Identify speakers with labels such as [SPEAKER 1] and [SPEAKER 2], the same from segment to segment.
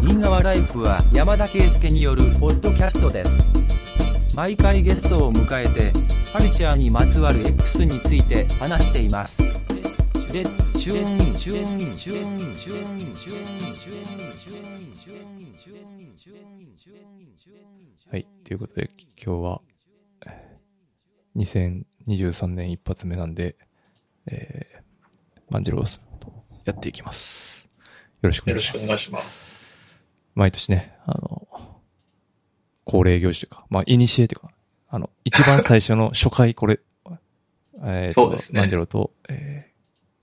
[SPEAKER 1] 品川ライフは山田圭介によるポッドキャストです。毎回ゲストを迎えて、カルチャーにまつわる X について話しています。レッツチューンインチューンインチューンインチューンインチューンインチューンインチューンインチューンインチューンインチューンインチューンインチューンイン
[SPEAKER 2] はい。ということで、今日は、えー2023年一発目なんで、えー、万次郎さんとやっていきます。よろしくお
[SPEAKER 3] よ
[SPEAKER 2] 願
[SPEAKER 3] ろ
[SPEAKER 2] いしま
[SPEAKER 3] しくお
[SPEAKER 2] す。
[SPEAKER 3] 願いします。
[SPEAKER 2] 毎年ね、あの、恒例行事というか、まあ、いにしえというか、あの、一番最初の初回、これ、えーと
[SPEAKER 3] そうですね
[SPEAKER 2] 万次郎と、えー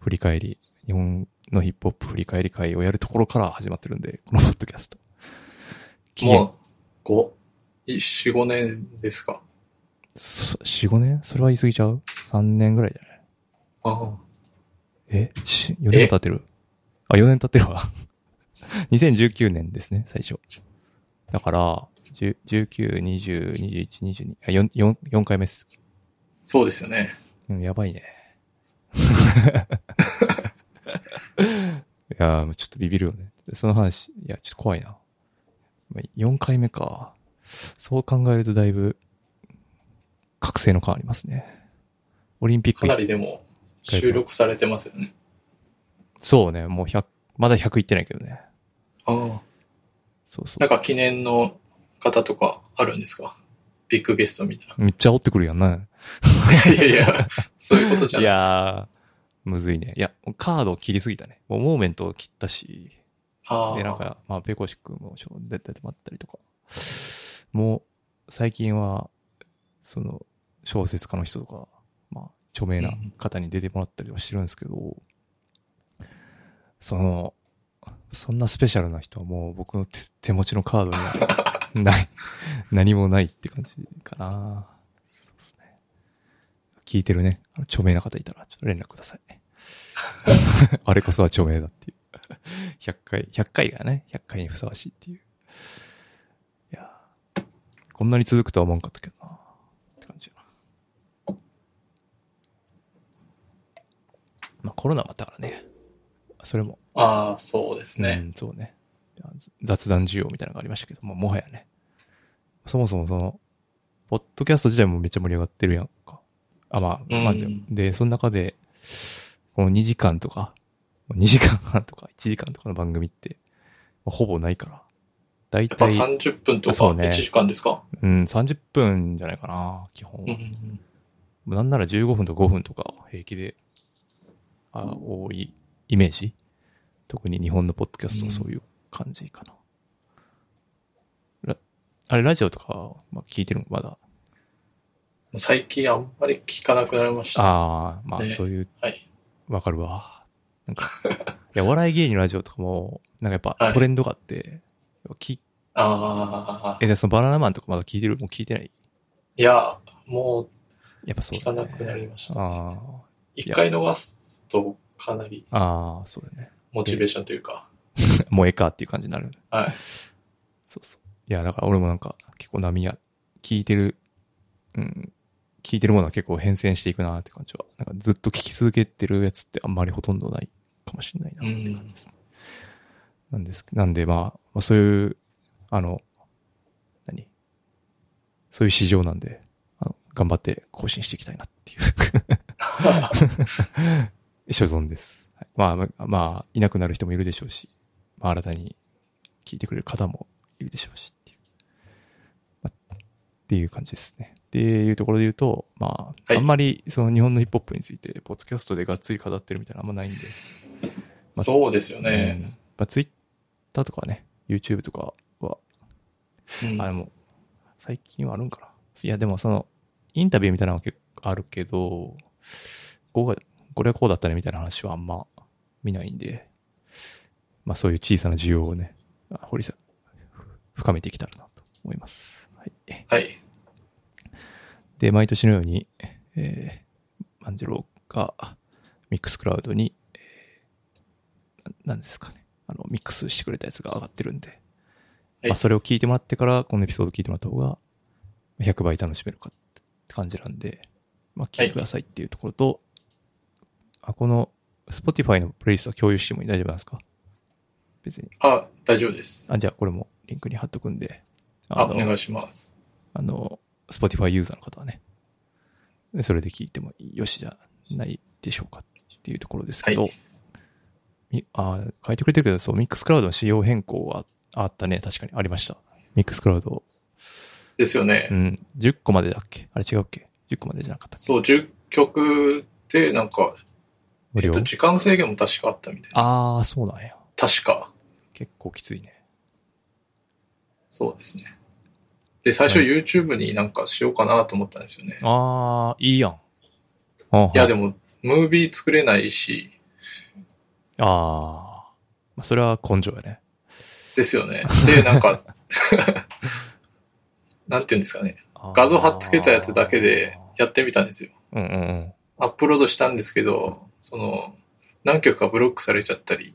[SPEAKER 2] 振り返り、日本のヒップホップ振り返り会をやるところから始まってるんで、このポッドキャスト。期限
[SPEAKER 3] もう、5、4、5年ですか。
[SPEAKER 2] そ4、5年それは言い過ぎちゃう ?3 年ぐらいじゃない
[SPEAKER 3] ああ
[SPEAKER 2] え ?4 年経ってるあ、4年経ってるわ。2019年ですね、最初。だから、10 19、20、21、22、あ、4、4 4回目です。
[SPEAKER 3] そうですよね。
[SPEAKER 2] うん、やばいね。 いやー、ちょっとビビるよね。その話、いや、ちょっと怖いな。まあ4回目か。そう考えるとだいぶ、覚醒の感ありますね。オリンピッ
[SPEAKER 3] か
[SPEAKER 2] ク
[SPEAKER 3] なりでも収録されてますよね。
[SPEAKER 2] そうね、もう100、まだ100いってないけどね。
[SPEAKER 3] ああ。
[SPEAKER 2] そうそ
[SPEAKER 3] な
[SPEAKER 2] う。
[SPEAKER 3] んか記念の方とかあるんですかビッグゲストみたい
[SPEAKER 2] めっちゃ煽ってくるやんな。
[SPEAKER 3] な。いやいや、そういうことじゃ
[SPEAKER 2] い
[SPEAKER 3] ないです
[SPEAKER 2] やー、むずいね。いや、カードを切りすぎたね。もうモーメントを切ったし、
[SPEAKER 3] ああ。
[SPEAKER 2] で、なんか、まあ、ペコシ君もちょ出てもらったりとか。もう、最近は、その、小説家の人とか、まあ、著名な方に出てもらったりはしてるんですけど、その、そんなスペシャルな人はもう僕の手手持ちのカードにはない、何もないって感じかな。そうですね。聞いてるね、あの著名な方いたら、ちょっと連絡ください。あれこそは著名だっていう。100回、100回がね、100回にふさわしいっていう。いやーこんなに続くとは思わんかったけどな。って感じやな。まあコロナもあったからね。それも
[SPEAKER 3] ああ、そうです
[SPEAKER 2] う
[SPEAKER 3] ね。
[SPEAKER 2] ん、そうね。雑談需要みたいなのがありましたけども、もはやね。そもそもその、ポッドキャスト自体もめっちゃ盛り上がってるやんか。あ、まあ、
[SPEAKER 3] うん
[SPEAKER 2] まあでも、で、その中で、この2時間とか、2時間半とか1時間とかの番組って、まあほぼないから。だい
[SPEAKER 3] やっぱ
[SPEAKER 2] たい、
[SPEAKER 3] 30分とか
[SPEAKER 2] そうね
[SPEAKER 3] 1時間ですか
[SPEAKER 2] うん、30分じゃないかな、基本
[SPEAKER 3] う
[SPEAKER 2] は。
[SPEAKER 3] ん
[SPEAKER 2] なんなら15分と5分とか平気で、あ多いイメージ特に日本のポッドキャストはそういう感じかな。らあれ、ラジオとか、まあ、聞いてるのまだ。
[SPEAKER 3] 最近あんまり聞かなくなりました。
[SPEAKER 2] ああ、まあ
[SPEAKER 3] ね
[SPEAKER 2] そういう、
[SPEAKER 3] はい。
[SPEAKER 2] わかるわ。なんか、いや、お笑い芸人のラジオとかも、なんかやっぱ
[SPEAKER 3] はい
[SPEAKER 2] トレンドがあって、き
[SPEAKER 3] ああ。
[SPEAKER 2] え、でそのバナナマンとかまだ聞いてるもう聞いてない
[SPEAKER 3] いや、も
[SPEAKER 2] やっぱ
[SPEAKER 3] う
[SPEAKER 2] そう
[SPEAKER 3] 聞か
[SPEAKER 2] だ、ね。
[SPEAKER 3] なくなりました。
[SPEAKER 2] あ
[SPEAKER 3] 一回逃すとかなり
[SPEAKER 2] あ、ああ、そうだね。
[SPEAKER 3] モチベーションというか。
[SPEAKER 2] もうええかっていう感じになる。
[SPEAKER 3] はい。
[SPEAKER 2] そうそう。いや、だから俺もなんか結構波や、聞いてる、うん、聞いてるものは結構変遷していくなって感じは。なんかずっと聞き続けてるやつってあんまりほとんどないかもしれないなって感じです。なんです。なんでまあ、まあ、そういう、あの、何そういう市場なんで、あの、頑張って更新していきたいなっていう。所存です。はいまあまあ、まあ、いなくなる人もいるでしょうし、まあ、新たに聞いてくれる方もいるでしょうしっていう、まあっていう感じですね。っていうところで言うと、まあ、
[SPEAKER 3] はい
[SPEAKER 2] あんまりその日本のヒップホップについて、ポッドキャストでがっつり語ってるみたいなのあんまないんで、まあ
[SPEAKER 3] そうですよ
[SPEAKER 2] うん
[SPEAKER 3] ね。
[SPEAKER 2] まあ、ツイッターとかね、YouTube とかは、
[SPEAKER 3] うん
[SPEAKER 2] あれも、最近はあるんかな。いや、でもその、インタビューみたいなのは結構あるけど、こうがこれはこうだったねみたいな話はあんま見ないんで、まあそういう小さな需要をね、あ掘りさ、深めていけたらなと思います。はい。
[SPEAKER 3] はい。
[SPEAKER 2] で、毎年のように、えー、万次郎がミックスクラウドに、えーななんですかね、あの、ミックスしてくれたやつが上がってるんで、
[SPEAKER 3] はい
[SPEAKER 2] まあ、それを聞いてもらってから、このエピソード聞いてもらった方が、100倍楽しめるかって感じなんで、まあ、聞いてくださいっていうところと、あこの、Spotify のプレイリストは共有しても大丈夫なんですか別に。
[SPEAKER 3] あ、大丈夫です。
[SPEAKER 2] あ、じゃあこれもリンクに貼っとくんで、
[SPEAKER 3] あ、
[SPEAKER 2] の
[SPEAKER 3] お願いします。
[SPEAKER 2] あの、Spotify ユーザーの方はね、それで聞いてもよしじゃないでしょうかっていうところですけど、
[SPEAKER 3] は
[SPEAKER 2] みあー書いてくれてるけど、そう、ミックスクラウドの仕様変更はあったね、確かにありました。ミックスクラウド、
[SPEAKER 3] ですよね。
[SPEAKER 2] うん、10個までだっけあれ違うっけ ?10 個までじゃなかったっけ
[SPEAKER 3] そう、10曲で、なんか、
[SPEAKER 2] 無
[SPEAKER 3] えっ
[SPEAKER 2] 料、
[SPEAKER 3] と、時間制限も確かあったみたいな。
[SPEAKER 2] ああ、そうなんや。
[SPEAKER 3] 確か。
[SPEAKER 2] 結構きついね。
[SPEAKER 3] そうですね。で、最初
[SPEAKER 2] は
[SPEAKER 3] YouTube になんかしようかなと思ったんですよね。
[SPEAKER 2] ああ、いいやん。あ
[SPEAKER 3] いや、で
[SPEAKER 2] も。
[SPEAKER 3] も、ムービー作れないし、
[SPEAKER 2] あーまあ、それは根性やね。
[SPEAKER 3] ですよね。で、な んか、なんていうんですかね。画像貼っつけたやつだけでやってみたんですよ。
[SPEAKER 2] うんうんうん。
[SPEAKER 3] アップロードしたんですけど、その、何曲かブロックされちゃったり、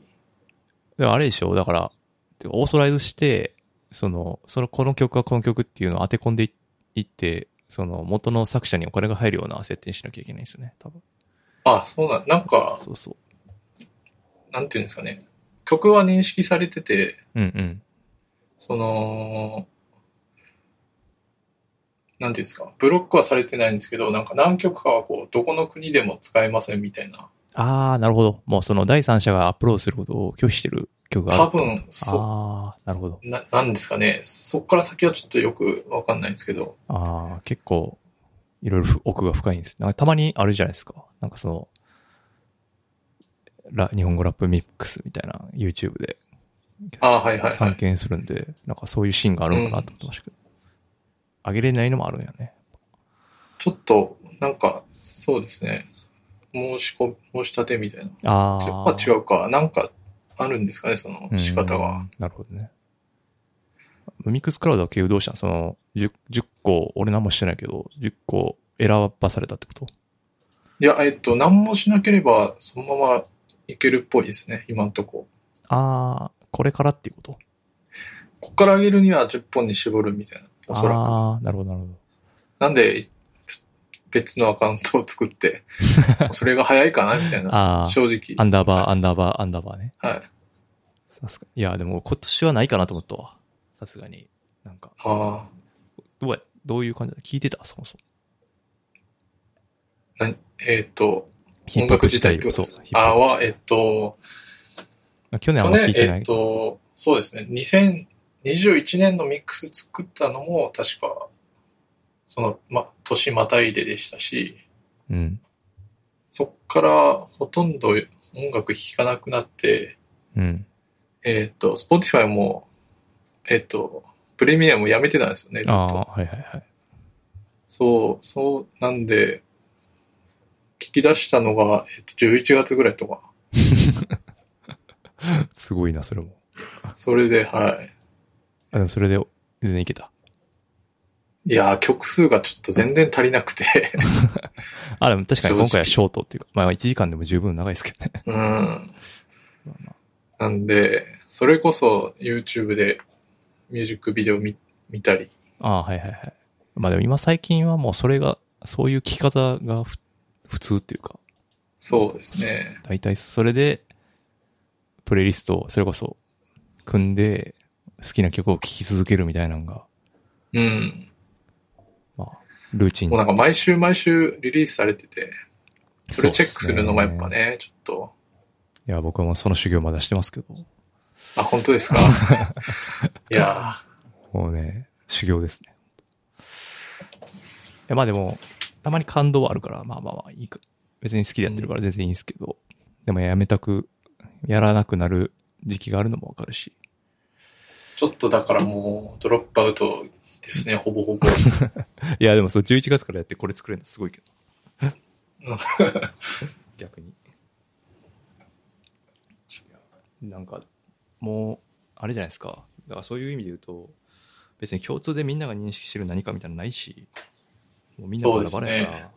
[SPEAKER 2] でもあれでしょだから、てかオーソライズして、その、その、この曲はこの曲っていうのを当て込んでいいって、その、元の作者にお金が入るような設定にしなきゃいけないんですよね、多分。
[SPEAKER 3] あ、そうなん、なんか、
[SPEAKER 2] そうそ
[SPEAKER 3] なんていうんですかね。曲は認識されてて、
[SPEAKER 2] う。うんうん。
[SPEAKER 3] その、なんていうんですか、ブロックはされてないんですけど、なんか何曲かはこう、どこの国でも使えませんみたいな。
[SPEAKER 2] あー、なるほど。もうその、第三者がアップロードすることを拒否してる曲がある
[SPEAKER 3] 多
[SPEAKER 2] ってこと。
[SPEAKER 3] 分、そ
[SPEAKER 2] あー、なるほど。
[SPEAKER 3] う、な、なんですかね。そっから先はちょっとよくわかんないんですけど、
[SPEAKER 2] ああ、結構、いろいろふ奥が深いんです。なんかたまにあるじゃないですか。なんかその、ラ日本語ラップミックスみたいな YouTube で
[SPEAKER 3] あはいはいは
[SPEAKER 2] 参
[SPEAKER 3] い。
[SPEAKER 2] 見するんで、なんかそういうシーンがあるのかなと思ってましたけど。あげれないのもあるんやね。
[SPEAKER 3] ちょっと、なんか、そうですね。申し込み、申し立てみたいな。
[SPEAKER 2] あ
[SPEAKER 3] あ、違うか。なんか、あるんですかね、その
[SPEAKER 2] うん
[SPEAKER 3] 仕方が。。
[SPEAKER 2] なるほどね。ミックスクラウドは経由どうしたんその10、10個、俺何もしてないけど、10個選ばされたってこと
[SPEAKER 3] いや、えっと、何もしなければ、そのままいけるっぽいですね、今んとこ。
[SPEAKER 2] ああ、これからっていうこと
[SPEAKER 3] こっから上げるには10本に絞るみたいな、おそら
[SPEAKER 2] ああ、なるほど、なるほど。
[SPEAKER 3] く。なんで、別のアカウントを 作って、それが早いかなみたいな、
[SPEAKER 2] ああ、
[SPEAKER 3] 正直
[SPEAKER 2] ア。ンダーバー、アンダーバー、アンダーバーね。
[SPEAKER 3] はい。
[SPEAKER 2] さすがいや、でも今年はないかなと思ったわ。さすがに。なんか、
[SPEAKER 3] ああ、
[SPEAKER 2] どうや、どういう感じだ聞いてたそもそも。
[SPEAKER 3] なえっと、
[SPEAKER 2] ヒッ
[SPEAKER 3] 音
[SPEAKER 2] プホップ
[SPEAKER 3] 楽
[SPEAKER 2] 自
[SPEAKER 3] 自体
[SPEAKER 2] 体
[SPEAKER 3] って
[SPEAKER 2] を。
[SPEAKER 3] こと
[SPEAKER 2] そう
[SPEAKER 3] です。。
[SPEAKER 2] ヒップ
[SPEAKER 3] あー
[SPEAKER 2] ホッ
[SPEAKER 3] は、
[SPEAKER 2] プ
[SPEAKER 3] えっと、
[SPEAKER 2] 去年あ
[SPEAKER 3] 去
[SPEAKER 2] んま聞
[SPEAKER 3] 年
[SPEAKER 2] い、てな
[SPEAKER 3] えっ
[SPEAKER 2] い。
[SPEAKER 3] と、そうですね、2021年のミックス作ったのも、確か、その、ま、年またいででしたし、
[SPEAKER 2] うん。
[SPEAKER 3] そっからほとんど音楽聴かなくなって、
[SPEAKER 2] うん。
[SPEAKER 3] えっ、と、Spotify も、えっ、と、プレミアムをやめてたんですよね、ずっ
[SPEAKER 2] あ
[SPEAKER 3] と。
[SPEAKER 2] あ、はいはいはい。
[SPEAKER 3] そう、そう、なんで、聞き出したのが、えっ、と、11月ぐらいとか。
[SPEAKER 2] すごいな、それも。
[SPEAKER 3] それで、は
[SPEAKER 2] あでもそれで、全然いけた。
[SPEAKER 3] い。いやー、曲数がちょっと全然足りなくて。
[SPEAKER 2] あ、でも確かに
[SPEAKER 3] 正直
[SPEAKER 2] 今回はショートっていうか、まあ1時間でも十分長いですけどね。
[SPEAKER 3] うん。
[SPEAKER 2] まあまあ
[SPEAKER 3] なんで、それこそ YouTube でミュージックビデオ見見たり。
[SPEAKER 2] ああ、はいはいはい。まあでも今最近はもうそれが、そういう聞き方がふ普通っていうか、
[SPEAKER 3] そうですね。
[SPEAKER 2] 大体それで、プレイリストをそれこそ組んで、好きな曲を聴き続けるみたいなのが、
[SPEAKER 3] うん。
[SPEAKER 2] まあ、ルーチン。
[SPEAKER 3] もうなんか毎週毎週リリースされてて、それチェックするのもやっ
[SPEAKER 2] そう
[SPEAKER 3] ぱ
[SPEAKER 2] す。
[SPEAKER 3] ね、ちょっと。
[SPEAKER 2] いや、僕はもうその修行まだしてますけど、
[SPEAKER 3] あ、本当です かいや
[SPEAKER 2] もうね、修行ですね。いや、まあでも、たまに感動はあるから、まあまあまあいいか。別に好きでやってるから全然いいんですけど、でもやめたく、やらなくなる時期があるのもわかるし、
[SPEAKER 3] ー、ちょっとだからもうドロップアウトですね、ほぼほぼ。
[SPEAKER 2] いや、でもそう、11月からやってこれ作れるのすごいけ
[SPEAKER 3] う
[SPEAKER 2] ど
[SPEAKER 3] ん。
[SPEAKER 2] 逆に。なんか、もう、あれじゃないですか。だからそういう意味で言うと、別に共通でみんなが認識してる何かみたいなのないし、もうみんなバラバラやから、
[SPEAKER 3] そうで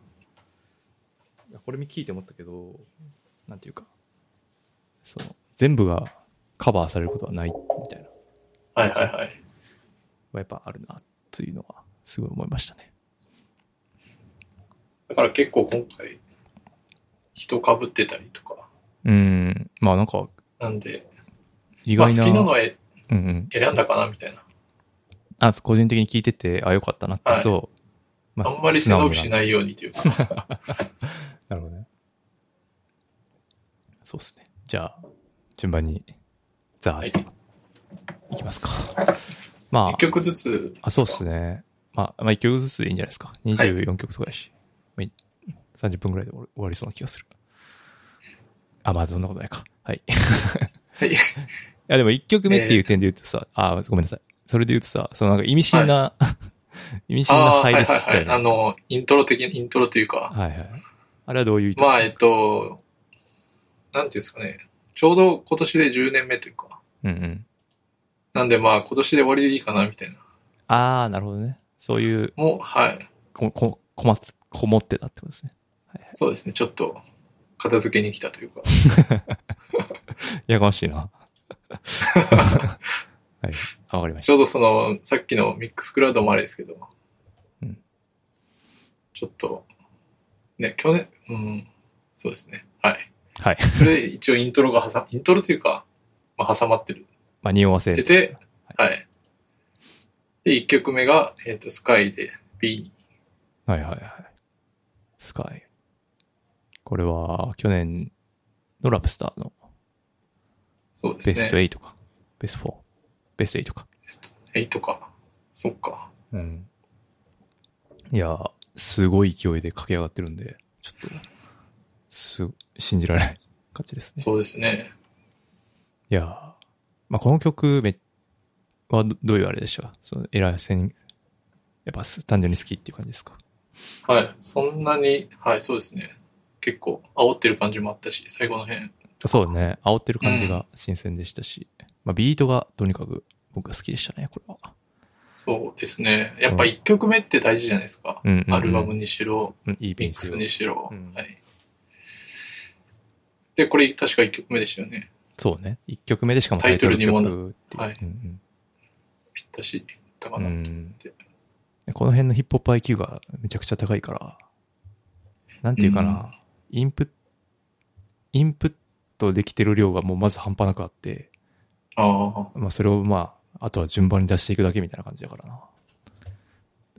[SPEAKER 3] す
[SPEAKER 2] いやこれ聞いて思ったけど、なんていうか、その、全部がカバーされることはないみたいな、
[SPEAKER 3] はいはいはい。
[SPEAKER 2] やっぱあるな、というのは、すごい思いましたね。
[SPEAKER 3] だから結構今回、人被ってたりとか。
[SPEAKER 2] うん、まあなんか、
[SPEAKER 3] なんで、
[SPEAKER 2] 意
[SPEAKER 3] まあ、
[SPEAKER 2] 外
[SPEAKER 3] 好き
[SPEAKER 2] な。
[SPEAKER 3] なのえ
[SPEAKER 2] うんうん。
[SPEAKER 3] 選んだかなみたいな。
[SPEAKER 2] あ、個人的に聞いてて、あ、よかったなってやつを。ま
[SPEAKER 3] あんまり背伸びし
[SPEAKER 2] い。
[SPEAKER 3] ないようにというか。
[SPEAKER 2] なるほどね。そうですね。じゃあ、順番に、ザ
[SPEAKER 3] は
[SPEAKER 2] ー
[SPEAKER 3] い
[SPEAKER 2] い、いきますか。まあ
[SPEAKER 3] 一、曲ずつ。
[SPEAKER 2] あそうですね。まあ、まあ、1曲ずつでいいんじゃないですか。24曲とかやし。まあ30分ぐらいで終わ終わりそうな気がする。あ、まあ、そんなことないか。はい。 い
[SPEAKER 3] はい。
[SPEAKER 2] や、でも1曲目っていう点で言うとさ、あ、ごめんなさい。それで言うとさ、そのなんか意味深な、 意味深な
[SPEAKER 3] ああー、は
[SPEAKER 2] 配
[SPEAKER 3] いはい
[SPEAKER 2] 列した
[SPEAKER 3] は
[SPEAKER 2] よ
[SPEAKER 3] い。
[SPEAKER 2] ね
[SPEAKER 3] あの、イントロ的な、イントロというか。
[SPEAKER 2] はいはい。あれはどういう意図
[SPEAKER 3] まあ、えっと、なんていうんですかね。ちょうど今年で10年目というか。
[SPEAKER 2] うんうん。
[SPEAKER 3] なんでまあ、今年で終わりでいいかなみたいな。
[SPEAKER 2] ああ、なるほどね。そういう、
[SPEAKER 3] もう、はい。
[SPEAKER 2] こ、こ、こま、こもってたってことですね。
[SPEAKER 3] そうですね。ちょっと、片付けに来たというか。
[SPEAKER 2] やかま しいな。はい。あわかりまし
[SPEAKER 3] ちょうどその、さっきのミックスクラウドもあれですけど、
[SPEAKER 2] うん
[SPEAKER 3] ちょっと、ね、去年、うん、そうですね。はい。
[SPEAKER 2] た。はい。
[SPEAKER 3] それで一応イントロが挟ま、イントロというか、まあ、挟まってる。
[SPEAKER 2] まあ、匂わせ
[SPEAKER 3] 出
[SPEAKER 2] る。
[SPEAKER 3] て、はい。で、1曲目が、えっ、と、スカイで B に。
[SPEAKER 2] はいはいはい。スカイ。これは、去年のラブスターの
[SPEAKER 3] そうで
[SPEAKER 2] ベ
[SPEAKER 3] すね。
[SPEAKER 2] スト8か。ベスト4。ベスト8か。
[SPEAKER 3] 8か。そっか。
[SPEAKER 2] うん。いやー、すごい勢いで駆け上がってるんで、ちょっと、す、信じられない感じですね。
[SPEAKER 3] そうですね。
[SPEAKER 2] いやー、まあ、この曲め、はどどういうあれでしたその、エラー戦、やっぱす単純に好きっていう感じですか
[SPEAKER 3] はい。そんなに、はい、そうですね。結構、煽ってる感じもあったし、最後の辺。
[SPEAKER 2] そうね。煽ってる感じが新鮮でしたし、まあ、ビートがとにかく僕が好きでしたね、これは。
[SPEAKER 3] そうですね。やっぱ1曲目って大事じゃないですか。
[SPEAKER 2] うんうんうん
[SPEAKER 3] アルバムにしろ、
[SPEAKER 2] うん、いいピ
[SPEAKER 3] ミ
[SPEAKER 2] ン
[SPEAKER 3] ック
[SPEAKER 2] ク
[SPEAKER 3] スにしろ。
[SPEAKER 2] うん
[SPEAKER 3] はい。で、これ確か1曲目でしたよね。
[SPEAKER 2] そうね。1曲目でしかも
[SPEAKER 3] タイトルにもな
[SPEAKER 2] 曲っていう。
[SPEAKER 3] はい
[SPEAKER 2] うん
[SPEAKER 3] ぴったしだった
[SPEAKER 2] う
[SPEAKER 3] か
[SPEAKER 2] ん
[SPEAKER 3] な。
[SPEAKER 2] うんこの辺のヒップホップ IQ がめちゃくちゃ高いから、なんていうかな、インプッ、インプットできてる量がもうまず半端なくあって、
[SPEAKER 3] あ
[SPEAKER 2] まあそれをまあ、あとは順番に出していくだけみたいな感じだからな。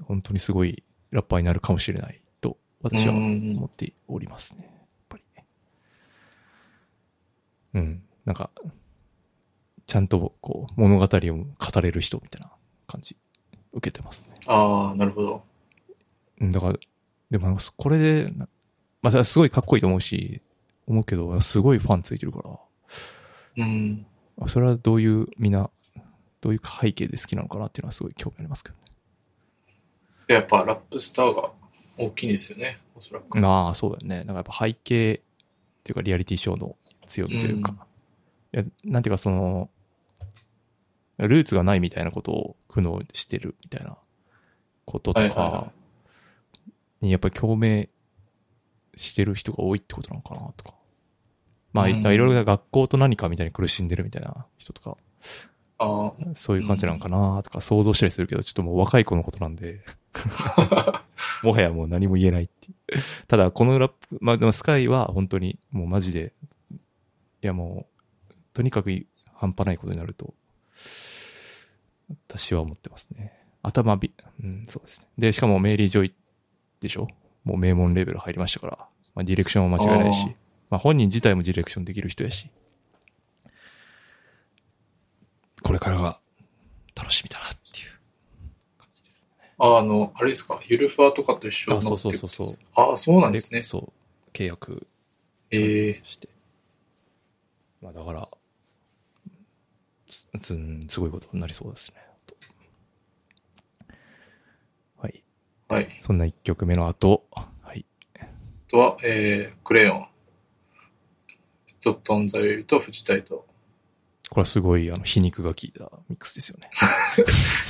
[SPEAKER 2] 本当にすごいラッパーになるかもしれないと、
[SPEAKER 3] あ。
[SPEAKER 2] 私は
[SPEAKER 3] うん
[SPEAKER 2] 思っておりますね。やっぱりね。うん。なんか、ちゃんとこう、物語を語れる人みたいな感じ、受けてますね。
[SPEAKER 3] ああ、なるほど。
[SPEAKER 2] うんだから、でもなんかそこれで、なまあ、それはすごいかっこいいと思うし、思うけど、すごいファンついてるから、
[SPEAKER 3] うん。
[SPEAKER 2] あそれはどういう、みんな、どういう背景で好きなのかなっていうのはすごい興味ありますけどね。
[SPEAKER 3] でやっぱラップスターが大きいんですよね、おそらく。
[SPEAKER 2] ああ、そうだよね。なんかやっぱ背景っていうかリアリティショーの強みというか、いやなんていうかその、ルーツがないみたいなことを苦悩してるみたいなことと
[SPEAKER 3] はいはいは
[SPEAKER 2] かにやっぱり共鳴してる人が多いってことなのかなとか。まあ、
[SPEAKER 3] う
[SPEAKER 2] い
[SPEAKER 3] ん
[SPEAKER 2] ろいろ学校と何かみたいに苦しんでるみたいな人とか、
[SPEAKER 3] ああ、
[SPEAKER 2] そういう感じなのかなとか想像したりするけど、ちょっともう若い子のことなんで、もはやもう何も言えないっていうただ、このラップ、まあでもスカイは本当にもうマジで、いやもう、とにかく半端ないことになると、私は思ってますね。頭び、うん、そうですね。で、しかもメイリー・ジョイでしょもう名門レベル入りましたから、まあ、ディレクションは間違いないし
[SPEAKER 3] あー、
[SPEAKER 2] まあ本人自体もディレクションできる人やし、これからが楽しみだなっていう。
[SPEAKER 3] あの、あれですか、ゆるふわとかと一緒の
[SPEAKER 2] あそうそうそうそう
[SPEAKER 3] ってことですああ、そうなんですね。
[SPEAKER 2] そう、契約
[SPEAKER 3] ええ
[SPEAKER 2] して。まあだから、つつんすごいことになりそうですね。とはい。
[SPEAKER 3] はい。
[SPEAKER 2] そんな1曲目の後、はい。
[SPEAKER 3] あとは、えー、クレヨン。ゾットンザウェビと藤イと。
[SPEAKER 2] これはすごいあの皮肉が効いたミックスですよね。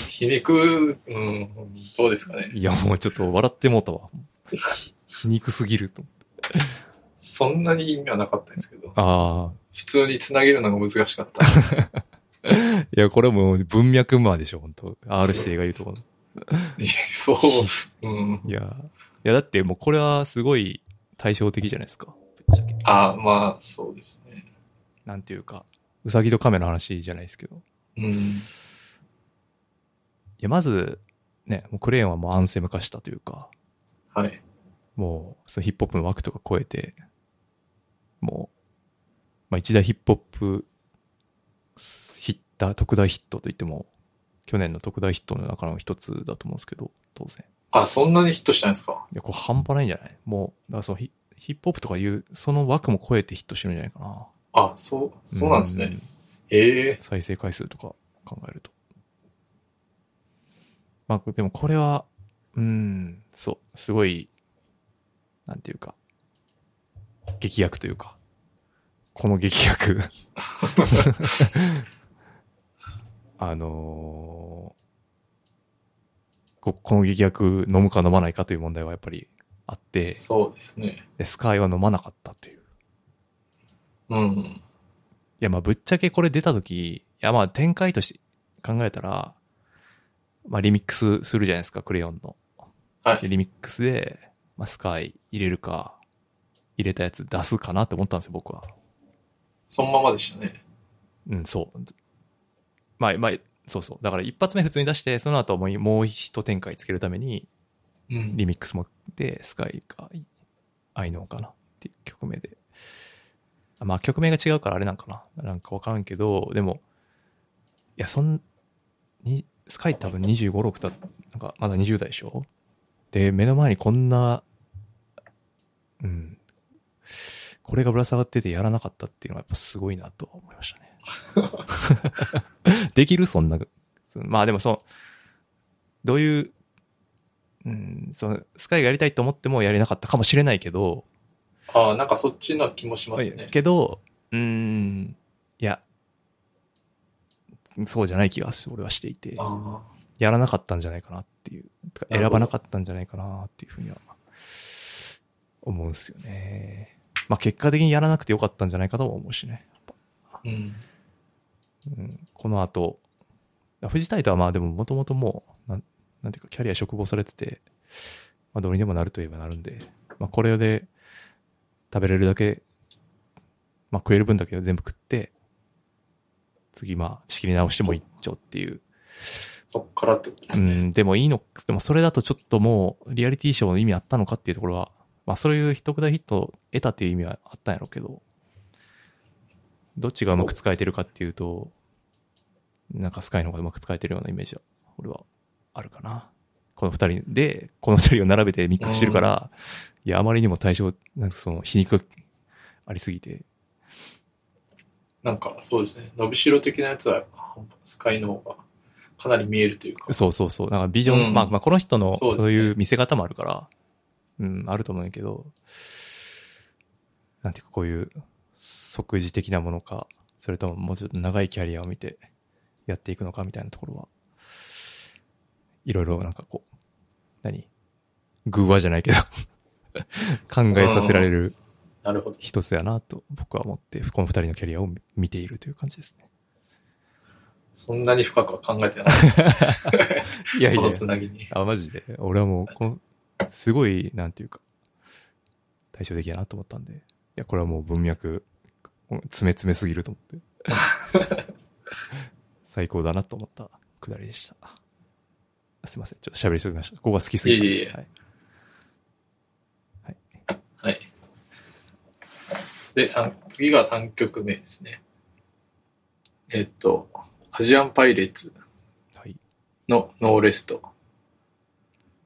[SPEAKER 3] 皮肉、うん、どうですかね。
[SPEAKER 2] いやもうちょっと笑ってもうたわ。ひ皮肉すぎると思って。
[SPEAKER 3] そんなに意味はなかったんですけど、
[SPEAKER 2] あ
[SPEAKER 3] 普通につなげるのが難し かった。
[SPEAKER 2] あ。いや、これもう文脈までしょ、本当 R 指定が言うところ。
[SPEAKER 3] いやそう、うん。
[SPEAKER 2] いやー、いやだってもうこれはすごい対照的じゃないですか。ぶっちゃけ。
[SPEAKER 3] ああ、まあ、そうですね。
[SPEAKER 2] なんていうか、うさぎと亀の話じゃないですけど。い
[SPEAKER 3] うん。
[SPEAKER 2] や、まず、ね、もうクレヨンはもうアンセム化したというか、
[SPEAKER 3] はい。
[SPEAKER 2] もう、そのヒップホップの枠とか超えて、もう、まあ一大ヒップホップヒッター、特大ヒットといっても、去年の特大ヒットの中の一つだと思うんですけど、当然。
[SPEAKER 3] あ、そんなにヒットしたんですか
[SPEAKER 2] いや、これ半端ないんじゃないもう、だからそのヒヒップホップとかいう、その枠も超えてヒットしてるんじゃないかな。
[SPEAKER 3] あ、そう、そうなんです
[SPEAKER 2] う
[SPEAKER 3] ね。。ええ
[SPEAKER 2] 再生回数とか考えると。まあ、でもこれは、うん、そう、すごい、なんていうか、劇薬というか、この劇薬 あのーこ、この劇薬飲むか飲まないかという問題はやっぱりあって、
[SPEAKER 3] そうですね。
[SPEAKER 2] でスカイは飲まなかったという。
[SPEAKER 3] うん。
[SPEAKER 2] いや、まあ、ぶっちゃけこれ出た時、いや、まあ、展開として考えたら、まあ、リミックスするじゃないですか、クレヨンの。
[SPEAKER 3] はい
[SPEAKER 2] でリミックスで、まあ、スカイ入れるか、入れたやつ出すかなって思ったんですよ、僕は。
[SPEAKER 3] そのままでしたね。
[SPEAKER 2] うん、そう。まあ、まあ、そうそう。だから一発目普通に出して、その後はもうもう一展開つけるために、
[SPEAKER 3] うん。
[SPEAKER 2] リミックスもで、スカイか、I know かなっていう曲名で。あまあ曲名が違うからあれなんかな。なんかわからんけど、でも、いや、そん、に、スカイ多分25、6だ、なんかまだ20代でしょで、目の前にこんな、うん、これがぶら下がっててやらなかったっていうのはやっぱすごいなとは思いました ね。で きるそんな、まあでもその、どういううん、そのスカイがやりたいと思ってもやれなかったかもしれないけど、
[SPEAKER 3] ああ、なんかそっちな気もしますね。
[SPEAKER 2] けど、うん、いや、そうじゃない気がし俺はしていて、
[SPEAKER 3] あ
[SPEAKER 2] やらなかったんじゃないかなっていう、てか
[SPEAKER 3] な
[SPEAKER 2] 選
[SPEAKER 3] るほど
[SPEAKER 2] ばなかったんじゃないかなっていうふうには思うんですよね。まあ結果的にやらなくてよかったんじゃないかとも思うしね。
[SPEAKER 3] あ。うん。
[SPEAKER 2] うん、この後、藤タイとはまあでももともともう、なんなんていうかキャリア嘱望されてて、まあどうにでもなるといえばなるんで、まあこれで食べれるだけ、まあ食える分だけ全部食って、次まあ仕切り直してもいいっちょっていう。
[SPEAKER 3] そっからってことで
[SPEAKER 2] う
[SPEAKER 3] すね。
[SPEAKER 2] ん、でもいいの、でもそれだとちょっともうリアリティショーの意味あったのかっていうところは、まあそういう一大ヒットを得たっていう意味はあったんやろうけど、どっちがうまく使えてるかっていうと、なんかスカイの方がうまく使えてるようなイメージは、俺はあるかな。この二人で、この二人を並べてミックスしてるから、いや、あまりにも対象、なんかその皮肉がありすぎて、
[SPEAKER 3] なんかそうですね。伸びしろ的なやつはやっぱスカイの方がかなり見えるというか。
[SPEAKER 2] そうそうそう。なんかビジョン、
[SPEAKER 3] うん
[SPEAKER 2] まあまあこの人の
[SPEAKER 3] そうですね
[SPEAKER 2] そういう見せ方もあるから、うん、あると思うんやけど、なんていうかこういう即時的なものか、それとももうちょっと長いキャリアを見てやっていくのかみたいなところは、いろいろなんかこう、何偶話じゃないけど、 考えさせられる
[SPEAKER 3] なるほど。
[SPEAKER 2] 一つやなと僕は思って、この二人のキャリアを見ているという感じですね。
[SPEAKER 3] そんなに深くは考えてない。
[SPEAKER 2] いやい
[SPEAKER 3] この
[SPEAKER 2] や。
[SPEAKER 3] つなぎに。
[SPEAKER 2] あ、マジで。俺はもう、この、すごい、なんていうか、対照的やなと思ったんで。いや、これはもう文脈、詰め詰めすぎると思って。 最高だなと思ったくだりでした。すいません。ちょっと喋りすぎました。ここが好きすぎた
[SPEAKER 3] いえいえいえ
[SPEAKER 2] はい。
[SPEAKER 3] はい。で、三次が3曲目ですね。えっと、アジアンパイレーツ
[SPEAKER 2] はい。
[SPEAKER 3] のノーレスト。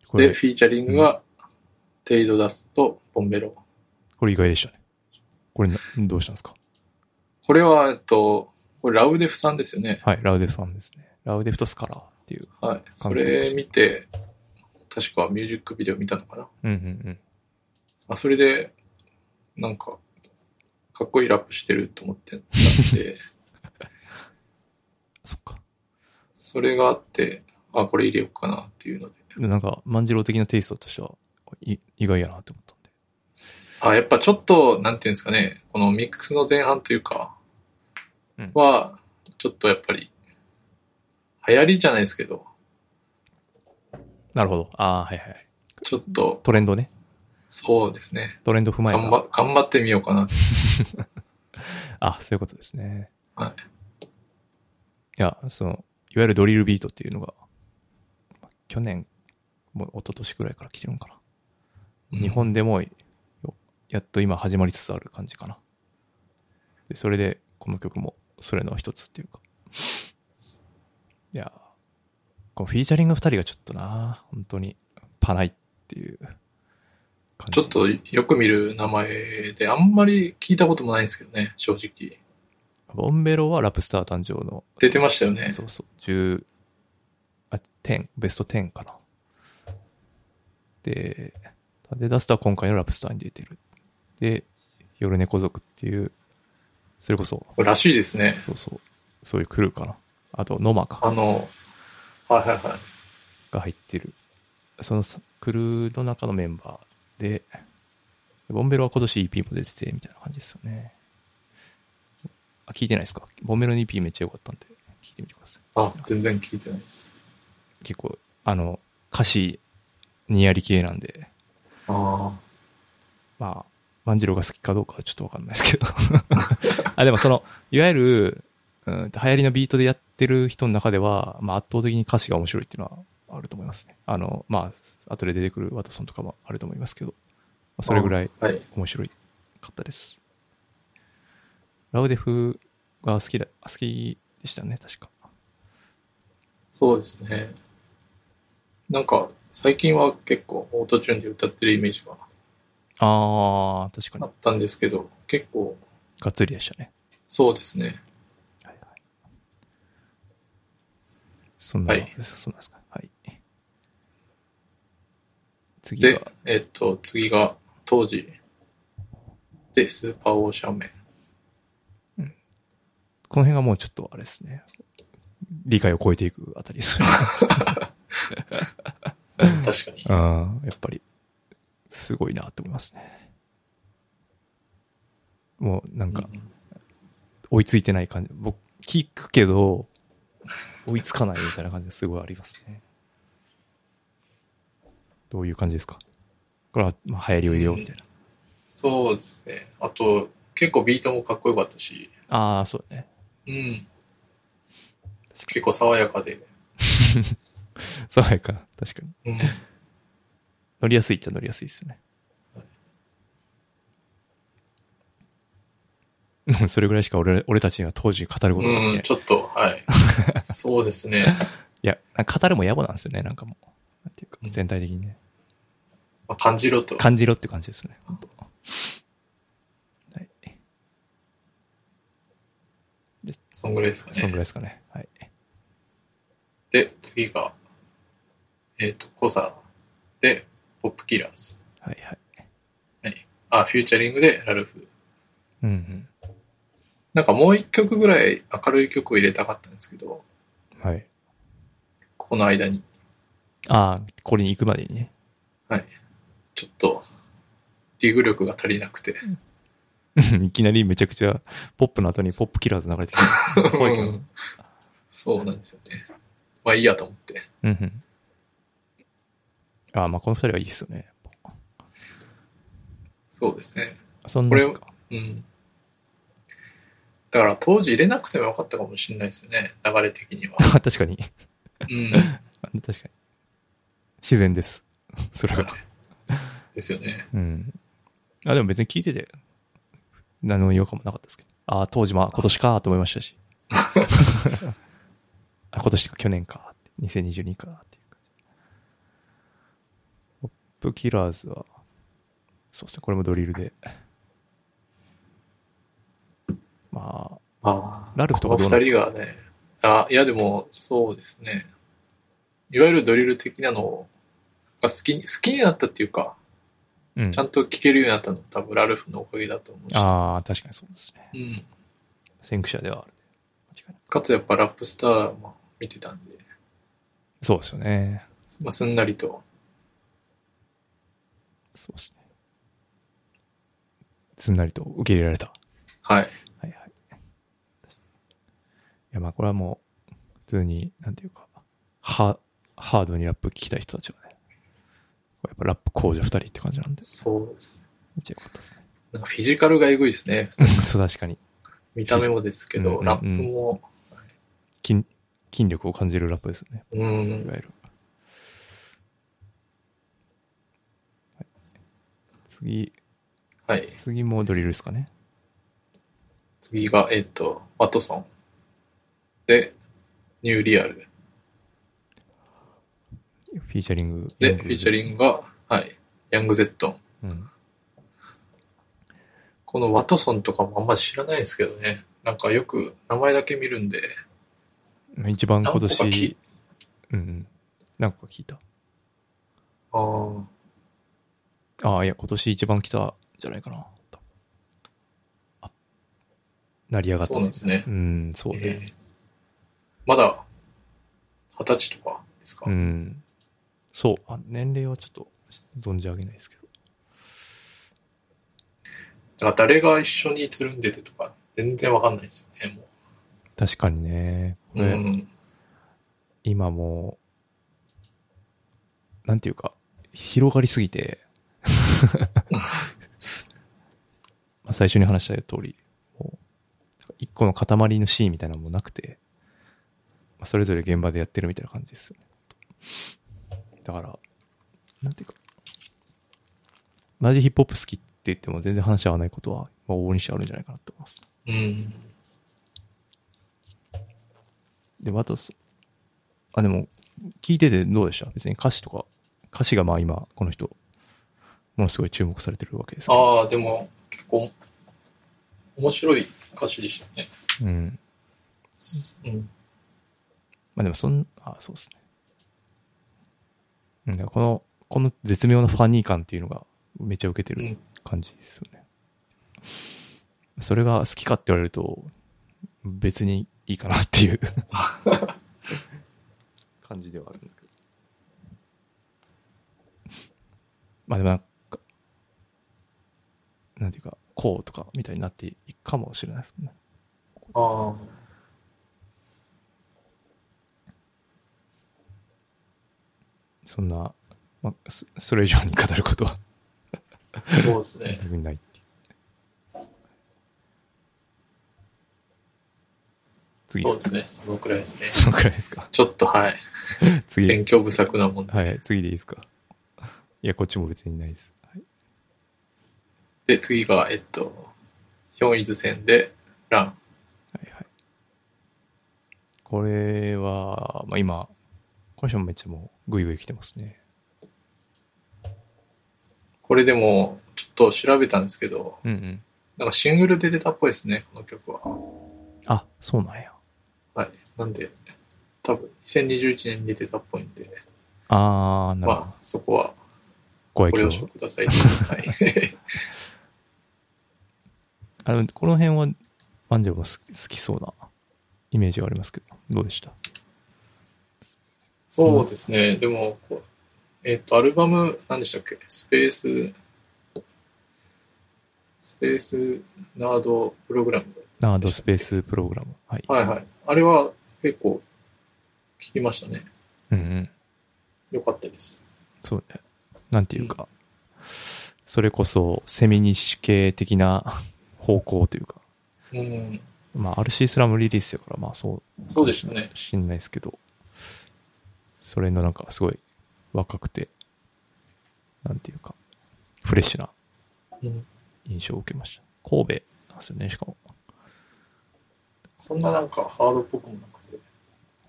[SPEAKER 2] こ
[SPEAKER 3] で、
[SPEAKER 2] れ、
[SPEAKER 3] フィーチャリングが、テイドダスとボンベロ。
[SPEAKER 2] これ意外でしたね。これな、どうしたんですか
[SPEAKER 3] これは、えっと、これラウデフさんですよね。
[SPEAKER 2] はい。ラウデフさんですね。ラウデフとスカラーっていう。
[SPEAKER 3] はい。それ見て、確かミュージックビデオ見たのかな。
[SPEAKER 2] うんうんうん。
[SPEAKER 3] あ、それで、なんか、かっこいいラップしてると思ってたんで、
[SPEAKER 2] そっか。
[SPEAKER 3] それがあって、あ、これ入れようかなっていうので。
[SPEAKER 2] でなんか、万次郎的なテイストとしては、い意外やなって思ったんで。
[SPEAKER 3] あ、やっぱちょっと、なんていうんですかね、このミックスの前半というか
[SPEAKER 2] うん、
[SPEAKER 3] は、ちょっとやっぱり、流行りじゃないですけど、
[SPEAKER 2] なるほど。ああー、はいはい。
[SPEAKER 3] ちょっと、
[SPEAKER 2] トレンドね。
[SPEAKER 3] そうですね、
[SPEAKER 2] トレンド踏まえ
[SPEAKER 3] 頑張
[SPEAKER 2] た。
[SPEAKER 3] 頑張ってみようかなって。
[SPEAKER 2] あ、そういうことですね。
[SPEAKER 3] はい
[SPEAKER 2] や、その、いわゆるドリルビートっていうのが、去年、もう一昨年くらいから来てるのかな。
[SPEAKER 3] うん
[SPEAKER 2] 日本でもよやっと今始まりつつある感じかな。でそれでこの曲もそれの一つっていうか。いやー、このフィーチャリング2人がちょっとな、本当にパないっていう感じ。
[SPEAKER 3] ちょっとよく見る名前であんまり聞いたこともないんですけどね、正直。
[SPEAKER 2] ボンベロはラプスター誕生の。
[SPEAKER 3] 出てましたよね。
[SPEAKER 2] そうそう。10、あ、10、ベスト10かな。で、でダスターは今回のラプスターに出てる。で、夜猫族っていう、それこそ、
[SPEAKER 3] らしいですね。
[SPEAKER 2] そうそう、そういうクルーかな。あと、ノマか。
[SPEAKER 3] あの、はいはいはい。
[SPEAKER 2] が入ってる。そのさクルーの中のメンバーで、ボンベロは今年 EP も出てて、みたいな感じですよね。あ、聞いてないですかボンベロの EP めっちゃ良かったんで、聞いてみてください。
[SPEAKER 3] あ、全然聞いてないです。
[SPEAKER 2] 結構、あの、歌詞、にやり系なんで、
[SPEAKER 3] あ
[SPEAKER 2] まあ、万次郎が好きかどうかはちょっとわかんないですけど。 あ、でもその、いわゆる、うん、流行りのビートでやってる人の中では、まあ圧倒的に歌詞が面白いっていうのはあると思いますね。あの、まあ、後で出てくるワトソンとかもあると思いますけど、まあ、それぐらい
[SPEAKER 3] あ、はい。
[SPEAKER 2] 面白いかったです。ラウデフが好きだ、好きでしたね、確か。
[SPEAKER 3] そうですね。なんか、最近は結構オートチューンで歌ってるイメージが
[SPEAKER 2] ああ、確かに。
[SPEAKER 3] あったんですけど、結構、
[SPEAKER 2] がっつりでしたね。
[SPEAKER 3] そうですね。
[SPEAKER 2] はいはい。そんな、
[SPEAKER 3] はい
[SPEAKER 2] そうなんですか。はい。次
[SPEAKER 3] で
[SPEAKER 2] は、、
[SPEAKER 3] えっと、次が当時でスーパーオーシャンメン。
[SPEAKER 2] この辺がもうちょっとあれですね。理解を超えていくあたりですよね。
[SPEAKER 3] 確かに。
[SPEAKER 2] うん、やっぱり、すごいなと思いますね。もうなんか、追いついてない感じ。僕、聞くけど、追いつかないみたいな感じがすごいありますね。どういう感じですかこれは、まあ、流行りを入れようみたいな。
[SPEAKER 3] そうですね。あと、結構ビートもかっこよかったし、
[SPEAKER 2] ああ、そうだね。
[SPEAKER 3] うん。結構爽やかで、
[SPEAKER 2] 爽やか。確かに。
[SPEAKER 3] うん、
[SPEAKER 2] 乗りやすいっちゃ乗りやすいですよね。うんそれぐらいしか俺俺たちには当時語ることができない。
[SPEAKER 3] うん、
[SPEAKER 2] い
[SPEAKER 3] ちょっと、 はい。そうですね。
[SPEAKER 2] や、なんか語るも野暮なんですよね、なんかもう。なんていうか、
[SPEAKER 3] うん
[SPEAKER 2] 全体的にね。
[SPEAKER 3] まあ、感じろと。
[SPEAKER 2] 感じろって感じですよね。ほんとはい。
[SPEAKER 3] そんぐらいですか
[SPEAKER 2] そんぐ
[SPEAKER 3] ね。
[SPEAKER 2] らいですかね。はい。
[SPEAKER 3] で、次が、えっ、と、コサで、ポップキラーズ。
[SPEAKER 2] はいはい。
[SPEAKER 3] あ、フューチャリングで、ラルフ。
[SPEAKER 2] うんうん。
[SPEAKER 3] なんかもう一曲ぐらい明るい曲を入れたかったんですけど、
[SPEAKER 2] はい。
[SPEAKER 3] ここの間に、
[SPEAKER 2] ああ、これに行くまでにね。
[SPEAKER 3] ちょっと、ディグ力が足りなくて。
[SPEAKER 2] うんいきなりめちゃくちゃ、ポップの後にポップキラーズ流れてくる。 怖いけど。
[SPEAKER 3] うんそうなんですよね。まあいいやと思って。
[SPEAKER 2] うんうん。あーまあこの二人はいいですよね。
[SPEAKER 3] そうですね。
[SPEAKER 2] そんなですか。
[SPEAKER 3] うん。だから当時入れなくてもよかったかもしれないですよね。流れ的には。
[SPEAKER 2] 確かに。
[SPEAKER 3] うん。
[SPEAKER 2] 確かに。自然です。 それは。
[SPEAKER 3] ですよね。
[SPEAKER 2] うん。あ、でも別に聞いてて、何の違和感もなかったですけど。ああ、当時まあ今年かと思いました し。あ今年か去年かって。2022かっていう感じ。ポップキラーズは、そうですね、これもドリルで。まあ、
[SPEAKER 3] あ
[SPEAKER 2] ラルフと
[SPEAKER 3] こ
[SPEAKER 2] か
[SPEAKER 3] の
[SPEAKER 2] どうなんで
[SPEAKER 3] 二
[SPEAKER 2] す
[SPEAKER 3] 人
[SPEAKER 2] か
[SPEAKER 3] がね。あ、いやでも、そうですね。いわゆるドリル的なのが好きに、好きになったっていうか、
[SPEAKER 2] うん
[SPEAKER 3] ちゃんと聴けるようになったの多分ラルフのおかげだと思うし。
[SPEAKER 2] ああ、確かにそうですね。
[SPEAKER 3] うん。
[SPEAKER 2] 先駆者ではある。間違いない
[SPEAKER 3] かつやっぱラップスターも見てたんで、
[SPEAKER 2] そうですよね。
[SPEAKER 3] まあ、すんなりと。
[SPEAKER 2] そうですね。すんなりと受け入れられた。は
[SPEAKER 3] はい。
[SPEAKER 2] いはい。いや、まあこれはもう、普通に、なんていうか、ハハードにラップ聞きたい人たちはね、これやっぱラップ工場二人って感じなんで、めっ
[SPEAKER 3] そうです。
[SPEAKER 2] ちゃよかったですね。
[SPEAKER 3] なんかフィジカルがエグいですね。
[SPEAKER 2] うんそう、確かに。
[SPEAKER 3] 見た目もですけ
[SPEAKER 2] うんうん
[SPEAKER 3] ど、
[SPEAKER 2] うん
[SPEAKER 3] ラップも、
[SPEAKER 2] 筋筋力を感じるラップですね。
[SPEAKER 3] う
[SPEAKER 2] い
[SPEAKER 3] ん、
[SPEAKER 2] わゆる。はい次、
[SPEAKER 3] はい。
[SPEAKER 2] 次もドリルですかね。
[SPEAKER 3] 次が、えっと、ワトソン。で、ニューリアル。
[SPEAKER 2] フィーチャリング。
[SPEAKER 3] で、フィーチャリングが、はい、ヤングゼットン。
[SPEAKER 2] うん。
[SPEAKER 3] このワトソンとかもあんま知らないですけどね。なんかよく名前だけ見るんで、
[SPEAKER 2] まあ一番今
[SPEAKER 3] 何個か聞
[SPEAKER 2] 年、
[SPEAKER 3] い
[SPEAKER 2] うんうん。何個か聞いた。
[SPEAKER 3] あー
[SPEAKER 2] ああ、いや、今年一番来たんじゃないかな。多分あ、成り上がった
[SPEAKER 3] そうなんですね
[SPEAKER 2] う。ん、そうね。
[SPEAKER 3] えーまだ、二十歳とかですか、
[SPEAKER 2] うん。そうあ。年齢はちょっと存じ上げないですけど。
[SPEAKER 3] なんか誰が一緒につるんでてとか、全然わかんないですよね、も
[SPEAKER 2] 確かにね。こ
[SPEAKER 3] う。
[SPEAKER 2] れ、
[SPEAKER 3] うん。
[SPEAKER 2] 今もう、なんていうか、広がりすぎて、まあ最初に話した通り、もう一個の塊のシーンみたいなのもなくて、まあ、それぞれ現場でやってるみたいな感じですよね。だから、なんていうか、同じヒップホップ好きって言っても全然話合わないことは、まあ、往々にしてあるんじゃないかなと思います。
[SPEAKER 3] うん。
[SPEAKER 2] で、ワトソン。あ、でも、聞いててどうでした別に歌詞とか、歌詞がまあ今、この人、ものすごい注目されてるわけですけど
[SPEAKER 3] ああ、でも、結構、面白い歌詞でしたね。
[SPEAKER 2] うん。
[SPEAKER 3] うん。
[SPEAKER 2] まあでも、そん、あ、そうですね。うん、だからこの、この絶妙なファニー感っていうのが、めっちゃ受けて
[SPEAKER 3] う
[SPEAKER 2] る
[SPEAKER 3] ん
[SPEAKER 2] 感じですよね。それが好きかって言われると、別にいいかなっていう 感じではあるんだけど。まあでもなんか、なんていうか、こうとかみたいになっていくかもしれないですもんね。
[SPEAKER 3] ああ。
[SPEAKER 2] そんな、まあ、そそれ以上に語ることは
[SPEAKER 3] そうですね。
[SPEAKER 2] 特にないっていう。次
[SPEAKER 3] そう
[SPEAKER 2] で
[SPEAKER 3] ですす
[SPEAKER 2] か
[SPEAKER 3] ね。そのくらいですね。
[SPEAKER 2] そのくらいですか。
[SPEAKER 3] ちょっとはい。
[SPEAKER 2] 次
[SPEAKER 3] 勉強不足なもんで。
[SPEAKER 2] はい、次でいいですか。いや、こっちも別にないです。はい、
[SPEAKER 3] で、次が、えっと、ヒョンイズ戦で、ラン。
[SPEAKER 2] はい、はい。これは、まあ今、この人もめっちゃもう、ぐいぐい来てますね。
[SPEAKER 3] これでも、ちょっと調べたんですけど、
[SPEAKER 2] うんうん。
[SPEAKER 3] なんかシングルで出たっぽいですね、この曲は。
[SPEAKER 2] あ、そうなんや。
[SPEAKER 3] はい。なんで、多分、2021年に出たっぽいんで、
[SPEAKER 2] あー、なるほど
[SPEAKER 3] まあ。、そこは
[SPEAKER 2] ご愛
[SPEAKER 3] ご
[SPEAKER 2] 嬌
[SPEAKER 3] 了承く ださい。はい。
[SPEAKER 2] あの、この辺は、アンジェロも好き好きそうなイメージがありますけど、どうでした
[SPEAKER 3] そうですね。でも、こうえっ、と、アルバム、何でしたっけスペース、スペースナードプログラム。
[SPEAKER 2] ナードスペースプログラム。はい。
[SPEAKER 3] はいはい。あれは結構聞きましたね。
[SPEAKER 2] うんうん。
[SPEAKER 3] よかったです。
[SPEAKER 2] そうね。なんていうか、それこそ、セミニッシュ系的な方向というか、
[SPEAKER 3] うん。
[SPEAKER 2] まあ、RC スラムリリースやから、まあ、そう、
[SPEAKER 3] そうでしたね。
[SPEAKER 2] しんないですけど、それのなんか、すごい若くて、なんていうか、フレッシュな
[SPEAKER 3] うん
[SPEAKER 2] 印象を受けました。神戸なんですよね、しかも。
[SPEAKER 3] そんななんかハードっぽくもなくて、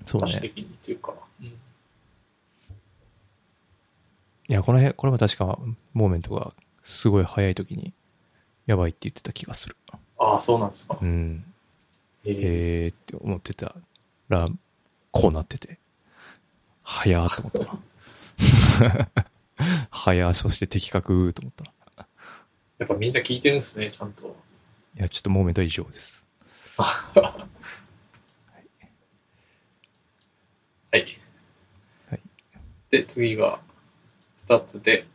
[SPEAKER 2] そう
[SPEAKER 3] 歌詞
[SPEAKER 2] ね。
[SPEAKER 3] 的にっていうか。うん
[SPEAKER 2] いや、この辺、これは確か、モーメントがすごい早い時に、やばいって言ってた気がする。
[SPEAKER 3] ああ、そうなんですか。
[SPEAKER 2] うん。
[SPEAKER 3] え
[SPEAKER 2] へえーって思ってたら、こうなってて、早ーと思った な。早ー、そして的確と思ったな。
[SPEAKER 3] やっぱみんな聞いてるんですね、ちゃんと。
[SPEAKER 2] いや、ちょっとモーメントは以上です。
[SPEAKER 3] はい。
[SPEAKER 2] はい
[SPEAKER 3] で、次が、スタッツで、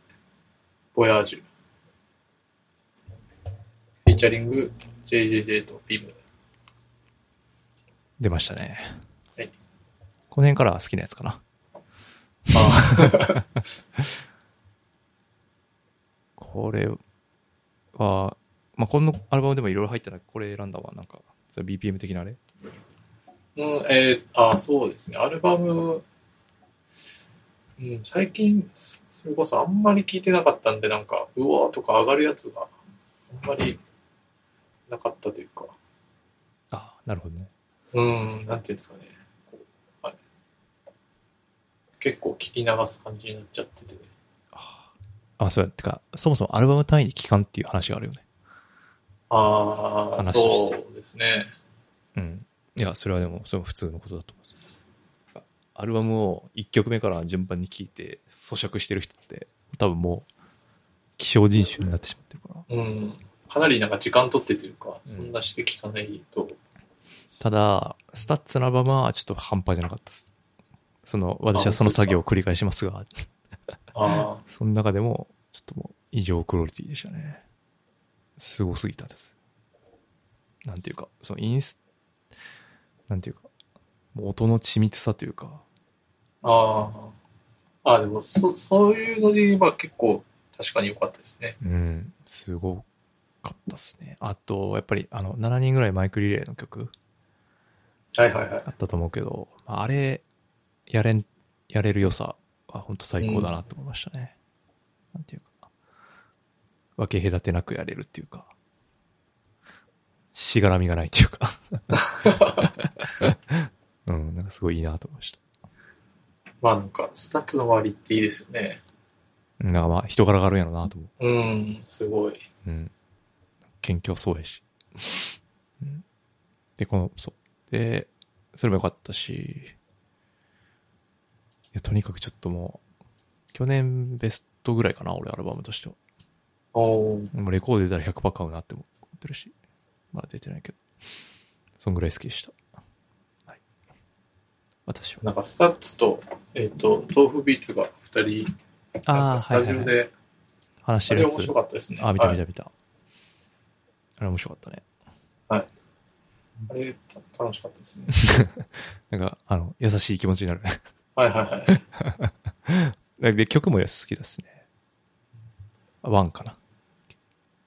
[SPEAKER 3] ボヤージュ。フィーチャリング、JJJ とビーム。
[SPEAKER 2] 出ましたね。
[SPEAKER 3] はい
[SPEAKER 2] この辺からは好きなやつかな。
[SPEAKER 3] あ
[SPEAKER 2] これは、まあ、このアルバムでもいろいろ入ったら、これ選んだわ。なんか、それ BPM 的なあれ
[SPEAKER 3] うん、えー、あ、そうですね。アルバム、うん、最近、それこそあんまり聞いてなかったんで、なんか、うわーとか上がるやつが、あんまりなかったというか、
[SPEAKER 2] ああ、なるほどね。
[SPEAKER 3] うん、なんていうんですかね。こうはい、結構聞き流す感じになっちゃってて、
[SPEAKER 2] あ、そうや。てか、そもそもアルバム単位で期間っていう話があるよね。
[SPEAKER 3] ああ、
[SPEAKER 2] 話として
[SPEAKER 3] そうですね。
[SPEAKER 2] うん。いや、それはでも、それも普通のことだと思う。アルバムを1曲目から順番に聴いて咀嚼してる人って、多分もう、希少人種になってしまってるから。
[SPEAKER 3] うん、かなりなんか時間取ってというか、そんなして聞かないと、
[SPEAKER 2] ただ、スタッツのアルバムはちょっと半端じゃなかったです。その、私はその作業を繰り返しますが、
[SPEAKER 3] ああ、
[SPEAKER 2] その中でも、ちょっともう、異常クオリティでしたね。すごすぎたです。なんていうか、そのインス、なんていうか、もう音の緻密さというか、
[SPEAKER 3] ああ、ああ、でもそ、そういうので言えば結構確かに良かったですね。
[SPEAKER 2] うん、すごかったですね。あと、やっぱり、あの、7人ぐらいマイクリレーの曲
[SPEAKER 3] はいはいはい。
[SPEAKER 2] あったと思うけど、まああれ、やれん、やれる良さは本当最高だなと思いましたね。なんていうか、分け隔てなくやれるっていうか、しがらみがないっていうか、うん、なんかすごいいいなと思いました。
[SPEAKER 3] まあなんか、スタッツの周りっていいですよね。
[SPEAKER 2] うんなんかまあ、人柄があるんやろうなと思
[SPEAKER 3] うん、すごい。
[SPEAKER 2] う。うん。謙虚そうやし。うんで、この、そう。で、それも良かったし、いや、とにかくちょっともう、去年ベストぐらいかな、俺、アルバムとしては。
[SPEAKER 3] おー
[SPEAKER 2] もうレコード出たら100%買うなって思ってるし、まだ出てないけど、そんぐらい好きでした。はい。私は。
[SPEAKER 3] なんか、スタッツと、えっ、と、豆腐ビーツが2人、
[SPEAKER 2] ああ、
[SPEAKER 3] ス
[SPEAKER 2] はい
[SPEAKER 3] タ
[SPEAKER 2] は
[SPEAKER 3] ジ
[SPEAKER 2] い
[SPEAKER 3] オ
[SPEAKER 2] はい、
[SPEAKER 3] で、
[SPEAKER 2] 話し
[SPEAKER 3] あ
[SPEAKER 2] てる
[SPEAKER 3] れ
[SPEAKER 2] や
[SPEAKER 3] 面
[SPEAKER 2] つ
[SPEAKER 3] 白。かったですね。
[SPEAKER 2] あ、見た見
[SPEAKER 3] は
[SPEAKER 2] た
[SPEAKER 3] い
[SPEAKER 2] 見た。あれ面白かったね。
[SPEAKER 3] あれ、た楽しかったですね。
[SPEAKER 2] なんか、あの、優しい気持ちになる。
[SPEAKER 3] はいはいはい。
[SPEAKER 2] で、曲も好きですね。ワンかな。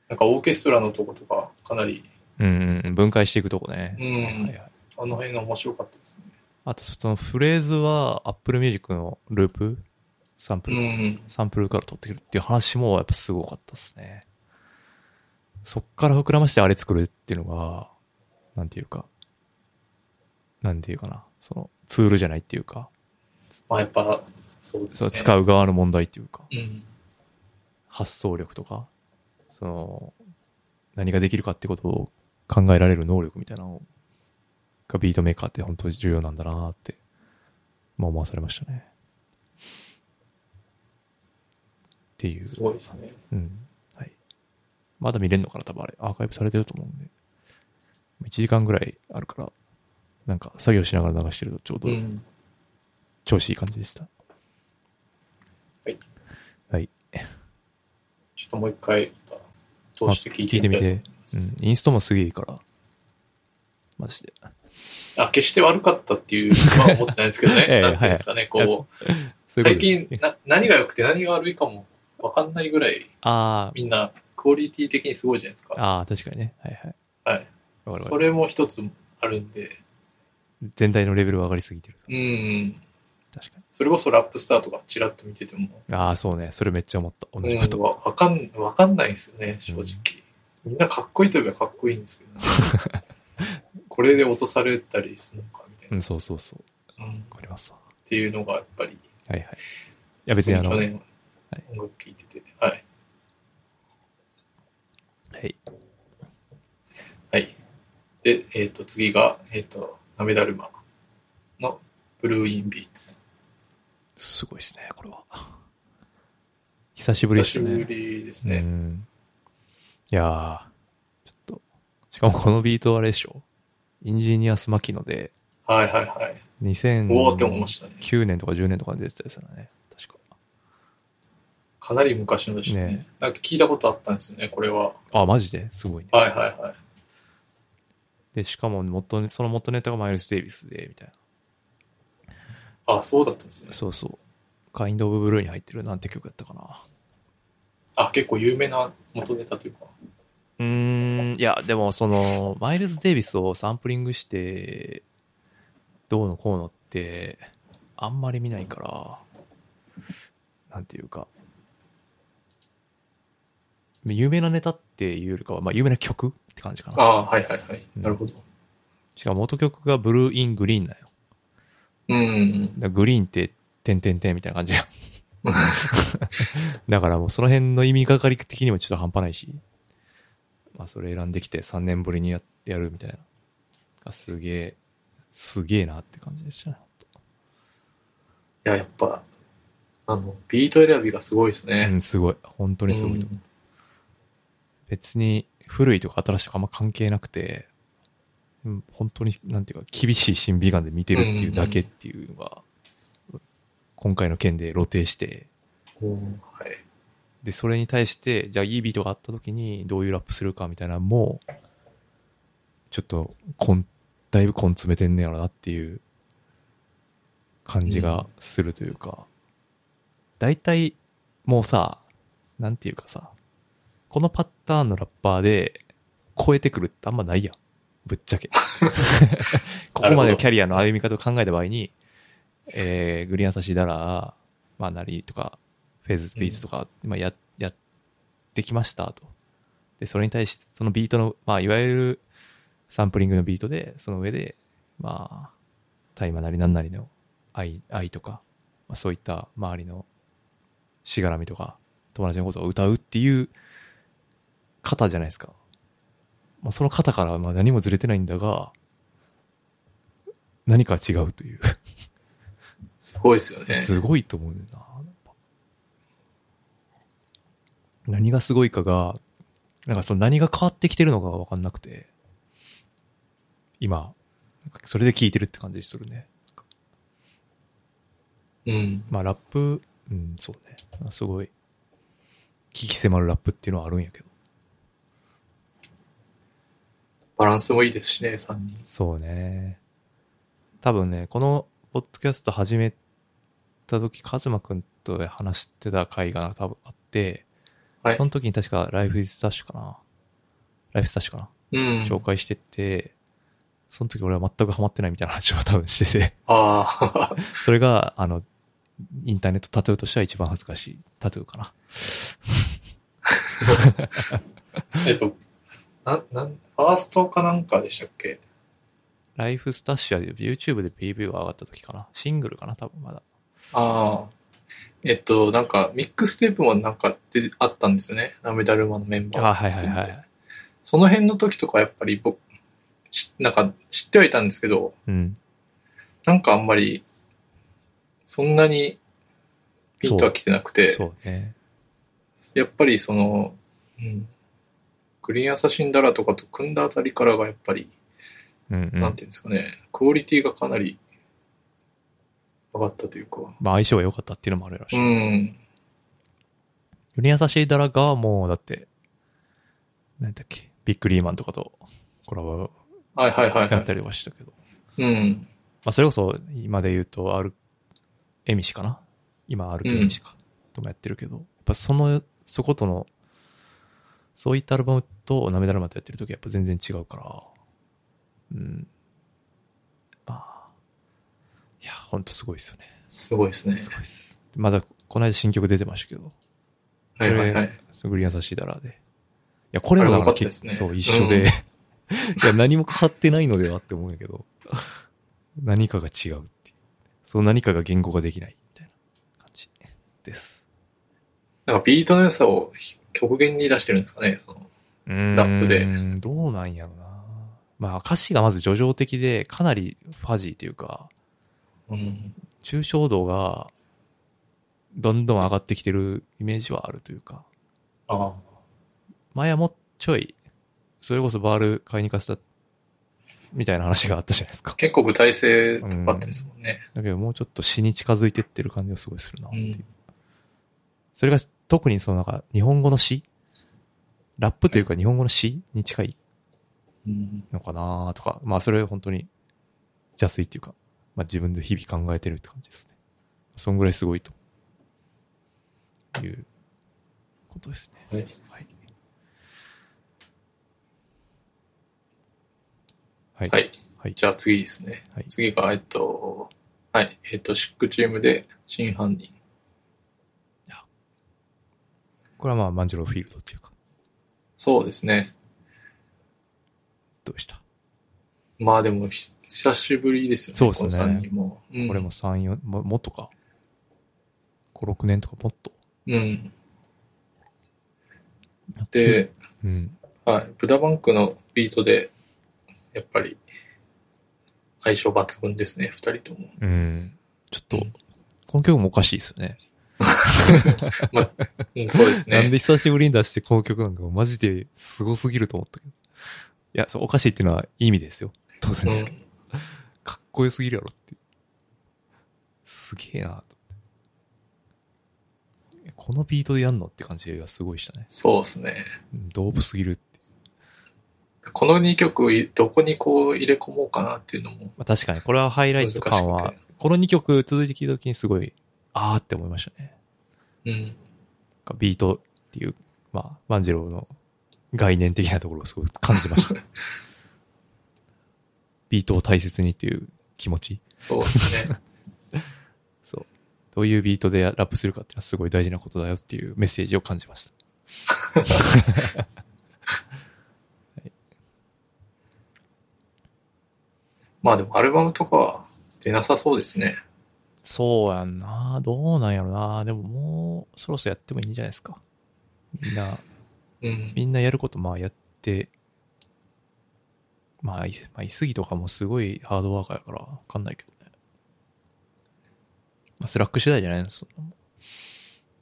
[SPEAKER 3] なんか、オーケストラのとことか、かなり、
[SPEAKER 2] うん、うん、分解していくとこね。
[SPEAKER 3] う
[SPEAKER 2] はい
[SPEAKER 3] ん、
[SPEAKER 2] はい。
[SPEAKER 3] あの辺が面白かったですね。
[SPEAKER 2] あと、そのフレーズは Apple Music のループサンプ
[SPEAKER 3] う
[SPEAKER 2] ル、
[SPEAKER 3] ん、
[SPEAKER 2] サンプルから取ってくるっていう話もやっぱすごかったですね。そっから膨らましてあれ作るっていうのが、なんていうか、なんていうかな、そのツールじゃないっていうか、
[SPEAKER 3] まあやっぱ、そうです
[SPEAKER 2] そ
[SPEAKER 3] ね。
[SPEAKER 2] う使う側の問題っていうか、
[SPEAKER 3] うん。
[SPEAKER 2] 発想力とか、その、何ができるかってことを考えられる能力みたいなのがビートメーカーって本当に重要なんだなって、まあ思わされましたね。っていう。
[SPEAKER 3] すごいですね。
[SPEAKER 2] うん。はい。まだ見れるのかな多分あれ。アーカイブされてると思うんで。1時間ぐらいあるから、なんか作業しながら流してるとちょうど
[SPEAKER 3] うん。
[SPEAKER 2] 調子いい感じでした。
[SPEAKER 3] ちょっともう一回、通して聞いてみたいと思います。
[SPEAKER 2] うん。インストもすげえいいから。マジで。
[SPEAKER 3] あ、決して悪かったっていうのは思ってないですけどね。
[SPEAKER 2] ええ
[SPEAKER 3] なんていうんですかね、
[SPEAKER 2] いや
[SPEAKER 3] こう、
[SPEAKER 2] そういうこと
[SPEAKER 3] 最
[SPEAKER 2] です
[SPEAKER 3] 近な何が良くて何が悪いかも分かんないぐらい、
[SPEAKER 2] あ
[SPEAKER 3] みんなクオリティ的にすごいじゃないです
[SPEAKER 2] あ、
[SPEAKER 3] か。
[SPEAKER 2] ああ、確かにね。はいはい。わ
[SPEAKER 3] はい。
[SPEAKER 2] かるわか
[SPEAKER 3] そ
[SPEAKER 2] る。
[SPEAKER 3] れも一つあるんで、
[SPEAKER 2] 全体のレベルは上がりすぎてる。
[SPEAKER 3] うん。
[SPEAKER 2] 確かに。
[SPEAKER 3] それこそラップスターとかチラッと見てても、
[SPEAKER 2] ああ、そうね。それめっちゃ思った。
[SPEAKER 3] う
[SPEAKER 2] 同じこ
[SPEAKER 3] ん、
[SPEAKER 2] と。
[SPEAKER 3] わわかん、わかんないんですよね、正直。みんなかっこいいといえばかっこいいんですけど、ね、 これで落とされたりするのか、みたいうな、
[SPEAKER 2] ん、そうそうそう。
[SPEAKER 3] うん。っ
[SPEAKER 2] わかりますわ。
[SPEAKER 3] ていうのがやっぱり、
[SPEAKER 2] はいはい。いや、別にあの、
[SPEAKER 3] 去
[SPEAKER 2] はい。
[SPEAKER 3] 年音楽聴いてて、はい。はい。で、えっ、と、次が、えっ、と、なめだるまのブルーインビーツ。
[SPEAKER 2] すごいですね、これは。久しぶり
[SPEAKER 3] 久
[SPEAKER 2] でし
[SPEAKER 3] したぶ
[SPEAKER 2] ね。
[SPEAKER 3] りです
[SPEAKER 2] う
[SPEAKER 3] ね。
[SPEAKER 2] ん。いやー、ちょっと。しかもこのビートあれでしょ。インジニアス・マキノで、
[SPEAKER 3] はいはいはい。おおって思いま
[SPEAKER 2] 2009
[SPEAKER 3] したね。
[SPEAKER 2] 年とか10年とかに出てたやつだね。確か。
[SPEAKER 3] かなり昔のでしたね。
[SPEAKER 2] ね
[SPEAKER 3] なんか聞いたことあったんですよね、これは。
[SPEAKER 2] あ、マジですごいね。
[SPEAKER 3] はいはいはい。
[SPEAKER 2] で、しかも元、その元ネタがマイルス・デイビスで、みたい
[SPEAKER 3] あ、そうだったんですね
[SPEAKER 2] な。。そうそう。カインド・オブ・ブルーに入ってるなんて曲やったかな。
[SPEAKER 3] あ、結構有名な元ネタというか。
[SPEAKER 2] うーん、いや、でもその、マイルズ・デイビスをサンプリングして、どうのこうのって、あんまり見ないから、なんていうか、有名なネタっていうよりかは、まあ、有名な曲って感じか
[SPEAKER 3] あ
[SPEAKER 2] な。
[SPEAKER 3] あ、はいはいはい。なるほど。
[SPEAKER 2] しかも元曲がブルー・イン・グリーンだよ。
[SPEAKER 3] うん。
[SPEAKER 2] だからグリーンって、てんてんてんみたいな感じやん だからもうその辺の意味がかり的にもちょっと半端ないし、まあそれ選んできて3年ぶりにややるみたいな。がすげえ、すげえなって感じでしたね。
[SPEAKER 3] いや、やっぱ、あの、ビート選びがすごいです
[SPEAKER 2] う
[SPEAKER 3] ね。
[SPEAKER 2] ん、すごい。本当
[SPEAKER 3] う
[SPEAKER 2] にすごいと思う。
[SPEAKER 3] ん
[SPEAKER 2] 別に古いとか新しいとかあんま関係なくて、うん本当になんていうか厳しい審美眼で見てるっていうだけっていうのが、今回の件で露呈して、
[SPEAKER 3] うんはい。
[SPEAKER 2] で、それに対して、じゃあいいビートがあった時にどういうラップするかみたいなのも、ちょっと、こん、だいぶ根詰めてんねやろなっていう感じがするというか、大体もうさ、なんていうかさ、このパターンのラッパーで超えてくるってあんまないやん。ぶっちゃけ。ここまでのキャリアの歩み方を考えた場合に、えー、グリーンアサシダラー、まあ、なりとか、フェーズビーツとか、まあ、や、やってきましたと。で、それに対して、そのビートの、まあ、いわゆるサンプリングのビートで、その上で、まあ、大麻なりなんなりの愛、愛とか、まあ、そういった周りのしがらみとか、友達のことを歌うっていう型じゃないですか。まあ、その型からまあ何もずれてないんだが、何か違うという。
[SPEAKER 3] すごいですよね。
[SPEAKER 2] すごいと思うねんな。何がすごいかが、なんかその何が変わってきてるのかがわかんなくて、今、なんかそれで聞いてるって感じするね。
[SPEAKER 3] うん。
[SPEAKER 2] まあラップ、うん、そうね。まあすごい、聞き迫るラップっていうのはあるんやけど。
[SPEAKER 3] バランスもいいですしね、3人。
[SPEAKER 2] そうね。多分ね、このポッドキャスト始めた時、カズマくんと話してた回が多分あって、
[SPEAKER 3] はい
[SPEAKER 2] その時に確かライフイズダッシュかな。ライフスダッシュかな。
[SPEAKER 3] うん。
[SPEAKER 2] 紹介してて、その時俺は全くハマってないみたいな話を多分してて、
[SPEAKER 3] ああ、
[SPEAKER 2] それが、あの、インターネットタトゥーとしては一番恥ずかしいタトゥーかな。
[SPEAKER 3] えっと、なん、なん、ファーストかなんかでしたっけ
[SPEAKER 2] ライフスタッシュは YouTube で PV が上がった時かな。シングルかな、多分まだ。
[SPEAKER 3] ああ。えっと、なんか、ミックステープもなんかであったんですよね。ナメダルマのメンバー。
[SPEAKER 2] あ、はいはいはい。
[SPEAKER 3] その辺の時とかやっぱり僕、しなんか知ってはいたんですけど、
[SPEAKER 2] うん。
[SPEAKER 3] なんかあんまり、そんなにピンとは来てなくて、
[SPEAKER 2] そうね。
[SPEAKER 3] やっぱりその、うん、グリーンアサシンダラとかと組んだあたりからがやっぱり、
[SPEAKER 2] うんうん。
[SPEAKER 3] なんていうんですかね、クオリティがかなり上がったというか、
[SPEAKER 2] まあ相性が良かったっていうのもあるらし
[SPEAKER 3] う
[SPEAKER 2] い。
[SPEAKER 3] ん、
[SPEAKER 2] より優しいだらが、もうだって、なんだっけ、ビッグリーマンとかとコラボ
[SPEAKER 3] はいはいはい、は
[SPEAKER 2] やった
[SPEAKER 3] い。
[SPEAKER 2] りはしたけど。
[SPEAKER 3] うん、
[SPEAKER 2] まあそれこそ今で言うと、ある、エミシかな今 RK エミシか、ともやってるけど、やっぱその、そことの、そういったアルバムとナメダルマとやってる時はやっぱ全然違うから、うん。まあ、いや、ほんとすごいですよね。
[SPEAKER 3] すごいですね。
[SPEAKER 2] すごいです。まだ、この間新曲出てましたけど、
[SPEAKER 3] はいはいはい。
[SPEAKER 2] そのグリーン優しいダラーで。いや、これもだから
[SPEAKER 3] あれ良かったですね
[SPEAKER 2] そう、一緒で。
[SPEAKER 3] うん
[SPEAKER 2] いや、何も変わってないのではって思うんやけど、 何かが違うっていう。その何かが言語ができないみたいな感じです。
[SPEAKER 3] なんかビートの良さを極限に出してるんですかね、その。
[SPEAKER 2] ラ
[SPEAKER 3] ップで。
[SPEAKER 2] どうなんやろな。まあ、歌詞がまず叙情的で、かなりファジーというか、
[SPEAKER 3] うん、
[SPEAKER 2] 抽象度が、どんどん上がってきてるイメージはあるというか。
[SPEAKER 3] ああ、
[SPEAKER 2] 前はもうちょい、それこそバール買いに行かせた、みたいな話があったじゃないですか。
[SPEAKER 3] 結構具体性とかあったですもんね。
[SPEAKER 2] だけどもうちょっと死に近づいてってる感じがすごいするなっていう。
[SPEAKER 3] うん
[SPEAKER 2] それが特にそのなんか日本語の詩ラップというか日本語の詩に近い
[SPEAKER 3] うん、
[SPEAKER 2] のかなとか、まあそれは本当に邪推っていうか、まあ自分で日々考えてるって感じですね。そんぐらいすごいと。いうことですね。
[SPEAKER 3] はい。
[SPEAKER 2] はい。はい。
[SPEAKER 3] はい。
[SPEAKER 2] はい。
[SPEAKER 3] じゃあ次ですね。
[SPEAKER 2] はい
[SPEAKER 3] 次が、えっと、はい、えっと、シックチームで真犯人。
[SPEAKER 2] これはまあ、万次郎フィールドっていうか、
[SPEAKER 3] そうですね。
[SPEAKER 2] どうでした。
[SPEAKER 3] まあでも、ひ久しぶりですよね。
[SPEAKER 2] そうですね
[SPEAKER 3] この3人も。うん、
[SPEAKER 2] これも。3、4、ももっとか。5、6年とかもっと。
[SPEAKER 3] うん。で、
[SPEAKER 2] うん。
[SPEAKER 3] はい、ブダバンクのビートで、やっぱり、相性抜群ですね、二人とも。
[SPEAKER 2] うん。ちょっと、
[SPEAKER 3] うん
[SPEAKER 2] この曲もおかしいですよね。
[SPEAKER 3] うん、そうです ね。
[SPEAKER 2] なんで久しぶりに出してこの曲なんかマジですごすぎると思ったけど。いや、そうおかしいっていうのはいい意味ですよ。当然
[SPEAKER 3] う
[SPEAKER 2] ですけど。
[SPEAKER 3] ん、
[SPEAKER 2] かっこよすぎるやろっていう。すげえなと思っていやこのビートでやんのって感じがすごいしたね。
[SPEAKER 3] そうですね。
[SPEAKER 2] うんドープすぎるって。
[SPEAKER 3] この2曲い、どこにこう入れ込もうかなっていうのも、
[SPEAKER 2] まあ、確かに、これはハイライト感
[SPEAKER 3] 難し
[SPEAKER 2] は
[SPEAKER 3] くて、
[SPEAKER 2] この2曲続いて聴いた時にすごい、あーって思いましたね。
[SPEAKER 3] うん、
[SPEAKER 2] なんかビートっていう、まあ、万次郎の概念的なところをすごい感じました。 ビートを大切にっていう気持ち。
[SPEAKER 3] そうですね。
[SPEAKER 2] そう。どういうビートでラップするかっていうのはすごい大事なことだよっていうメッセージを感じました。
[SPEAKER 3] まあでもアルバムとかは出なさそうですね。
[SPEAKER 2] そうやんなどうなんやろなでももう、そろそろやってもいいんじゃないですか。みんな、
[SPEAKER 3] うん。
[SPEAKER 2] みんなやることまあやって、まあ、いまあ、いすぎとかもすごいハードワーカーやから、わかんないけどね。まあ、スラック次第じゃないのそんなもん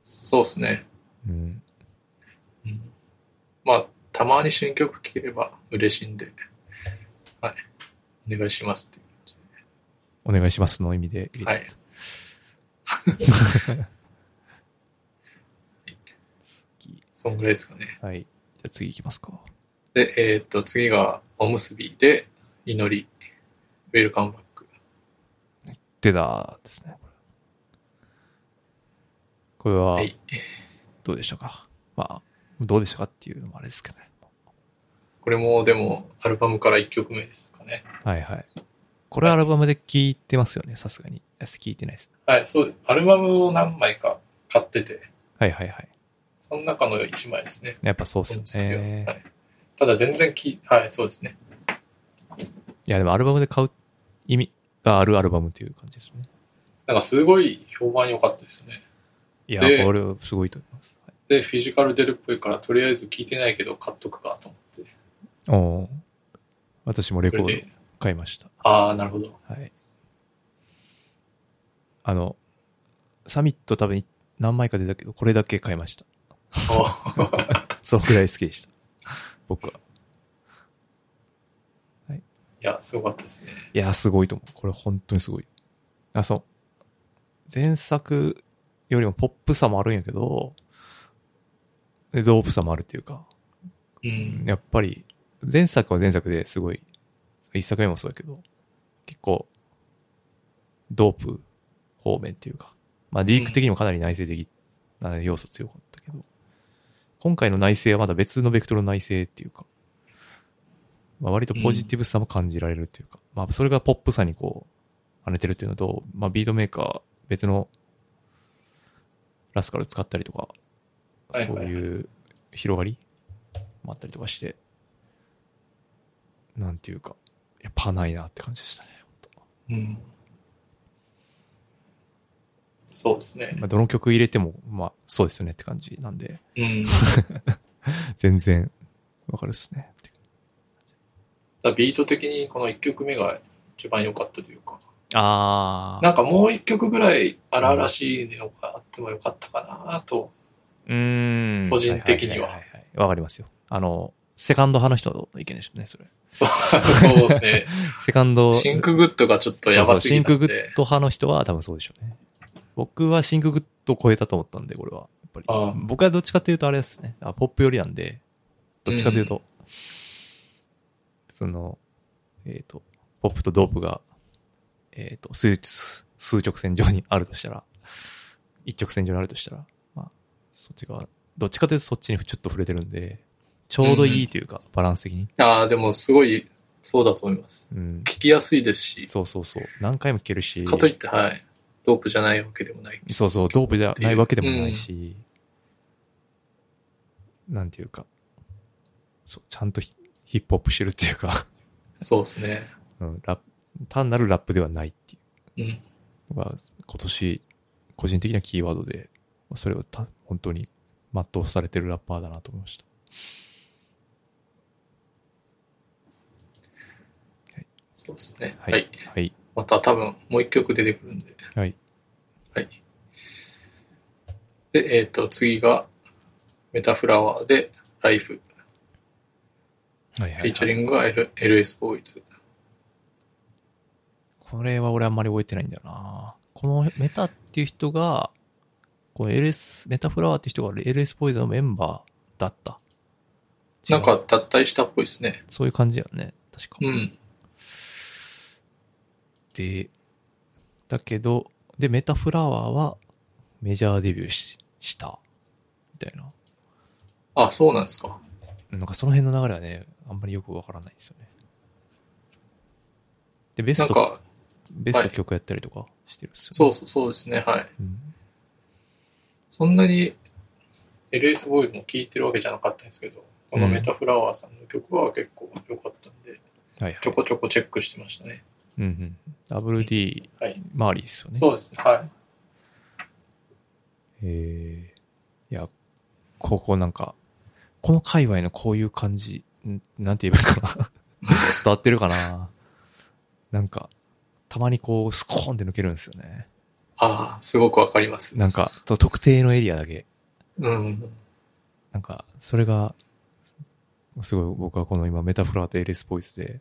[SPEAKER 3] そうですね。
[SPEAKER 2] うん。
[SPEAKER 3] うん、まあ、たまに新曲聴ければ嬉しいんで、はい。お願いしますっていう感じ
[SPEAKER 2] お願いしますの意味で入れて
[SPEAKER 3] はい。そんぐらいですかね。
[SPEAKER 2] はい。じゃあ次行きますか。
[SPEAKER 3] で、えーっと、次が、おむすびで、祈り、ウェルカムバック。
[SPEAKER 2] 出たですね。これは
[SPEAKER 3] はい。
[SPEAKER 2] どうでしたか、まあ、どうでしたかっていうのもあれですけどね。
[SPEAKER 3] これも、でも、アルバムから1曲目ですかね。
[SPEAKER 2] はいはい。これアルバムで聴いてますよね、さすがに。いや聞いてないです。
[SPEAKER 3] はい、そう、アルバムを何枚か買ってて、
[SPEAKER 2] はいはいはい。
[SPEAKER 3] その中の1枚ですね。
[SPEAKER 2] やっぱそうっす
[SPEAKER 3] お
[SPEAKER 2] よ
[SPEAKER 3] むすびは
[SPEAKER 2] ね
[SPEAKER 3] は。い。ただ、全然き、はい、そうですね。
[SPEAKER 2] いや、でもアルバムで買う意味があるアルバムっていう感じですね。
[SPEAKER 3] なんか、すごい評判良かったですよね。
[SPEAKER 2] いや、
[SPEAKER 3] で
[SPEAKER 2] これすごいと思います。はい
[SPEAKER 3] で、フィジカル出るっぽいから、とりあえず聞いてないけど、買っとくかと思って。
[SPEAKER 2] おー私もレ
[SPEAKER 3] そ
[SPEAKER 2] コ
[SPEAKER 3] れ
[SPEAKER 2] ード
[SPEAKER 3] で、
[SPEAKER 2] 買いました。
[SPEAKER 3] ああ、なるほど。
[SPEAKER 2] はい。あの、サミット多分何枚か出たけど、これだけ買いました。そうくらい好きで した。僕は。
[SPEAKER 3] いや、すごかったですね。
[SPEAKER 2] いや、すごいと思う。これ本当にすごい。あ、そう。前作よりもポップさもあるんやけど、でドープさもあるっていうか、
[SPEAKER 3] うん。
[SPEAKER 2] やっぱり、前作は前作ですごい、一作目もそうだけど、結構、ドープ方面っていうか、まあ、リーク的にもかなり内政的な要素強かったけど、今回の内政はまだ別のベクトルの内政っていうか、まあ、割とポジティブさも感じられるっていうか、まあ、それがポップさにこう、跳ねてるっていうのと、まあ、ビートメーカー、別のラスカル使ったりとか、
[SPEAKER 3] はいはい
[SPEAKER 2] そう
[SPEAKER 3] はい
[SPEAKER 2] いう広がりもあったりとかして、なんていうか、やっぱないなって感じでしたね。本
[SPEAKER 3] うん。そうですね
[SPEAKER 2] 当。まあ、どの曲入れても、まあ、そうですよねって感じなんで、
[SPEAKER 3] うん。
[SPEAKER 2] 全然わかるっすね。
[SPEAKER 3] だビート的にこの1曲目が一番良かったというか、
[SPEAKER 2] あ
[SPEAKER 3] なんかもう1曲ぐらい荒々しいのがあっても良かったかなと。
[SPEAKER 2] うん
[SPEAKER 3] 個人的には
[SPEAKER 2] はいはいはいはいわかりますよ。あの、セカンド派の人の意見でしたね、それ。
[SPEAKER 3] そう、 そうですね。
[SPEAKER 2] セカンド。
[SPEAKER 3] シンクグッドがちょっとやば
[SPEAKER 2] そうそう
[SPEAKER 3] すぎ
[SPEAKER 2] シンク
[SPEAKER 3] たん
[SPEAKER 2] グッ
[SPEAKER 3] で。
[SPEAKER 2] ド派の人は多分そうでしょうね。僕はシンクグッドを超えたと思ったんで、これは。やっぱり。
[SPEAKER 3] ああ
[SPEAKER 2] 僕はどっちかというとあれですね。あポップ寄りなんで、どっちかというと、その、えっ、と、ポップとドープが、えっ、と数、数直線上にあるとしたら、一直線上にあるとしたら、まあ、そっち側、どっちかというとそっちにちょっと触れてるんで、ちょうどいいというか、バランス的に。
[SPEAKER 3] ああ、でもすごいそうだと思います。
[SPEAKER 2] うん。
[SPEAKER 3] 聞きやすいですし、
[SPEAKER 2] そうそうそう。何回も聴けるし。
[SPEAKER 3] かといって、はい、ドープじゃないわけでもない。
[SPEAKER 2] そうそう、ドープじゃないわけでもないし、なんていうか、そう、ちゃんとヒヒップホップしてるっていうか、
[SPEAKER 3] そうですね。
[SPEAKER 2] うん、ラップ単なるラップではないってい
[SPEAKER 3] うん。
[SPEAKER 2] うのが、今年、個人的なキーワードで、まあそれをた本当に全うされてるラッパーだなと思いました。
[SPEAKER 3] そうですね。
[SPEAKER 2] は
[SPEAKER 3] はいい。
[SPEAKER 2] はい。
[SPEAKER 3] また多分、もう一曲出てくるんで。
[SPEAKER 2] はい。
[SPEAKER 3] はい。で、えっ、と、次が、メタフラワーで、ライフ。
[SPEAKER 2] はい
[SPEAKER 3] フィーチャリングが L- LS ボーイズ。
[SPEAKER 2] これは俺あんまり覚えてないんだよな。このメタっていう人が、この LS、メタフラワーっていう人が LS ボーイズのメンバーだった。
[SPEAKER 3] なんか
[SPEAKER 2] 違う、
[SPEAKER 3] 脱退したっぽいですね。
[SPEAKER 2] そういう感じだよね。確か。
[SPEAKER 3] うん。
[SPEAKER 2] で、だけど、で、メタフラワーはメジャーデビューしした。みたいな。
[SPEAKER 3] あ、そうなんですか。
[SPEAKER 2] なんかその辺の流れはね、あんまりよくわからないんですよね。で、ベ
[SPEAKER 3] な
[SPEAKER 2] ス
[SPEAKER 3] ん
[SPEAKER 2] ト、
[SPEAKER 3] か、
[SPEAKER 2] ベスト曲やったりとかしてるっすよね。
[SPEAKER 3] そうそうそうですね。はい。
[SPEAKER 2] うん
[SPEAKER 3] そんなに LS ボーイズも聴いてるわけじゃなかったんですけど、このメタフラワーさんの曲は結構良かったんで、
[SPEAKER 2] はいはい
[SPEAKER 3] ちょ。こちょこチェックしてましたね。
[SPEAKER 2] うんうん。WD
[SPEAKER 3] はい。
[SPEAKER 2] 周りですよね。
[SPEAKER 3] そうですね。はい。
[SPEAKER 2] えー、いや、ここなんか、この界隈のこういう感じ、んなんて言えばいいかな。 伝わってるかな。なんか、たまにこう、スコーンって抜けるんですよね。
[SPEAKER 3] ああ、すごくわかります。
[SPEAKER 2] なんか、と特定のエリアだけ。
[SPEAKER 3] うん。
[SPEAKER 2] なんか、それが、すごい僕はこの今、メタフラーと LS ボイスで、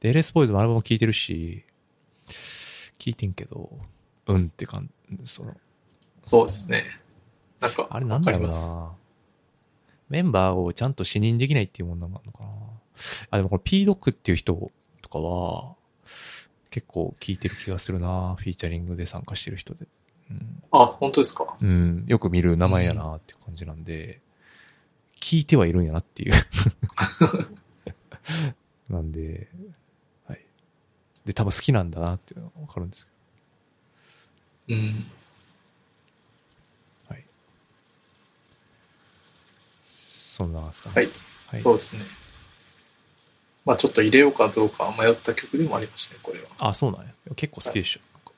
[SPEAKER 2] で、LS ボイスのアルバムも聴いてるし、聴いてんけど、うんって感じ、その、
[SPEAKER 3] そうですね。なんか、
[SPEAKER 2] あれなんだろう
[SPEAKER 3] わかりま
[SPEAKER 2] な。メンバーをちゃんと視認できないっていうもんなのかな。あ、でもこの p ドックっていう人とかは、結構聞いてる気がするな。フィーチャリングで参加してる人で。うん。
[SPEAKER 3] あ、本当ですか。
[SPEAKER 2] うん、よく見る名前やなっていう感じなんで、聞いてはいるんやなっていう。 なんで、はい。で、多分好きなんだなっていうのがわかるんですけど。
[SPEAKER 3] うん。
[SPEAKER 2] そんなんですかね。
[SPEAKER 3] はい。
[SPEAKER 2] はい
[SPEAKER 3] そうですね。まあちょっと入れようかどうか迷った曲でもありましたね、これは。
[SPEAKER 2] あ、そうなんや。結構好きでしょ。なんか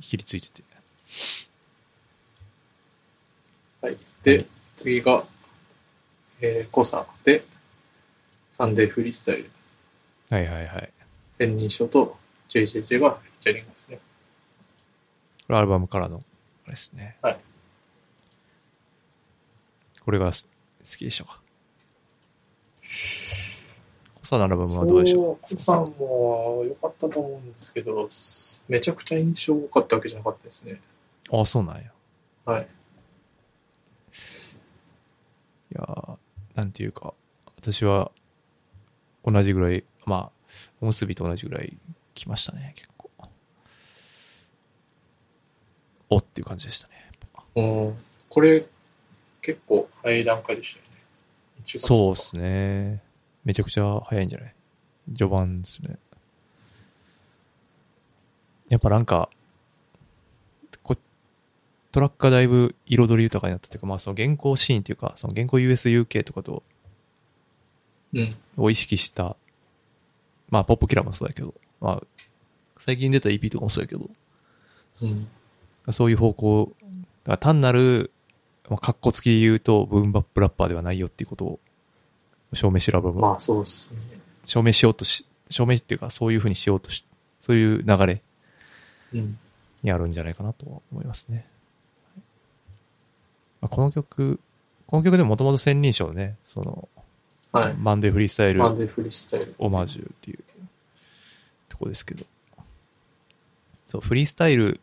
[SPEAKER 2] ひりついてて。
[SPEAKER 3] で、次が、えー、コサで、サンデーフリースタイル。
[SPEAKER 2] はいはいはい。
[SPEAKER 3] 千人称と JJJ がフィーチャリングですね。
[SPEAKER 2] これアルバムからの、あれですね。
[SPEAKER 3] はい。
[SPEAKER 2] これがす好きでしたか。コサのアルバムはどうでしょう
[SPEAKER 3] コサも良かったと思うんですけど、めちゃくちゃ印象多かったわけじゃなかったですね。
[SPEAKER 2] あ、そうなんや。い
[SPEAKER 3] はい。
[SPEAKER 2] やーなんていうか、私は同じぐらい、まあ、おむすびと同じぐらい来ましたね、結構。おっていう感じでしたね。
[SPEAKER 3] うん。これ、結構早い段階でしたよね。1月とか
[SPEAKER 2] そうですね。めちゃくちゃ早いんじゃない序盤ですね。やっぱなんか、こトラックがだいぶ彩り豊かになったというか、まあその原稿シーンというか、その原稿 USUK とかと
[SPEAKER 3] うん。
[SPEAKER 2] を意識した、まあポップキラーもそうだけど、まあ最近出た EP とかもそうだけど、
[SPEAKER 3] うん。
[SPEAKER 2] そういう方向が単なる、まあ、かっこつきで言うと、ブームバップラッパーではないよっていうことを証明してるアルバム
[SPEAKER 3] まあ、そうですね。
[SPEAKER 2] 証明しようとし、証明っていうかそういうふうにしようとし、そういう流れ
[SPEAKER 3] うん。
[SPEAKER 2] にあるんじゃないかなとは思いますね。まあ、この曲、この曲でもともと千人称ね、その、
[SPEAKER 3] はい。
[SPEAKER 2] マンデーフリースタイル
[SPEAKER 3] マンデーフリースタイル。
[SPEAKER 2] オマージュっていうとこですけど。そう、フリースタイル、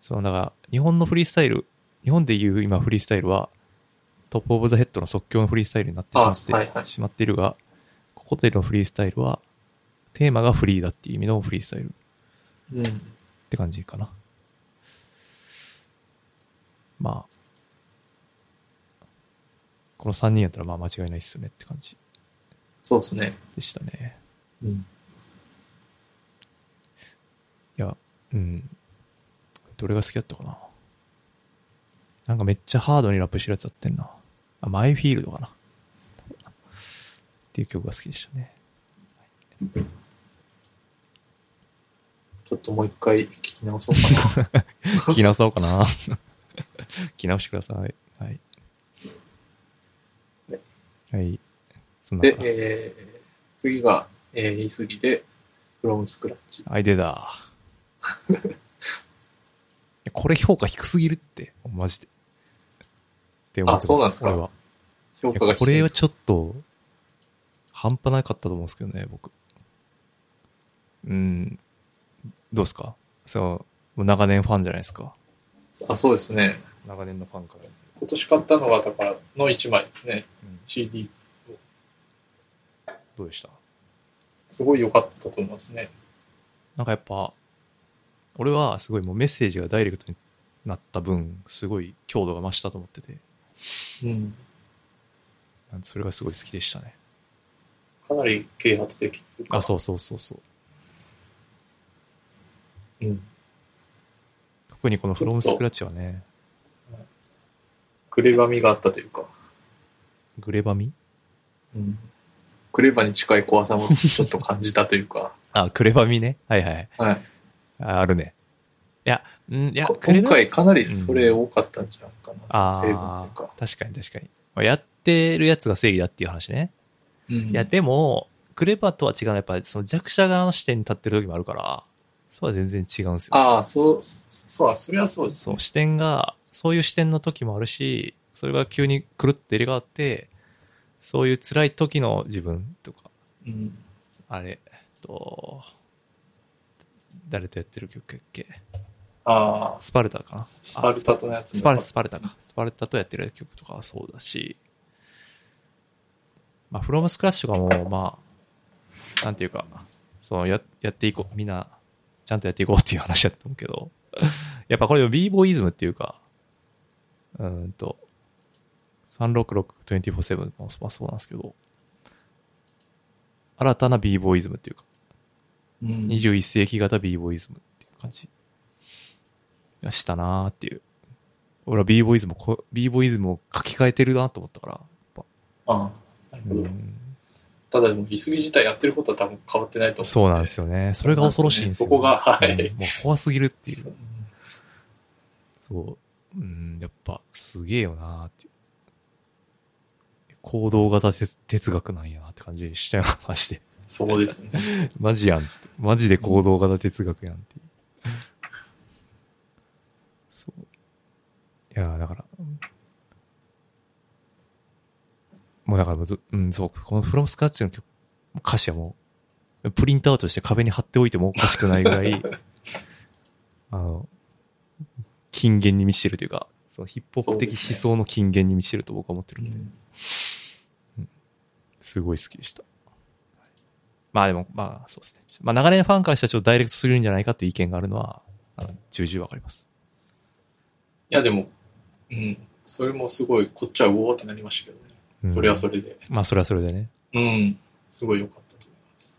[SPEAKER 2] その、だから、日本のフリースタイル、日本でいう今フリースタイルは、トップオブザヘッドの即興のフリースタイルになってしまって、
[SPEAKER 3] あはいはい
[SPEAKER 2] しまっているが、ここでのフリースタイルは、テーマがフリーだっていう意味のフリースタイルっ
[SPEAKER 3] うん。
[SPEAKER 2] て感じかな。まあ、この3人やったらまあ間違いないっすよねって感じ
[SPEAKER 3] そうですね。
[SPEAKER 2] でしたね。
[SPEAKER 3] うん。
[SPEAKER 2] いや、うん。どれが好きだったかな。なんかめっちゃハードにラップしてるやつやってんな。あ、マイフィールドかな。っていう曲が好きでしたね。
[SPEAKER 3] ちょっともう一回聞き直そうかな。
[SPEAKER 2] 聞き直そうかな。 聞き直してください。はい。はい。そん な
[SPEAKER 3] で、
[SPEAKER 2] か。
[SPEAKER 3] えー、次が、えー、言い過ぎで、from scratch。
[SPEAKER 2] アイデだ。 いやこれ評価低すぎるって、マジで。って思ってます
[SPEAKER 3] あそうなんですか
[SPEAKER 2] 俺は
[SPEAKER 3] 評
[SPEAKER 2] い
[SPEAKER 3] 価が
[SPEAKER 2] やこ
[SPEAKER 3] 低い
[SPEAKER 2] れ
[SPEAKER 3] で
[SPEAKER 2] は
[SPEAKER 3] す
[SPEAKER 2] ちょっと、半端なかったと思うんですけどね、僕。うん。どうですかそう、もう長年ファンじゃないですか。
[SPEAKER 3] あ、そうですね。
[SPEAKER 2] 長年のファンから。
[SPEAKER 3] 今年買ったのが、だから、の一枚ですね。
[SPEAKER 2] うん、
[SPEAKER 3] CD。
[SPEAKER 2] どうでした
[SPEAKER 3] すごい良かったと思いますね。
[SPEAKER 2] なんかやっぱ、俺はすごいもうメッセージがダイレクトになった分、すごい強度が増したと思ってて、
[SPEAKER 3] うん。
[SPEAKER 2] なんそれがすごい好きでしたね。
[SPEAKER 3] かなり啓発的というか。
[SPEAKER 2] あ、そうそうそうそう。
[SPEAKER 3] うん。
[SPEAKER 2] 特にこのフロムスクラッチはね、
[SPEAKER 3] クレバ味があったというか。
[SPEAKER 2] グレバミ
[SPEAKER 3] うん。クレバに近い怖さもちょっと感じたとい うか。
[SPEAKER 2] あ、クレバミね。はいはい。
[SPEAKER 3] はい。
[SPEAKER 2] ああるね。いや、うん、いや、
[SPEAKER 3] こ
[SPEAKER 2] クレ
[SPEAKER 3] 今
[SPEAKER 2] バミ
[SPEAKER 3] 回かなりそれ多かったんじゃないかな。
[SPEAKER 2] あ
[SPEAKER 3] その成分というか
[SPEAKER 2] あ。確かに確かに。まあやってるやつが正義だっていう話ね。
[SPEAKER 3] うん
[SPEAKER 2] いや、でも、クレバとは違うのはやっぱりその弱者側の視点に立ってる時もあるから、それは全然違うんですよ。
[SPEAKER 3] ああ、そう、そそう、それはそうです
[SPEAKER 2] そ
[SPEAKER 3] ね
[SPEAKER 2] う、。視点が、そういう視点の時もあるし、それが急にくるって入れ替わって、そういう辛い時の自分とか、
[SPEAKER 3] うん。
[SPEAKER 2] あれ、えっと、誰とやってる曲やっけ
[SPEAKER 3] あ
[SPEAKER 2] スパルタか
[SPEAKER 3] あ、
[SPEAKER 2] な
[SPEAKER 3] スパルタとのやつも
[SPEAKER 2] スパルスパルタか。スパルタとやってる曲とかはそうだし、まあ、フロムスクラッシュがもう、まあ、なんていうか、そのややっていこう、みんな、ちゃんとやっていこうっていう話だと思うけど、 やっぱこれ、b ボーイズムっていうか、うーんと、366-24-7もまあそうなんですけど、新たな b ボーイズムっていうか、
[SPEAKER 3] うん
[SPEAKER 2] 21世紀型 b ボーイズムっていう感じがしたなーっていう俺は b ボーイズムをこ b ボーイズムを書き換えてるなと思ったから
[SPEAKER 3] ああ、なる
[SPEAKER 2] う
[SPEAKER 3] ほど。
[SPEAKER 2] ん
[SPEAKER 3] ただでも、ぎすぎ自体やってることは多分変わってないと思
[SPEAKER 2] そうなんですすよねそれが恐ろしいんですよ
[SPEAKER 3] そこがはい
[SPEAKER 2] うんもう怖すぎるっていう
[SPEAKER 3] そう
[SPEAKER 2] そううんやっぱすげえよなーっていう行動型哲哲学なんやなって感じしたよマジで
[SPEAKER 3] そうですね。
[SPEAKER 2] マジやんって。マジで行動型哲学やんっていう。そう。いやー、だから。もうだからもうず、うん、そう、このフロムスカッチの曲、歌詞はもう、プリントアウトして壁に貼っておいてもおかしくないぐらい、 あの、金言に満ちてるというか、そのヒップホップ的
[SPEAKER 3] そうです
[SPEAKER 2] 思想
[SPEAKER 3] ね
[SPEAKER 2] の金言に満ちてると僕は思ってる
[SPEAKER 3] うん
[SPEAKER 2] で、
[SPEAKER 3] ん
[SPEAKER 2] すごい好きでした。まあでも、まあそうですね。まあ流れのファンからしたらちょっとダイレクトすぎるんじゃないかっていう意見があるのは、あの重々わかります。
[SPEAKER 3] いや、でも、うん、それもすごい、こっちはうおーってなりましたけどね。それはそ
[SPEAKER 2] れ。
[SPEAKER 3] れで。
[SPEAKER 2] まあそれはそれでね。
[SPEAKER 3] うん、すごい良かったと思います。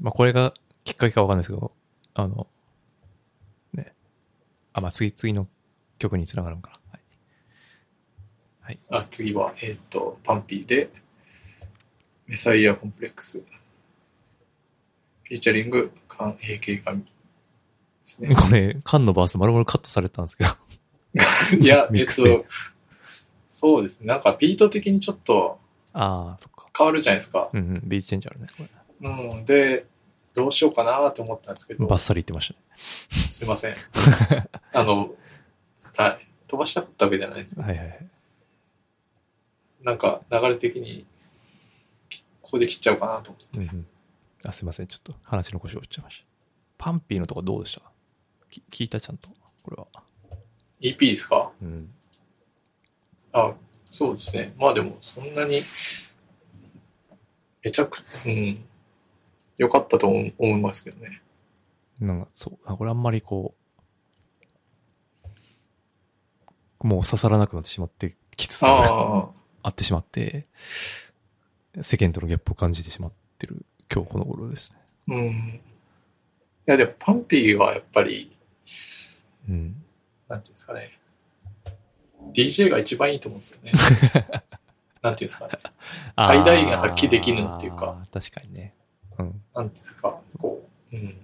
[SPEAKER 2] まあこれがきっかけかわかんないですけど、あの、ね。あ、まあ次、次の曲につながるのかな。はい
[SPEAKER 3] あ次は、えっ、と、パンピーで、メサイアコンプレックス。フィーチャリング、関平系神で すね。
[SPEAKER 2] これ、カンのバース丸々カットされたんですけど。
[SPEAKER 3] いや、
[SPEAKER 2] ミ
[SPEAKER 3] え
[SPEAKER 2] ッ
[SPEAKER 3] っ
[SPEAKER 2] クスで
[SPEAKER 3] と、そうですね。なんかビート的にちょっと
[SPEAKER 2] ああ、そっか。
[SPEAKER 3] 変わるじゃないですか。
[SPEAKER 2] うんうん、ビーチチェンジあるね。これ
[SPEAKER 3] うん。で、どうしようかなと思ったんですけど
[SPEAKER 2] バッ、サリ言ってましたね。
[SPEAKER 3] すいません。あの、た飛ばしたかったわけじゃないです。
[SPEAKER 2] はいはいはい。
[SPEAKER 3] なんか流れ的に、きここで切っちゃおうかなと思って。
[SPEAKER 2] うんうん、あすいませんちょっと話の腰を折っちゃいましたパンピーのとこどうでしたき聞いたちゃんとこれは
[SPEAKER 3] EP ですか
[SPEAKER 2] うん
[SPEAKER 3] あ、そうですね。まあでも、そんなに、めちゃくちゃ、うん、良かったと思う思いますけどね。
[SPEAKER 2] なんかそうあこれあんまりこうもう刺さらなくなってしまってきつさが
[SPEAKER 3] ああ、
[SPEAKER 2] あってしまって世間とのギャップを感じてしまってる今日この頃ですね。
[SPEAKER 3] うん。いや、でも、パンピーはやっぱり、
[SPEAKER 2] うん。
[SPEAKER 3] なんていうんですかね。DJ が一番いいと思うんですよね。なんていうんですかね。最大限発揮できるっていうか
[SPEAKER 2] あー。確かにね。うん。
[SPEAKER 3] なんていうんですか。こう、うん。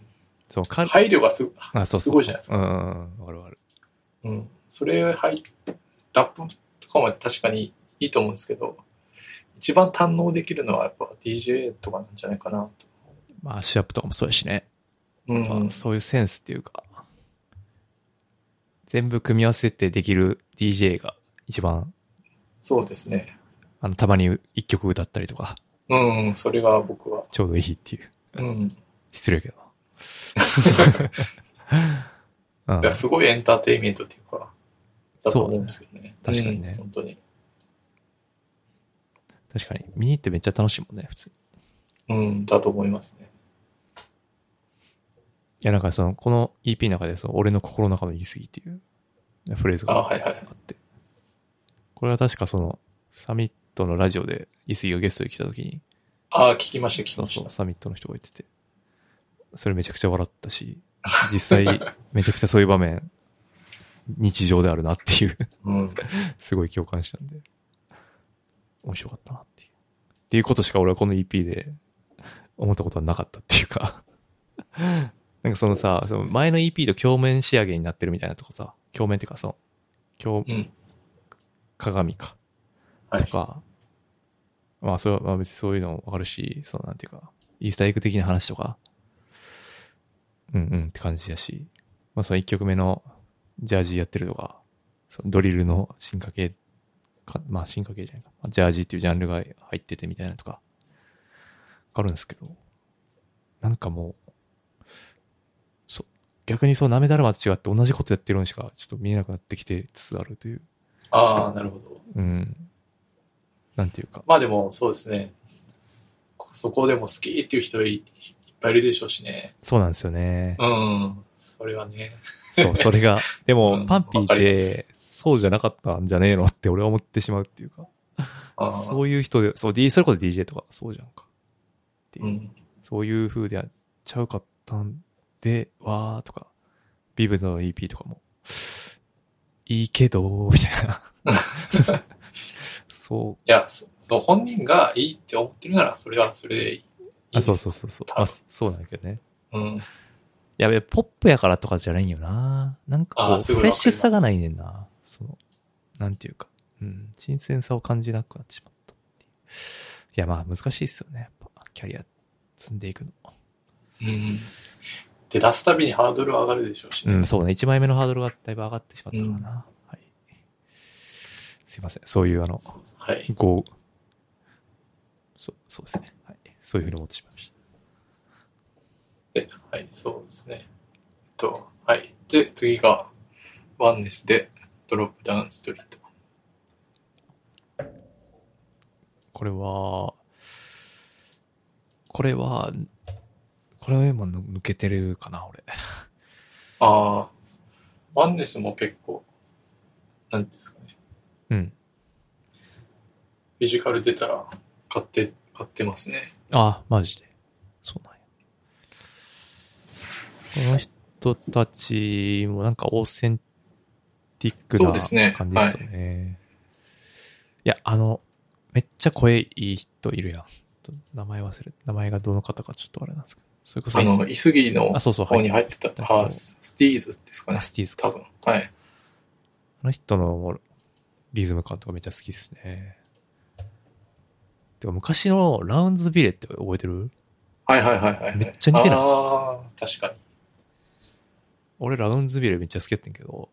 [SPEAKER 2] そう、か
[SPEAKER 3] 配慮がすご
[SPEAKER 2] あそうそう
[SPEAKER 3] すごいじゃないです
[SPEAKER 2] う
[SPEAKER 3] か。
[SPEAKER 2] んうんうん。わかるわかる。
[SPEAKER 3] うん。それ、はい、ラップとかも確かにいいと思うんですけど、一番堪能できるのはやっぱ DJ とかなんじゃないかなと。
[SPEAKER 2] まあ、アッシュアップとかもそうやしね。
[SPEAKER 3] う
[SPEAKER 2] やっ
[SPEAKER 3] ん
[SPEAKER 2] ぱ。そういうセンスっていうか、全部組み合わせてできる DJ が一番、
[SPEAKER 3] そうですね。
[SPEAKER 2] あの、たまに一曲歌ったりとか、
[SPEAKER 3] うん、それが僕は。
[SPEAKER 2] ちょうどいいっていう。
[SPEAKER 3] うん。
[SPEAKER 2] 失礼やけどな。う
[SPEAKER 3] だ
[SPEAKER 2] ん
[SPEAKER 3] からすごいエンターテインメントっていうか、だと思うんですよね。
[SPEAKER 2] そうだね確かにね
[SPEAKER 3] うん本当に。
[SPEAKER 2] 確かに。見に行ってめっちゃ楽しいもんね、普通に。
[SPEAKER 3] うん、だと思いますね。
[SPEAKER 2] いや、なんかその、この EP の中で、その、俺の心の中の言い過ぎっていうフレーズ
[SPEAKER 3] あ、
[SPEAKER 2] が
[SPEAKER 3] はいはい。
[SPEAKER 2] あって。これは確かその、サミットのラジオで、イスギがゲストに来た時に、
[SPEAKER 3] あ、聞きました、聞き
[SPEAKER 2] そう
[SPEAKER 3] まし
[SPEAKER 2] そ
[SPEAKER 3] た
[SPEAKER 2] う、。サミットの人が言ってて、それめちゃくちゃ笑ったし、実際、 めちゃくちゃそういう場面、日常であるなっていう、
[SPEAKER 3] うん。
[SPEAKER 2] すごい共感したんで、面白かったなっていう。っていうことしか俺はこの EP で思ったことはなかったっていうか、なんかそのさ、その前の EP と鏡面仕上げになってるみたいなとこさ、鏡面っていうかその、鏡、
[SPEAKER 3] うん。
[SPEAKER 2] 鏡か。
[SPEAKER 3] は
[SPEAKER 2] と
[SPEAKER 3] い。
[SPEAKER 2] か、まあそれはまあ別にそういうのもわかるし、そのなんていうか、イースターエッグ的な話とか、うんうんって感じだし、まあその1曲目のジャージやってるとか、そのドリルの進化系か、まあ進化系じゃないか、まあジャージっていうジャンルが入っててみたいなとか、わかるんですけど、なんかもう、そう、逆にそう、なめだるまと違って同じことやってるのにしかちょっと見えなくなってきてつつあるという、
[SPEAKER 3] ああ、なるほど。
[SPEAKER 2] うん、なんていうか、
[SPEAKER 3] まあでも、そうですね。こそこでも好きっていう人いいっぱいいるでしょうしね。
[SPEAKER 2] そうなんですよね。
[SPEAKER 3] うん。それはね。
[SPEAKER 2] そう、それ が。で
[SPEAKER 3] う
[SPEAKER 2] も、
[SPEAKER 3] ん
[SPEAKER 2] パンピーっ
[SPEAKER 3] わかりま
[SPEAKER 2] て、そうじゃなかったんじゃねえのって俺は思ってしまうっていうか、
[SPEAKER 3] ああ
[SPEAKER 2] そういう人で、そう、D、それこそ DJ とか、そうじゃんか。っていうう、
[SPEAKER 3] ん。
[SPEAKER 2] そういう風でやっちゃうかったんで、わーとか、ビブの EP とかも、いいけど、みたい な。そ
[SPEAKER 3] いや、そそう、本人がいいって思ってるなら、それはそれでいい。
[SPEAKER 2] う、あ、そうそうそうそう。まあ、そうなんだけどね。
[SPEAKER 3] う。うん。
[SPEAKER 2] いやべ、ポップやからとかじゃないんよな。なんかこ
[SPEAKER 3] あ
[SPEAKER 2] う、
[SPEAKER 3] ーす
[SPEAKER 2] フ
[SPEAKER 3] ごい
[SPEAKER 2] レッシュさがないねんな。その、なんていうか、うん、新鮮さを感じなくなってしまったっていう。いや、まあ、難しいっすよね。やっぱ、キャリア積んでいくの。
[SPEAKER 3] うん。で、出すたびにハードルは上がるでしょうし
[SPEAKER 2] う
[SPEAKER 3] ね。
[SPEAKER 2] ん、そうね。1枚目のハードルがだいぶ上がってしまったからな。はい。すいません。そういう、あの、
[SPEAKER 3] はい。
[SPEAKER 2] こう、そう、そうですね。はい。そういうふうに思ってしまいまし
[SPEAKER 3] で、はい、そうですね。えっと、はい。で、次が、ワンネスで、ドロップダウンストリート。
[SPEAKER 2] た。これは、これは、これも抜けてるかな、俺。
[SPEAKER 3] ああ、ワンネスも結構、なんていうんですかね、
[SPEAKER 2] うん。
[SPEAKER 3] フィジカル出たら買って、買ってますね。
[SPEAKER 2] あ、マジで。そうなんや。この人たちもなんかオーセンティック
[SPEAKER 3] そう
[SPEAKER 2] な
[SPEAKER 3] ですね
[SPEAKER 2] 感じですよね。いや、あの、めっちゃ声いい人いるやん。と名前忘れ、名前がどの方かちょっとあれなんですけど。それこそ
[SPEAKER 3] あ
[SPEAKER 2] イス
[SPEAKER 3] の、イスギの
[SPEAKER 2] あ、そうそう、
[SPEAKER 3] 方
[SPEAKER 2] は
[SPEAKER 3] に
[SPEAKER 2] い。
[SPEAKER 3] 入ってた、
[SPEAKER 2] はい
[SPEAKER 3] あススティーズですかね
[SPEAKER 2] ラ、スティーズ
[SPEAKER 3] 多
[SPEAKER 2] か。
[SPEAKER 3] 分。はい。
[SPEAKER 2] あの人のリズム感とかめっちゃ好きですね。てか昔のラウンズビレって覚えてる
[SPEAKER 3] はいはいはいはい。
[SPEAKER 2] めっちゃ似てない
[SPEAKER 3] ああ、確かに。
[SPEAKER 2] 俺ラウンズビレめっちゃ好きやってんけど、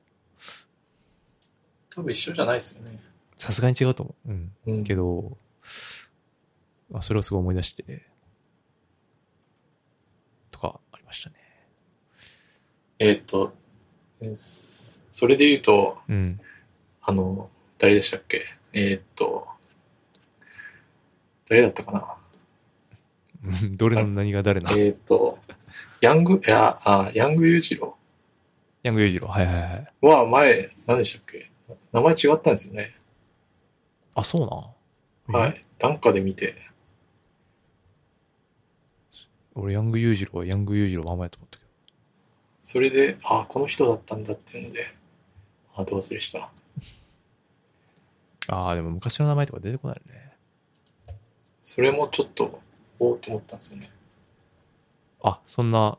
[SPEAKER 3] 多分一緒じゃないですよね。
[SPEAKER 2] さすがに違うと思う。うん。
[SPEAKER 3] うん
[SPEAKER 2] けど、まあ、それをすごい思い出して、とかありましたね。
[SPEAKER 3] えーっと、えーそれで言うと、
[SPEAKER 2] うん。
[SPEAKER 3] あの、誰でしたっけえーっと、誰だったかな
[SPEAKER 2] どれの何が誰なの
[SPEAKER 3] えーっと、ヤング、いや、あ、ヤング裕次郎
[SPEAKER 2] ヤングユージロー。はいはいはい。
[SPEAKER 3] は前、何でしたっけ名前違ったんですよね。
[SPEAKER 2] あ、そうなん
[SPEAKER 3] は。い。なんかで見て。
[SPEAKER 2] 俺、ヤング裕次郎はヤング裕次郎まんまやと思ったけど。
[SPEAKER 3] それで、あ、この人だったんだっていうので、あ、どう忘れした。
[SPEAKER 2] ああ、でも昔の名前とか出てこないね。
[SPEAKER 3] それもちょっと、おおと思ったんですよね。
[SPEAKER 2] あ、そんな、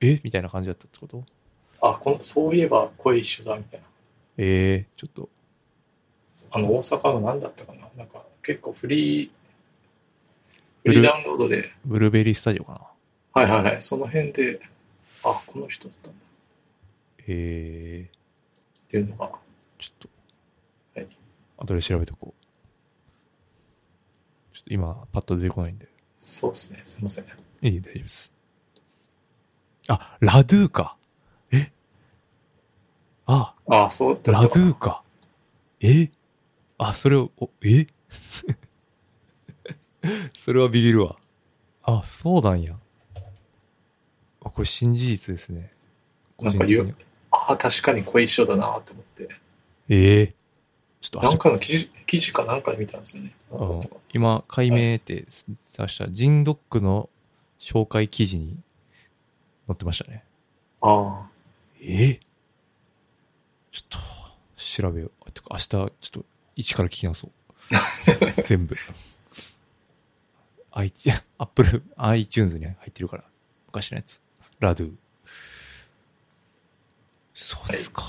[SPEAKER 2] えみたいな感じだったってこと
[SPEAKER 3] あ、この、そういえば声一緒だ、みたいな。
[SPEAKER 2] ええちょっと、
[SPEAKER 3] あの、大阪の何だったかななんか、結構フリー、フリーダウンロードで、
[SPEAKER 2] ブルーベリースタジオかな。
[SPEAKER 3] はいはいはい、その辺で、あ、この人だったんだっ
[SPEAKER 2] ええ
[SPEAKER 3] ていうのが、
[SPEAKER 2] ちょっと、
[SPEAKER 3] はい
[SPEAKER 2] 後で調べとこう。ちょっと今、パッと出てこないんで。
[SPEAKER 3] そうですね、すいません。
[SPEAKER 2] いい、大丈夫です。あ、ラドゥーか。えあ、
[SPEAKER 3] あ、そうだ
[SPEAKER 2] ラ
[SPEAKER 3] っ
[SPEAKER 2] ド
[SPEAKER 3] たかな
[SPEAKER 2] ゥーか。えあ、それを、おえ それはビビるわ。あ、そうなんや。あ、これ新事実ですね。個人的
[SPEAKER 3] なん
[SPEAKER 2] に。
[SPEAKER 3] あ、確かに声一緒だなと思って。
[SPEAKER 2] ええちょっと明
[SPEAKER 3] なん
[SPEAKER 2] 日
[SPEAKER 3] かの記事記事かなんかで見たんですよね。なんかとか
[SPEAKER 2] 今、解明って出した、ジンドックの紹介記事に載ってましたね。
[SPEAKER 3] あ
[SPEAKER 2] えちょっと、調べよう。てか、明日、ちょっと、一から聞き直そう。 全部。i t アップル、iTunes に入ってるから、昔のやつ。ラドゥ。そうですか。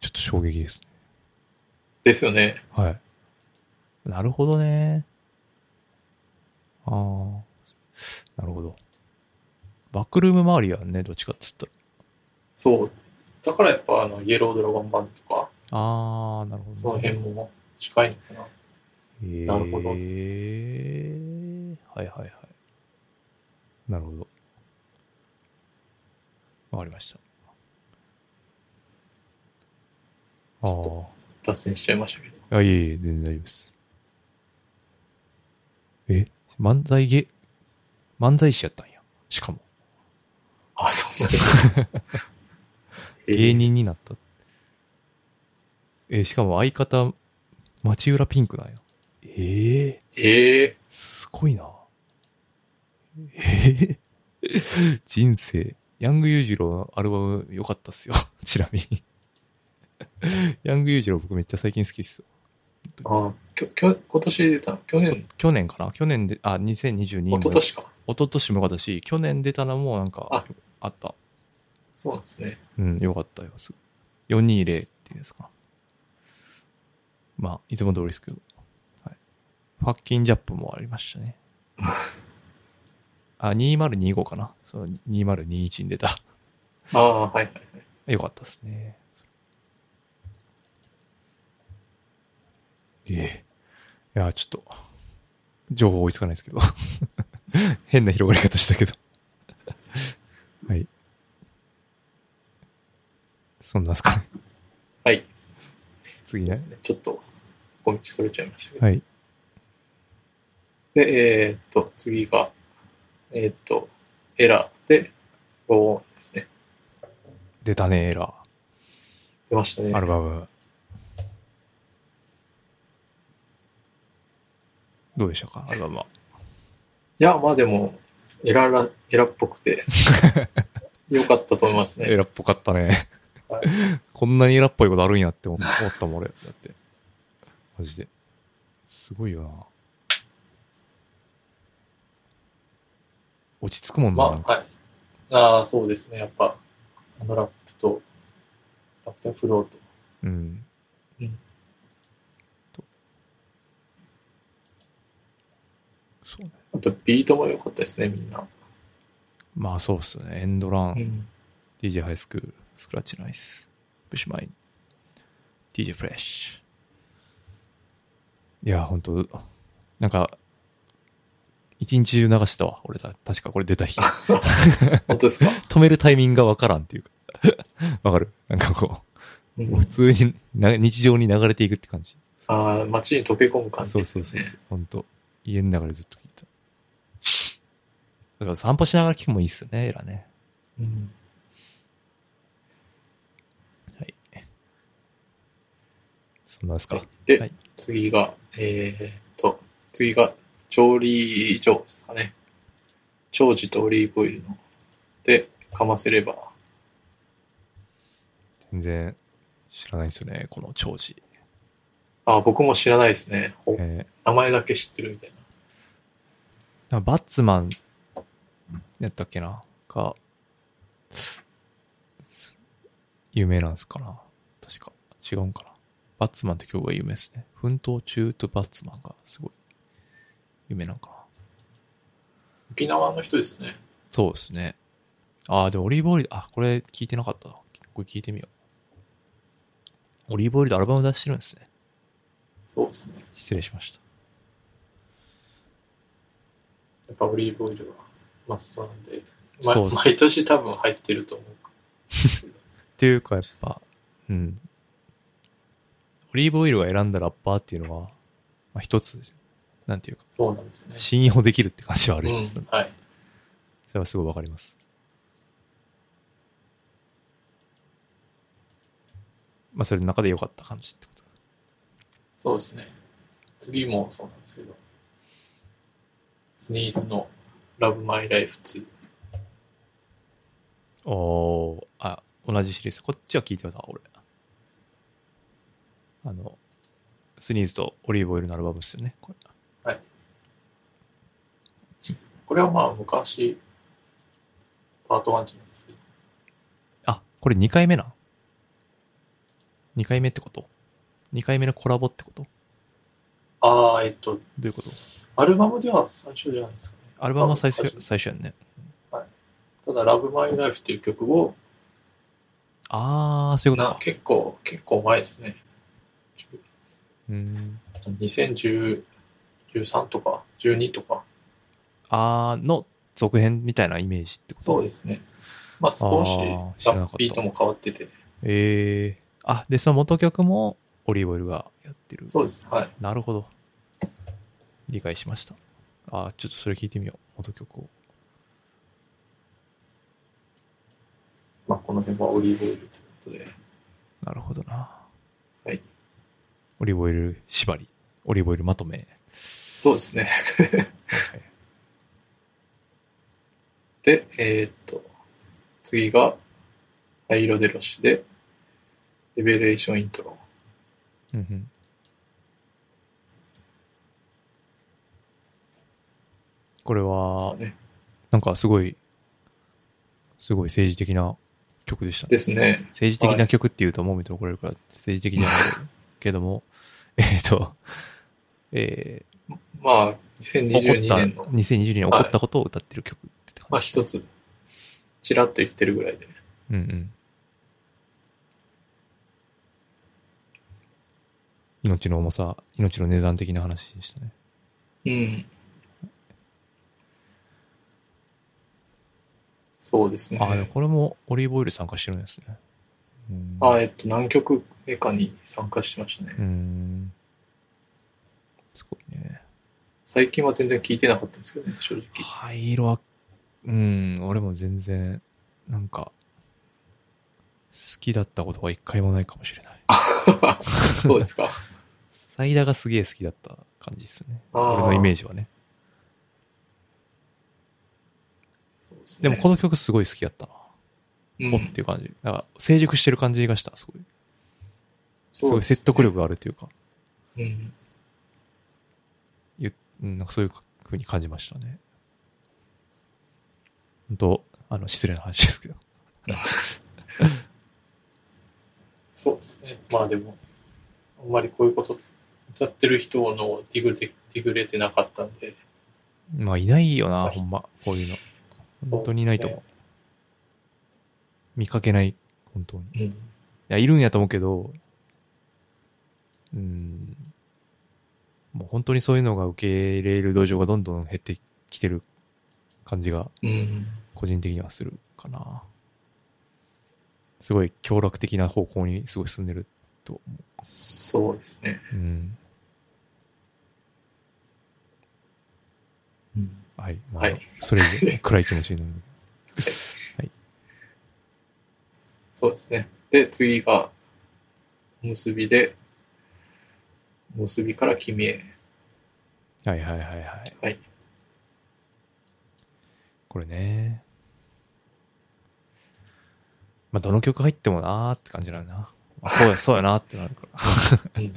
[SPEAKER 2] ちょっと衝撃ですね。
[SPEAKER 3] あ。ですよね。
[SPEAKER 2] はい。なるほどね。ああ。なるほど。バックルーム周りはね、どっちかって言ったら。
[SPEAKER 3] そう。だからやっぱあの、イエロードラゴンバンドとか、
[SPEAKER 2] ああ、なるほど、ね。
[SPEAKER 3] その辺も近いのかな。
[SPEAKER 2] な
[SPEAKER 3] るほど
[SPEAKER 2] えー、はいはいはい。なるほど。わかりました。あ
[SPEAKER 3] ょ脱線しちゃいましたけど。
[SPEAKER 2] あ。あ、いえいえ、全然大丈夫です。え、漫才芸、漫才師やったんや。しかも、
[SPEAKER 3] あ、そうなんだ。
[SPEAKER 2] 芸人になった。え、しかも相方、町浦ピンクなんや。ええー。
[SPEAKER 3] ええ
[SPEAKER 2] すごいな。え ー人生。ヤング裕次郎のアルバム良かったっすよ。 ちなみに。ヤング裕次郎僕めっちゃ最近好きっすよ。
[SPEAKER 3] あきょきょ今年出たの去年、
[SPEAKER 2] 去年かな去年で、あ、2022
[SPEAKER 3] 一
[SPEAKER 2] も。
[SPEAKER 3] 昨年か。
[SPEAKER 2] 一昨年も良かったし、去年出たのもなんか
[SPEAKER 3] あ
[SPEAKER 2] あった。
[SPEAKER 3] そうなんですね。
[SPEAKER 2] うん、良かったよ。す420っていうんですか。まあ、いつも通りですけど。はい。ファッキンジャップもありましたね。あ、2025かな。その2021に出た。
[SPEAKER 3] ああ、はいはいはい。
[SPEAKER 2] 良かったですね。ええ。いや、ちょっと、情報追いつかないですけど。 変な広がり方したけど。 はい。そんなんすかね。
[SPEAKER 3] はい。
[SPEAKER 2] 次
[SPEAKER 3] そ
[SPEAKER 2] ね
[SPEAKER 3] うで。すね。ちょっと、小道それちゃいましたけど。
[SPEAKER 2] はい。
[SPEAKER 3] で、えーっと、次が、えーっと、エラーで、5音ですね。
[SPEAKER 2] 出たね、エラ
[SPEAKER 3] 出ましたね
[SPEAKER 2] ー。ア。ルバム。どうでしたかアルバムは。
[SPEAKER 3] いや、まあでも、エラら、エラっぽくて、良かったと思います
[SPEAKER 2] エ
[SPEAKER 3] ね。
[SPEAKER 2] ラっぽかったね
[SPEAKER 3] は。
[SPEAKER 2] こんなにエラっぽいことあるんやって思思ったもん、俺。だって。マジで。すごいよな。落ち着くもんな。なん
[SPEAKER 3] ま
[SPEAKER 2] か
[SPEAKER 3] あ、はい。ああ、そうですね。やっぱ、あのラップと、ラップとフローと。
[SPEAKER 2] うん。
[SPEAKER 3] うん
[SPEAKER 2] とそうね。
[SPEAKER 3] あと、ビートも良かったですね、みんな。
[SPEAKER 2] まあ、そうっすよね。エンドラン。
[SPEAKER 3] ん。
[SPEAKER 2] DJ ハイスクール、スクラッチナイス、ブシマイン、DJ フレッシュ。いや、ほんと、なんか、一日中流したわ、俺だ。確かこれ出 た日。
[SPEAKER 3] 本当ですか、
[SPEAKER 2] 止めるタイミングがわからんっていうか。 わかるなんかこ
[SPEAKER 3] う
[SPEAKER 2] う、
[SPEAKER 3] ん
[SPEAKER 2] もう普通にな日常に流れていくって感じ。
[SPEAKER 3] ああ、街に溶け込む感じ
[SPEAKER 2] そう
[SPEAKER 3] です
[SPEAKER 2] そう
[SPEAKER 3] ね。
[SPEAKER 2] そうそう。ほんと、家の中でずっと聞いた。だから散歩しながら聞くのもいいっすよね、エラね。
[SPEAKER 3] うん
[SPEAKER 2] そんなんすか。
[SPEAKER 3] で、
[SPEAKER 2] はい
[SPEAKER 3] 次が、えーっと、次が、調理場ですかね。長寿とオリーブオイルのでかませれば
[SPEAKER 2] 全然知らないですよね、この長寿。
[SPEAKER 3] あ僕も知らないですねお
[SPEAKER 2] え
[SPEAKER 3] 名前だけ知ってるみたいな
[SPEAKER 2] ーなんかバッツマンやったっけなか、有名なんですかな確か。違うんかなバッツマンって曲が有名ですね。奮闘中とバッツマンがすごい有名なんかな
[SPEAKER 3] 沖縄の人ですよね
[SPEAKER 2] そうですね。ああ、でもオリーブオイル、あ、これ聞いてなかったな。これ聞いてみよう。オリーブオイルでアルバム出してるんですね。
[SPEAKER 3] そうですね
[SPEAKER 2] 失礼しました。
[SPEAKER 3] やっぱオリーブオイルはマストなんで、ま
[SPEAKER 2] そうです
[SPEAKER 3] 毎年多分入ってると思う
[SPEAKER 2] っていうかやっぱ、うん。オリーブオイルが選んだラッパーっていうのは、まあ、一つ、なんていうか、
[SPEAKER 3] そうなんですよね
[SPEAKER 2] 信用できるって感じはあ
[SPEAKER 3] う
[SPEAKER 2] るんです、
[SPEAKER 3] ん、はい。
[SPEAKER 2] それはすごいわかります。まあ、それの中で良かった感じってことか
[SPEAKER 3] そうですね。次もそうなんですけど、スニーズのラブマイライフ2。
[SPEAKER 2] おーあ、同じシリーズ。こっちは聞いてた、俺。あの、スニーズとオリーブオイルのアルバムですよね、これ。
[SPEAKER 3] これはまあ昔、パート1じゃないですけど、
[SPEAKER 2] あ、これ2回目な ?2 回目ってこと ?2 回目のコラボってことど
[SPEAKER 3] ああ、えっと、
[SPEAKER 2] ういうこと
[SPEAKER 3] アルバムでは最初じゃないですかね。
[SPEAKER 2] アルバムは最
[SPEAKER 3] 多分
[SPEAKER 2] 初、最初やんね。
[SPEAKER 3] ただ、ラブマイライフっていう曲を、
[SPEAKER 2] あー、そういうこと
[SPEAKER 3] な
[SPEAKER 2] か。
[SPEAKER 3] 結構、結構前ですね。
[SPEAKER 2] うーん。
[SPEAKER 3] 2013とか、12とか。
[SPEAKER 2] あーの続編みたいなイメージってこと
[SPEAKER 3] そうですね。まあ少
[SPEAKER 2] あ
[SPEAKER 3] し
[SPEAKER 2] ー知らなか
[SPEAKER 3] ラ
[SPEAKER 2] った
[SPEAKER 3] ビートも変わってて、
[SPEAKER 2] えー。あ、で、その元曲もオリーブオイルがやってる。
[SPEAKER 3] そうです。はい。
[SPEAKER 2] なるほど。理解しました。あー、ちょっとそれ聞いてみよう。元曲を。
[SPEAKER 3] まあこの辺はオリーブオイルということで。
[SPEAKER 2] なるほどな。
[SPEAKER 3] はい。
[SPEAKER 2] オリーブオイル縛り。オリーブオイルまとめ。
[SPEAKER 3] そうですね。
[SPEAKER 2] は い
[SPEAKER 3] で、えーっと、次が、アイロデロシで、レベレーションイントロ。
[SPEAKER 2] うんうんこれは
[SPEAKER 3] です、ね。
[SPEAKER 2] なんかすごい、すごい政治的な曲でしたね。
[SPEAKER 3] ですね。
[SPEAKER 2] 政治的な曲って言うともう見て怒られるから、政治的じゃないけども、 えっと、え
[SPEAKER 3] まあ、
[SPEAKER 2] ー、起こ
[SPEAKER 3] 2022
[SPEAKER 2] った、
[SPEAKER 3] 年の、
[SPEAKER 2] 2022年起こったことを歌ってる曲って感
[SPEAKER 3] まあ
[SPEAKER 2] じ。
[SPEAKER 3] 一つ、ちらっと言ってるぐらいで。
[SPEAKER 2] うんうん。命の重さ、命の値段的な話でしたね。
[SPEAKER 3] うん。そうですね。
[SPEAKER 2] ああ、でもこれもオリーブオイル参加してるんですね。うん
[SPEAKER 3] あ、えっと、南極メカに参加してました
[SPEAKER 2] う
[SPEAKER 3] ね。
[SPEAKER 2] ん。すごいね。
[SPEAKER 3] 最近は全然聞いてなかったんですけどね、 正直。
[SPEAKER 2] 灰色は、うん、俺も全然、なんか、好きだったことは一回もないかもしれない。
[SPEAKER 3] そうですか。
[SPEAKER 2] サイダがすげえ好きだった感じですね。
[SPEAKER 3] あー
[SPEAKER 2] 俺のイメージはね。
[SPEAKER 3] そうす
[SPEAKER 2] で
[SPEAKER 3] ね
[SPEAKER 2] もこの曲すごい好きだったな。
[SPEAKER 3] うん
[SPEAKER 2] ポっていう感じ。なんか成熟してる感じがした、すごい。す
[SPEAKER 3] そう
[SPEAKER 2] ご
[SPEAKER 3] で
[SPEAKER 2] い
[SPEAKER 3] すね
[SPEAKER 2] 説得力があるというか、
[SPEAKER 3] うん。
[SPEAKER 2] うん、なんかそういうふうに感じましたね。本当あの、失礼な話ですけど。
[SPEAKER 3] そうですね。まあでも、あんまりこういうこと、歌ってる人のディグレディグレてなかったんで、
[SPEAKER 2] まあ、いないよな、
[SPEAKER 3] はい
[SPEAKER 2] ほんま、こういうの。
[SPEAKER 3] そうですね
[SPEAKER 2] 本当にいないと思う。見かけない、本当に。い
[SPEAKER 3] うん。
[SPEAKER 2] や、いるんやと思うけど、うん、もう本当にそういうのが受け入れる土壌がどんどん減ってきてる感じが、
[SPEAKER 3] うん。
[SPEAKER 2] 個人的にはするかな。すごい強楽的な方向にすごい進んでると思
[SPEAKER 3] そうですね。
[SPEAKER 2] う。うん。
[SPEAKER 3] うん、
[SPEAKER 2] はい。まあ、
[SPEAKER 3] はい
[SPEAKER 2] それ以上暗い気持ちになる。
[SPEAKER 3] そうですね。で、次が、結びで、結びから君へ。
[SPEAKER 2] はいはいはいはい。
[SPEAKER 3] はい。
[SPEAKER 2] これね。まあ、どの曲入ってもなーって感じだよな。あそうや、 そうやなーってなるから。
[SPEAKER 3] うん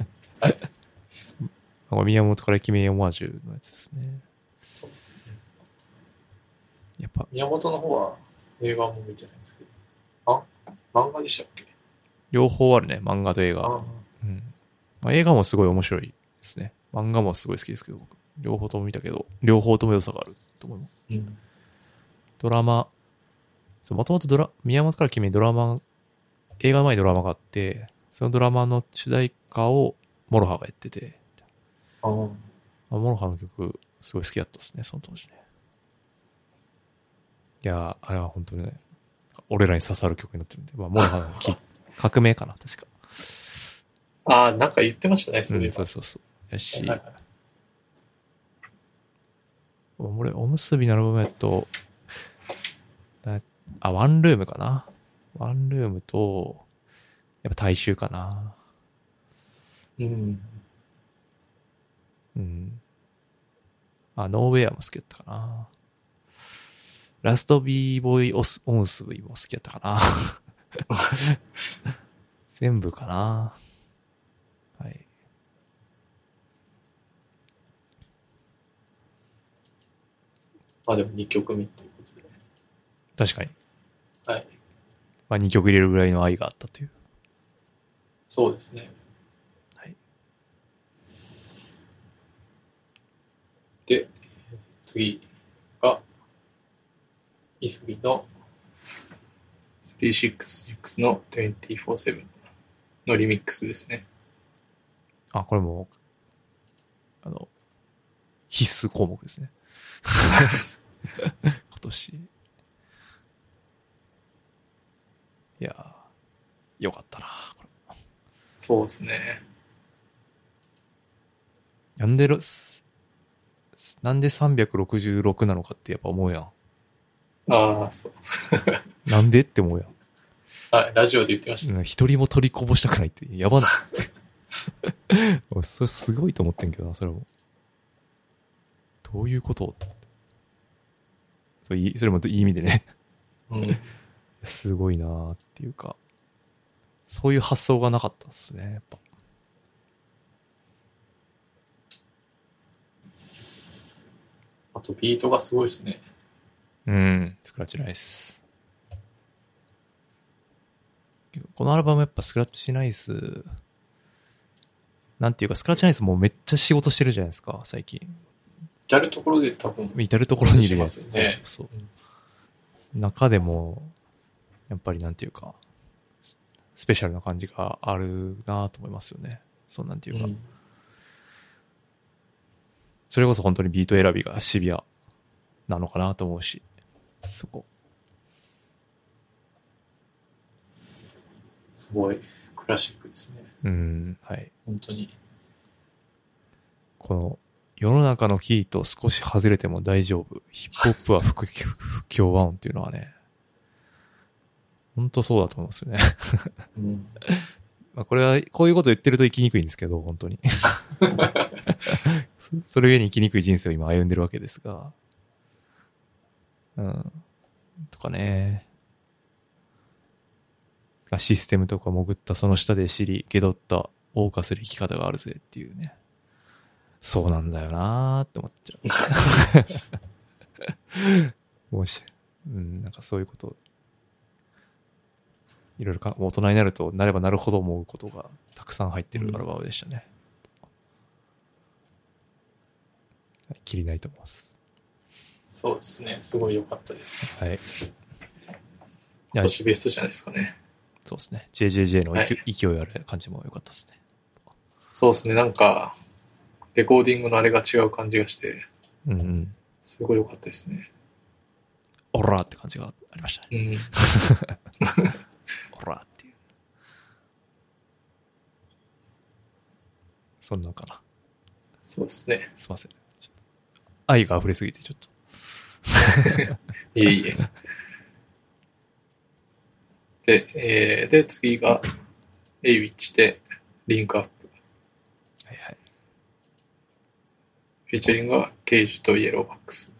[SPEAKER 2] なんか宮本から決めオマージュのやつですね。
[SPEAKER 3] そうですね。
[SPEAKER 2] やっぱ、
[SPEAKER 3] 宮本の方は映画も見てないですけど。あ漫画でしたっけ
[SPEAKER 2] 両方あるね、漫画と映
[SPEAKER 3] あ
[SPEAKER 2] 画。うん。まあ、映画もすごい面白いですね。漫画もすごい好きですけど、僕。両方とも見たけど、両方とも良さがあると思います。
[SPEAKER 3] ーうん。
[SPEAKER 2] ドラマ、もともとドラ、宮本から君ドラマ、映画の前にドラマがあって、そのドラマの主題歌をモロハがやってて、
[SPEAKER 3] あー
[SPEAKER 2] まあモロハの曲、すごい好きだったですね、その当時ね。いやー、あれは本当にね、俺らに刺さる曲になってるんで、まあ、モロハの き革命かな、確か。
[SPEAKER 3] あー、なんか言ってましたね、
[SPEAKER 2] う
[SPEAKER 3] それ
[SPEAKER 2] ん、そうそうそう。やし、
[SPEAKER 3] はい
[SPEAKER 2] 俺、おむすびのアルバムやと、だあ、ワンルームかな。ワンルームと、やっぱ大衆かな。
[SPEAKER 3] うん。
[SPEAKER 2] うん。あ、ノーウェアも好きだったかな。ラストビーボーイオス、オンスビも好きだったかな。全部かな。はい。
[SPEAKER 3] まあでも2曲目っていうことで。
[SPEAKER 2] 確かに。
[SPEAKER 3] はい。
[SPEAKER 2] まあ、2曲入れるぐらいの愛があったという。
[SPEAKER 3] そうですね。
[SPEAKER 2] はい。
[SPEAKER 3] で、次が、イスビの366の247のリミックスですね。
[SPEAKER 2] あ、これも、あの、必須項目ですね。今年。いやー、よかったな、これ。
[SPEAKER 3] そうですね。
[SPEAKER 2] なんでろ、すなんで366なのかってやっぱ思うやん。
[SPEAKER 3] ああ、そう。
[SPEAKER 2] なんでって思うや
[SPEAKER 3] はい、ラジオで言ってました。
[SPEAKER 2] んうん。一人も取りこぼしたくないって、やばない。 俺それすごいと思ってんけどな、それも。どういうことって思ってそういいそれもいい意味でね、
[SPEAKER 3] うん。
[SPEAKER 2] すごいなーっていうか、そういう発想がなかったですね、やっぱ。
[SPEAKER 3] あと、ビートがすごいですね。
[SPEAKER 2] うん、スクラッチナイス。このアルバムやっぱスクラッチナイス、なんていうか、スクラッチナイスもうめっちゃ仕事してるじゃないですか、最近。
[SPEAKER 3] 至るところで多分、
[SPEAKER 2] 至るところにいる
[SPEAKER 3] しますよね
[SPEAKER 2] そうそうそう中でも、やっぱりなんていうか、スペシャルな感じがあるなと思いますよね。そうなんていうか、
[SPEAKER 3] うん
[SPEAKER 2] それこそ本当にビート選びがシビアなのかなと思うし、そこ。
[SPEAKER 3] すごいクラシックですね。
[SPEAKER 2] うん、はい。
[SPEAKER 3] 本当に。
[SPEAKER 2] この世の中のキーと少し外れても大丈夫。ヒップホップは不不協和音っていうのはね、本当そうだと思うんですよね。
[SPEAKER 3] うん。
[SPEAKER 2] まあこれは、こういうこと言ってると生きにくいんですけど、本当に。 そそれゆえに生きにくい人生を今歩んでるわけですが。うん。とかね。あシステムとか潜ったその下で知り、気取った、謳歌する生き方があるぜっていうね。そうなんだよなーって思っちゃう。 もし、うん、なんかそういうこといろいろか、大人になると、なればなるほど思うことがたくさん入ってるアルバムでしたね。はいきりないと思います。
[SPEAKER 3] そうですね。すごい良かったです。
[SPEAKER 2] はい。
[SPEAKER 3] 今年ベストじゃないですかね。
[SPEAKER 2] そうですね。JJJ の
[SPEAKER 3] はい
[SPEAKER 2] 勢,、い、勢いある感じも良かったですね。
[SPEAKER 3] そうですね。なんか、レコーディングのあれが違う感じがして、
[SPEAKER 2] うんうん。
[SPEAKER 3] すごい良かったですね。
[SPEAKER 2] オラーって感じがありましたね。
[SPEAKER 3] うん。
[SPEAKER 2] オラーっていう。そんなんかな。
[SPEAKER 3] そうですね。
[SPEAKER 2] すいません。ちょっと愛が溢れすぎて、ちょっと。
[SPEAKER 3] いえいえ。で、えー、で、次が、エイウィッチで、リンクアップ。
[SPEAKER 2] はいはい。
[SPEAKER 3] フィーチャリングは、ケージとイエローバックス。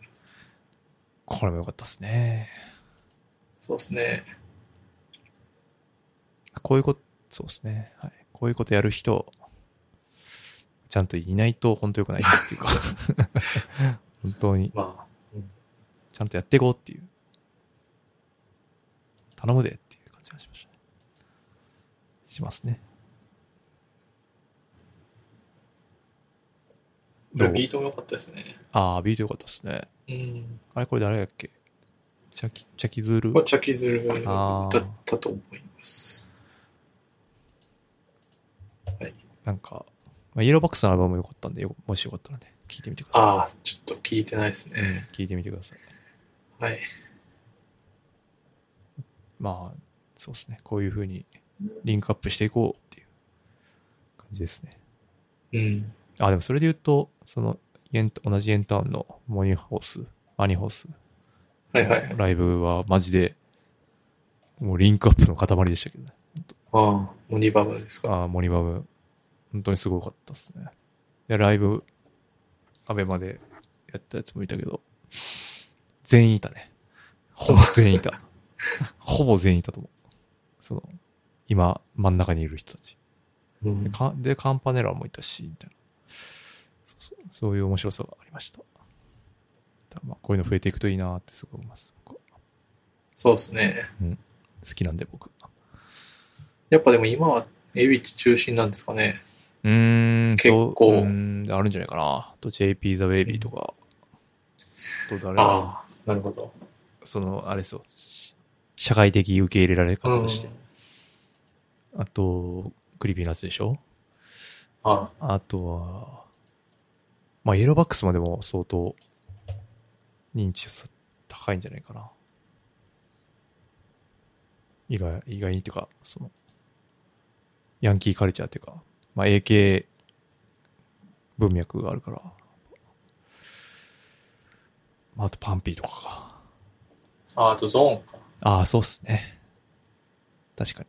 [SPEAKER 2] これも良かったですね。
[SPEAKER 3] そうですね。
[SPEAKER 2] こういうこと、そうですね。はい。こういうことやる人、ちゃんといないと本当良くないっていうか、 本当に、
[SPEAKER 3] ま
[SPEAKER 2] ちゃんとやっていこうっていう。頼むでっていう感じがしましたね。しますね。
[SPEAKER 3] あ、
[SPEAKER 2] どう
[SPEAKER 3] ビートも良かったですね。
[SPEAKER 2] ああ、ビート良かったですね。
[SPEAKER 3] うん。
[SPEAKER 2] あれこれ誰だっけチャキ、チャキズール
[SPEAKER 3] これ、チャキズルだ
[SPEAKER 2] あー
[SPEAKER 3] ったと思います。はい。
[SPEAKER 2] なんか、まあ、イエローバックスのアルバムも良かったんで、よもしよかったらね、聞いてみてくださ
[SPEAKER 3] ああ、ちょっと聞いてないです
[SPEAKER 2] い。うん
[SPEAKER 3] ね。、
[SPEAKER 2] 聞いてみてください。
[SPEAKER 3] はい。
[SPEAKER 2] まあ、そうですね。こういうふうにリンクアップしていこうっていう感じですね。
[SPEAKER 3] うん。
[SPEAKER 2] あ、でもそれで言うと、その、イエン同じエンターンのモニホース、アニホース、
[SPEAKER 3] はいはいはい。
[SPEAKER 2] ライブはマジで、もうリンクアップの塊でしたけどね。
[SPEAKER 3] ああ、モニバブですか。
[SPEAKER 2] あーモニバム、本当にすごかったですね。で、ライブ、アベまでやったやつもいたけど、全員いたね。ほぼ全員いた。ほぼ全員いたと思う。その、今、真ん中にいる人たち。
[SPEAKER 3] うん。
[SPEAKER 2] かで、カンパネラもいたし、みたいな。そうそうそういう面白さがありました。だからまあ、こういうの増えていくといいなってすごい思います。僕は
[SPEAKER 3] そうですね。
[SPEAKER 2] 好きなんで、僕。
[SPEAKER 3] やっぱでも今は、エビッチ中心なんですかね。
[SPEAKER 2] うーん、
[SPEAKER 3] 結構
[SPEAKER 2] そううーんあるんじゃないかな。あと JP ザ・ウェイビーとか、あと誰だ
[SPEAKER 3] ああ、なるほど。
[SPEAKER 2] その、あれですよ。し社会的受け入れられ方として
[SPEAKER 3] うん。
[SPEAKER 2] あと、クリビーナッツでしょ
[SPEAKER 3] あ
[SPEAKER 2] あとは、まあ、イエローバックスまでも相当認知さ高いんじゃないかな。意外、意外にっていうか、その、ヤンキーカルチャーっていうか、まあ、AK 文脈があるから、まあ、あとパンピーとかか。
[SPEAKER 3] あ、ああとゾーンか。
[SPEAKER 2] ああ、そうっすね。確かに。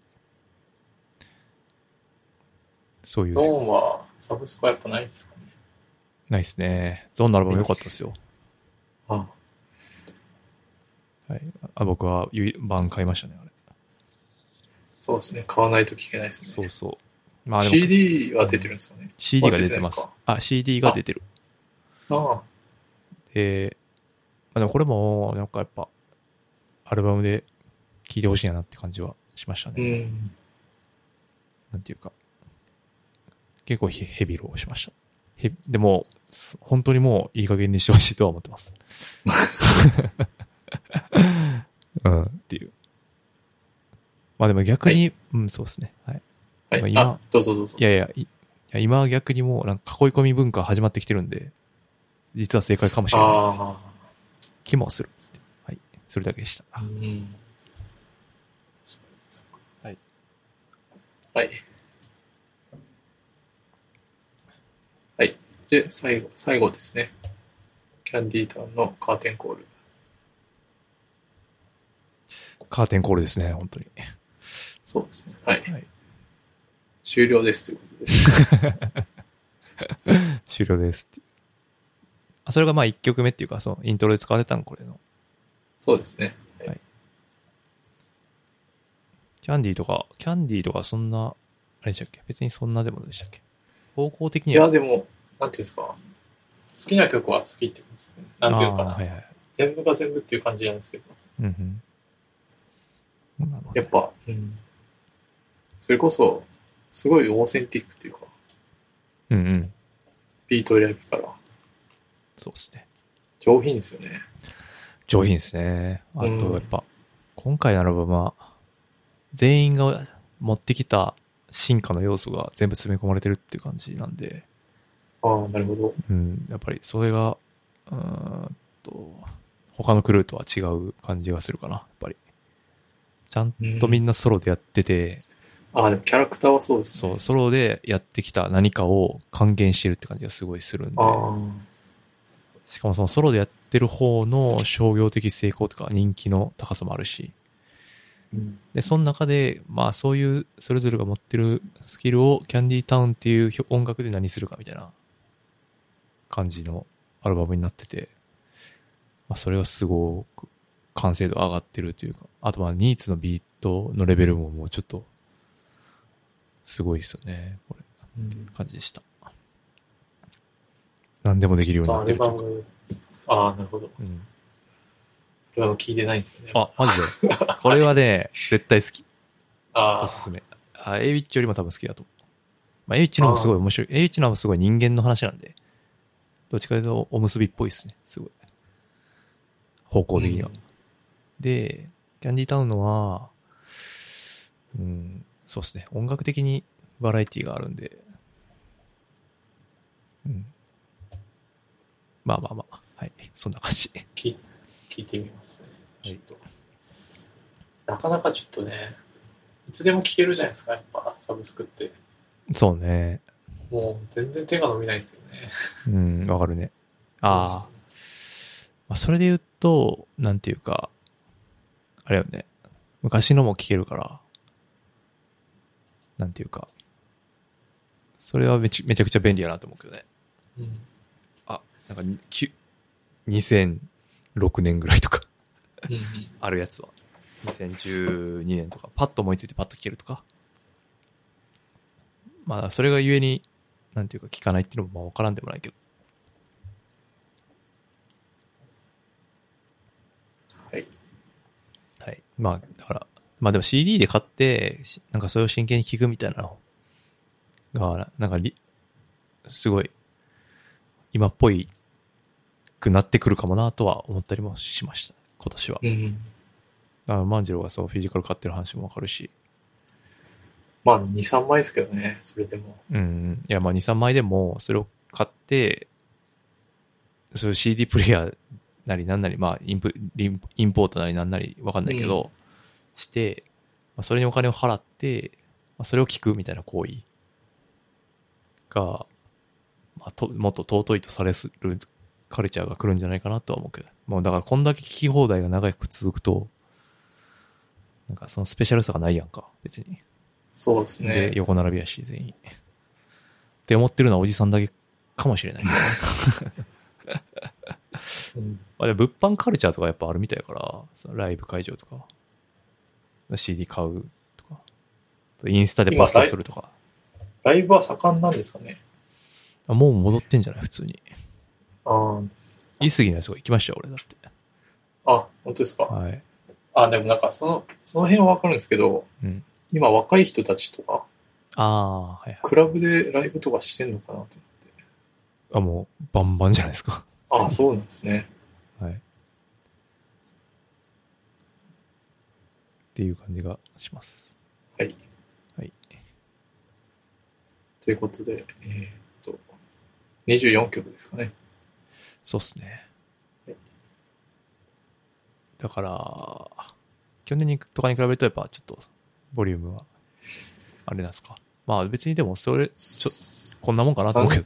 [SPEAKER 2] そういう
[SPEAKER 3] ゾーンはサブスクはやっぱないんですかね。
[SPEAKER 2] ないっすね。ゾーンのアルバム良かったですよ。
[SPEAKER 3] ああ、
[SPEAKER 2] はい、あ僕はゆい版買いましたね、あれ。
[SPEAKER 3] そうですね。買わないと聞けないですね。
[SPEAKER 2] そうそう。まあでも
[SPEAKER 3] CD は出てるんですかね。
[SPEAKER 2] CD が出てま
[SPEAKER 3] 出
[SPEAKER 2] す
[SPEAKER 3] てない。
[SPEAKER 2] あ、CD が出てる。
[SPEAKER 3] ああ、
[SPEAKER 2] で、まあ、でもこれも、なんかやっぱ、アルバムで聴いてほしいなって感じはしました
[SPEAKER 3] う
[SPEAKER 2] ね。
[SPEAKER 3] ん。
[SPEAKER 2] なんていうか。結構ヘヘビローしました。へでも、す本当にもういい加減にしてほしいとは思って ます。うん、っていう。まあでも逆に、うん、そうですね。はい。
[SPEAKER 3] はい。
[SPEAKER 2] まあ
[SPEAKER 3] あ、
[SPEAKER 2] 今
[SPEAKER 3] どうぞどうぞ
[SPEAKER 2] い。やいや、いいや今は逆にもうなんか囲い込み文化始まってきてるんで、実は正解かもしれないっていう
[SPEAKER 3] あ
[SPEAKER 2] 気もする。はい。それだけでした。
[SPEAKER 3] あ、うん。
[SPEAKER 2] はい。
[SPEAKER 3] はい。はい。で、最後、最後ですね。キャンディータウンのカーテンコール。
[SPEAKER 2] カーテンコールですね、本当に。
[SPEAKER 3] そうですね。はい。
[SPEAKER 2] はい
[SPEAKER 3] 終了ですということで。
[SPEAKER 2] 終了ですっていうあ、それがまあ1曲目っていうか、そのイントロで使われたの、これの。
[SPEAKER 3] そうですね。
[SPEAKER 2] キャンディーとか、キャンディーとかそんな、あれでしたっけ別にそんなでもでしたっけ方向的
[SPEAKER 3] い
[SPEAKER 2] には。
[SPEAKER 3] や、でも、なんていうんですか。好きな曲は好きってことですね。なんていうのかな。
[SPEAKER 2] あーはいはい。
[SPEAKER 3] 全部が全部っていう感じなんですけど。
[SPEAKER 2] うんうん。なるほど
[SPEAKER 3] やっぱ、うん。それこそ、すごいオーセンティックっていうか、
[SPEAKER 2] うんうん。
[SPEAKER 3] ビート選びから
[SPEAKER 2] そうですね。
[SPEAKER 3] 上品ですよね。
[SPEAKER 2] 上品ですね。あ
[SPEAKER 3] うん
[SPEAKER 2] と、やっぱ、今回のアルバムは、全員が持ってきた進化の要素が全部詰め込まれてるっていう感じなんで、
[SPEAKER 3] ああ、なるほど。
[SPEAKER 2] うん、やっぱりそれが、うーんと、他のクルーとは違う感じがするかな、やっぱり。ちゃんとみんなソロでやってて、
[SPEAKER 3] ああ、でもキャラクターはそうです
[SPEAKER 2] そ
[SPEAKER 3] ね。
[SPEAKER 2] う、ソロでやってきた何かを還元してるって感じがすごいするんで、
[SPEAKER 3] あ
[SPEAKER 2] しかもそのソロでやってる方の商業的成功とか人気の高さもあるし、
[SPEAKER 3] あ、うん
[SPEAKER 2] で、その中で、まあそういう、それぞれが持ってるスキルをキャンディータウンっていうひょ音楽で何するかみたいな感じのアルバムになってて、まあ、それはすごく完成度上がってるというか、あとまあニーツのビートのレベルももうちょっと、すごいですよね、これ。っていう感じでした。何でもできるようにな
[SPEAKER 3] ア
[SPEAKER 2] って
[SPEAKER 3] ル
[SPEAKER 2] るとい
[SPEAKER 3] バ
[SPEAKER 2] うか。
[SPEAKER 3] ム、ああ、なるほど。ア
[SPEAKER 2] うん
[SPEAKER 3] ルバム聞いてないんですよね。
[SPEAKER 2] あ、マジで。これはね、絶対好き。
[SPEAKER 3] あ
[SPEAKER 2] おすすめ。あ、エイウィッチよりも多分好きだと思う。まあ、エイウィッチの方もすごい面白い。エイウィッチの方もすごい人間の話なんで、どっちかというとおむすびっぽいですね。すごい。方向的には。
[SPEAKER 3] うん
[SPEAKER 2] で、キャンディータウンのは、うん、そうですね。音楽的にバラエティがあるんで、うん。まあまあまあ。はい。そんな感じ。
[SPEAKER 3] 聞い聞いてみますね。
[SPEAKER 2] は
[SPEAKER 3] ち
[SPEAKER 2] い
[SPEAKER 3] ょっと。なかなかちょっとね、いつでも聞けるじゃないですか、やっぱ、サブスクって。
[SPEAKER 2] そうね。
[SPEAKER 3] もう全然手が伸びないですよね。
[SPEAKER 2] うん、わかるね。ああ。まあ、それで言うと、なんていうか、あれよね、昔のも聞けるから、なんていうか、それはめちめちゃくちゃ便利やなと思うけどね。
[SPEAKER 3] うん。
[SPEAKER 2] あ、なんかに、きゅ2006年ぐらいとか、
[SPEAKER 3] うんうん。
[SPEAKER 2] あるやつは。2012年とか、パッと思いついてパッと聞けるとか。まあ、それがゆえに、なんていうか聞かないっていうのもまあわからんでもないけど。
[SPEAKER 3] はい。
[SPEAKER 2] はい。まあ、だから、まあでも CD で買って、しなんかそれを真剣に聞くみたいなのが、ななんかり、すごい、今っぽいくなってくるかもなとは思ったりもしました。今年は。
[SPEAKER 3] うん。
[SPEAKER 2] だから万次郎がそう、フィジカル買ってる話もわかるし。
[SPEAKER 3] まあ、2、3枚ですけどね、それでも。
[SPEAKER 2] うん。いや、まあ2、3枚でも、それを買って、それ CD プレイヤーなりなんなり、まあインプ、リンインポートなりなんなりわかんないけど、して、まあ、それにお金を払って、まあ、それを聞くみたいな行為が、まあ、ともっと尊いとされするカルチャーが来るんじゃないかなとは思うけど、もうだからこんだけ聞き放題が長く続くと、なんかそのスペシャルさがないやんか、別に。
[SPEAKER 3] そうです
[SPEAKER 2] で
[SPEAKER 3] ね、。
[SPEAKER 2] 横並びやし、全員。って思ってるのはおじさんだけかもしれない。ま
[SPEAKER 3] うん
[SPEAKER 2] あでも物販カルチャーとかやっぱあるみたいやから、そのライブ会場とか、CD 買うとか、インスタでポストするとか。
[SPEAKER 3] ライブは盛んなんですかね。
[SPEAKER 2] あもう戻ってんじゃない普通に。
[SPEAKER 3] あ
[SPEAKER 2] 言い過ぎないすごい行きましたよ、俺だって。
[SPEAKER 3] あ、あ本当ですか。
[SPEAKER 2] はい。
[SPEAKER 3] あ、でもなんかその、その辺はわかるんですけど、
[SPEAKER 2] うん
[SPEAKER 3] 今若い人たちとか、
[SPEAKER 2] ああ、はいはい。
[SPEAKER 3] クラブでライブとかしてんのかなと思って。
[SPEAKER 2] あ、もうバンバンじゃないですか。
[SPEAKER 3] ああ、そうなんですね。
[SPEAKER 2] はい。っていう感じがします。
[SPEAKER 3] はい。
[SPEAKER 2] はい。
[SPEAKER 3] ということで、えーっと、24曲ですかね。
[SPEAKER 2] そうっすね
[SPEAKER 3] はい。
[SPEAKER 2] だから、去年にとかに比べるとやっぱちょっとボリュームは、あれなんですか。まあ別にでもそれ、ちょこんなもんかなと思うけど。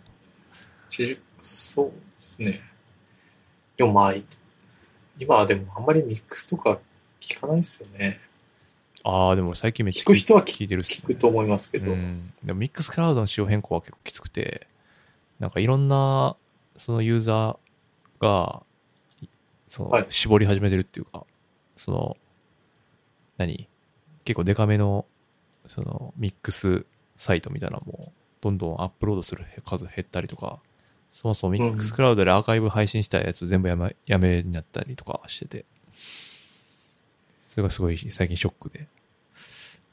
[SPEAKER 3] 80そうですね。でもまあ、い今はでもあんまりミックスとか聞かないですよね。
[SPEAKER 2] ああ、でも最近めっちゃ
[SPEAKER 3] 聞く人は
[SPEAKER 2] 聞いてるっすね
[SPEAKER 3] 聞くと思いますけど。
[SPEAKER 2] うん、でもミックスクラウドの仕様変更は結構きつくてなんかいろんなそのユーザーがいその、
[SPEAKER 3] はい
[SPEAKER 2] 絞り始めてるっていうかその何結構デカめのそのミックスサイトみたいなのもどんどんアップロードする数減ったりとかそもそもミックスクラウドでアーカイブ配信したやつ全部やめやめになったりとかしててそれがすごい最近ショックで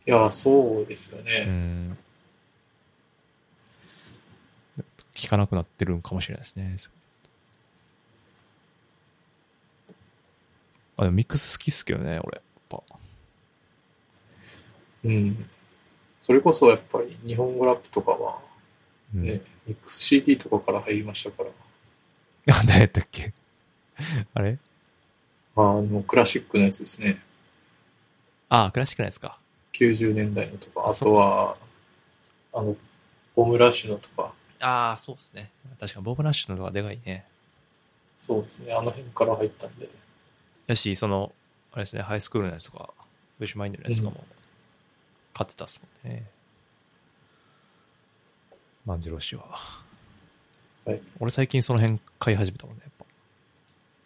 [SPEAKER 3] いや、そうですよ
[SPEAKER 2] う
[SPEAKER 3] ね。
[SPEAKER 2] ん聞かなくなってるんかもしれないですね。そうあ、でもミックス好きっすけどね、俺。やっぱ
[SPEAKER 3] うん。それこそやっぱり日本語ラップとかは、
[SPEAKER 2] うん。
[SPEAKER 3] ね、ミックス CD とかから入りましたから、
[SPEAKER 2] あ、誰やったっけあれ
[SPEAKER 3] あの、クラシックのやつですね。
[SPEAKER 2] あ、クラシックのやつか。
[SPEAKER 3] 90年代のとか、
[SPEAKER 2] あ
[SPEAKER 3] あとは、あの、ボムラッシュのとか、
[SPEAKER 2] ああ、そうっすね。確かにボブ・ナッシュの方がでかいね。
[SPEAKER 3] そうですね、あの辺から入ったんで。
[SPEAKER 2] やし、その、あれですね、ハイスクールのやつとか、ブッシュマインドのやつとかも、勝ってたっすもんね。万次郎氏は。
[SPEAKER 3] はい
[SPEAKER 2] 俺最近その辺買い始めたもんね、やっ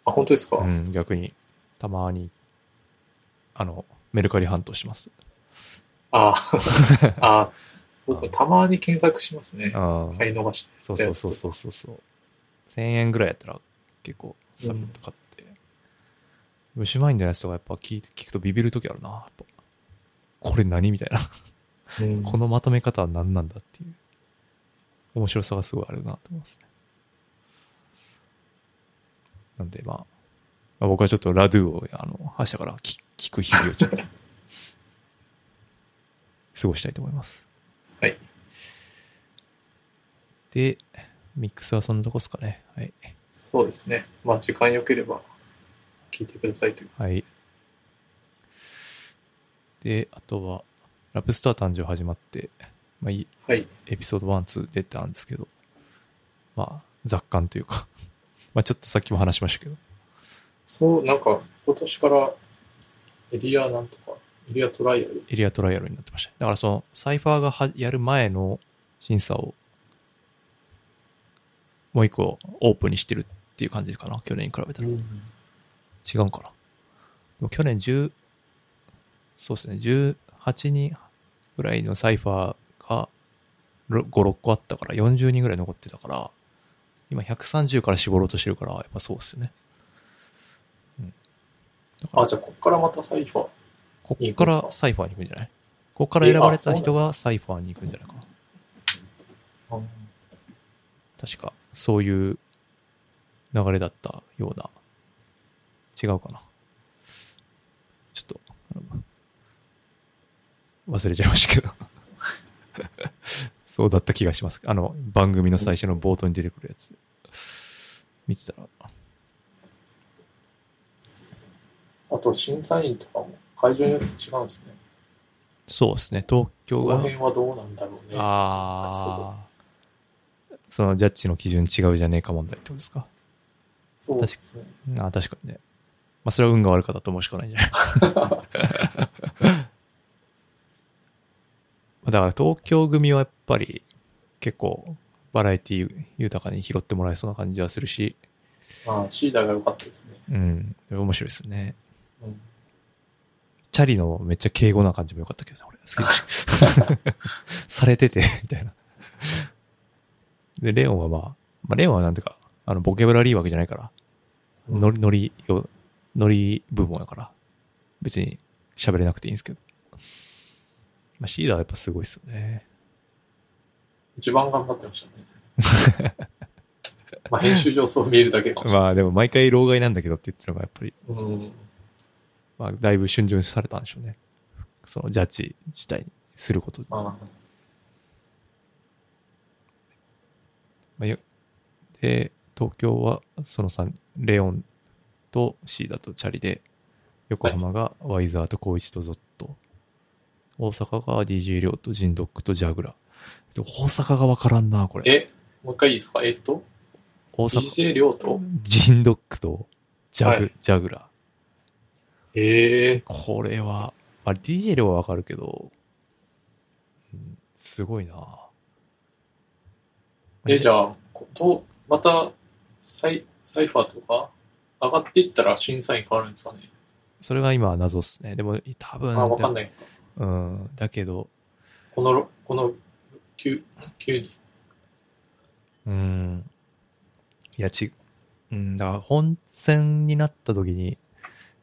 [SPEAKER 2] ぱ。
[SPEAKER 3] あ、本当ですか、
[SPEAKER 2] うん、逆に。たまに、あの、メルカリハントします。
[SPEAKER 3] あ あ、僕たまに検索しますね。
[SPEAKER 2] ああ
[SPEAKER 3] 買い逃して。
[SPEAKER 2] そうそうそうそうそうそう。1000円ぐらいやったら結構サクッと買って。虫マインドのやつとかやっぱ聞い聞くとビビるときあるな。やっぱこれ何みたいな。
[SPEAKER 3] うん
[SPEAKER 2] このまとめ方は何なんだっていう。面白さがすごいあるなと思いますね。なんでまあ、まあ僕はちょっとラドゥをあの明日から聞聞く日々をちょっと 過ごしたいと思います。
[SPEAKER 3] はい。
[SPEAKER 2] で、ミックスはそんなとこっすかね。はい。
[SPEAKER 3] そうですね。まあ、時間良ければ聞いてくださいという。
[SPEAKER 2] はい。で、あとは、ラプスター誕生始まって、まあ、い
[SPEAKER 3] はい。
[SPEAKER 2] エピソード1、2出たんですけど、まあ、雑感というか、 まあちょっとさっきも話しましたけど、
[SPEAKER 3] そう、なんか、今年からエリアなんとか、エリアトライアル。
[SPEAKER 2] エリアトライアルになってました。だからその、サイファーがはやる前の審査を、もう一個オープンにしてるっていう感じかな、去年に比べたら。違うんかな。でも去年10、そうですね、18人ぐらいのサイファーがろ5、6個あったから、40人ぐらい残ってたから、今130から絞ろうとしてるから、やっぱそうですよね。うん。だから
[SPEAKER 3] あ、じゃあ、こっからまたサイファー。
[SPEAKER 2] ここからサイファーに行くんじゃないここから選ばれた人がサイファーに行くんじゃないかな。
[SPEAKER 3] あ
[SPEAKER 2] 確か、そういう流れだったような。違うかな。ちょっと、あの忘れちゃいましたけど。そうだった気がします。あの、番組の最初の冒頭に出てくるやつ。見てたら、
[SPEAKER 3] あと、審査員とかも会場によって違うんですね。
[SPEAKER 2] そうですね、東
[SPEAKER 3] そ
[SPEAKER 2] 京
[SPEAKER 3] の
[SPEAKER 2] が。
[SPEAKER 3] 辺はどうなんだろうね。
[SPEAKER 2] ああ。そのジャッジの基準違うじゃねえか問題ってことですか。
[SPEAKER 3] そうですね。
[SPEAKER 2] ああ、確かにね。まあ、それは運が悪かったと思うしかないん じゃないまあだから東京組はやっぱり結構バラエティ豊かに拾ってもらえそうな感じはするし、
[SPEAKER 3] まあ、シーダーが良かったですね。
[SPEAKER 2] うん、面白いですよね。
[SPEAKER 3] うん
[SPEAKER 2] チャリのめっちゃ敬語な感じも良かったけどね、俺。好きでしされてて、みたいな。で、レオンはまあ、まあ、レオンはなんていうか、あの、ボキャブラリーわけじゃないから、ノリ、ノリよ、ノリ部門やから、別に喋れなくていいんですけど。まあ、シーダーはやっぱすごいっすよね。
[SPEAKER 3] 一番頑張ってましたね。 まあ、編集上そう見えるだけかもしれ
[SPEAKER 2] ま
[SPEAKER 3] な
[SPEAKER 2] あ、
[SPEAKER 3] い。
[SPEAKER 2] でも毎回老害なんだけどって言ってるのがやっぱり、
[SPEAKER 3] うん。
[SPEAKER 2] まあ、だいぶ逡巡されたんでしょうね。そのジャッジ自体にすることに
[SPEAKER 3] ま
[SPEAKER 2] まあ、よで、東京はその3、レオンとシーダとチャリで、横浜がワイザーと光一とゾット、大阪が DJ リョウとジンドックとジャグラー。で大阪がわからんな、こ
[SPEAKER 3] あ、
[SPEAKER 2] れ。
[SPEAKER 3] え、もう一回いいですかえっと、
[SPEAKER 2] 大阪、
[SPEAKER 3] DJ 亮と、
[SPEAKER 2] ジンドックとジャグ,、
[SPEAKER 3] はい
[SPEAKER 2] ジャグラ
[SPEAKER 3] ええ
[SPEAKER 2] ー。これは、あれ DJ リョウはわかるけど、うん、すごいな。
[SPEAKER 3] え、じゃあ、ことまたサイ、サイファーとか上がっていったら審査員変わるんですかね、
[SPEAKER 2] それが今は謎っすね。でも、多分、
[SPEAKER 3] あ、わかんない。
[SPEAKER 2] うん、だけど、
[SPEAKER 3] このろ、この9、9人。
[SPEAKER 2] うん。いや、ち、うん、だから本戦になった時に、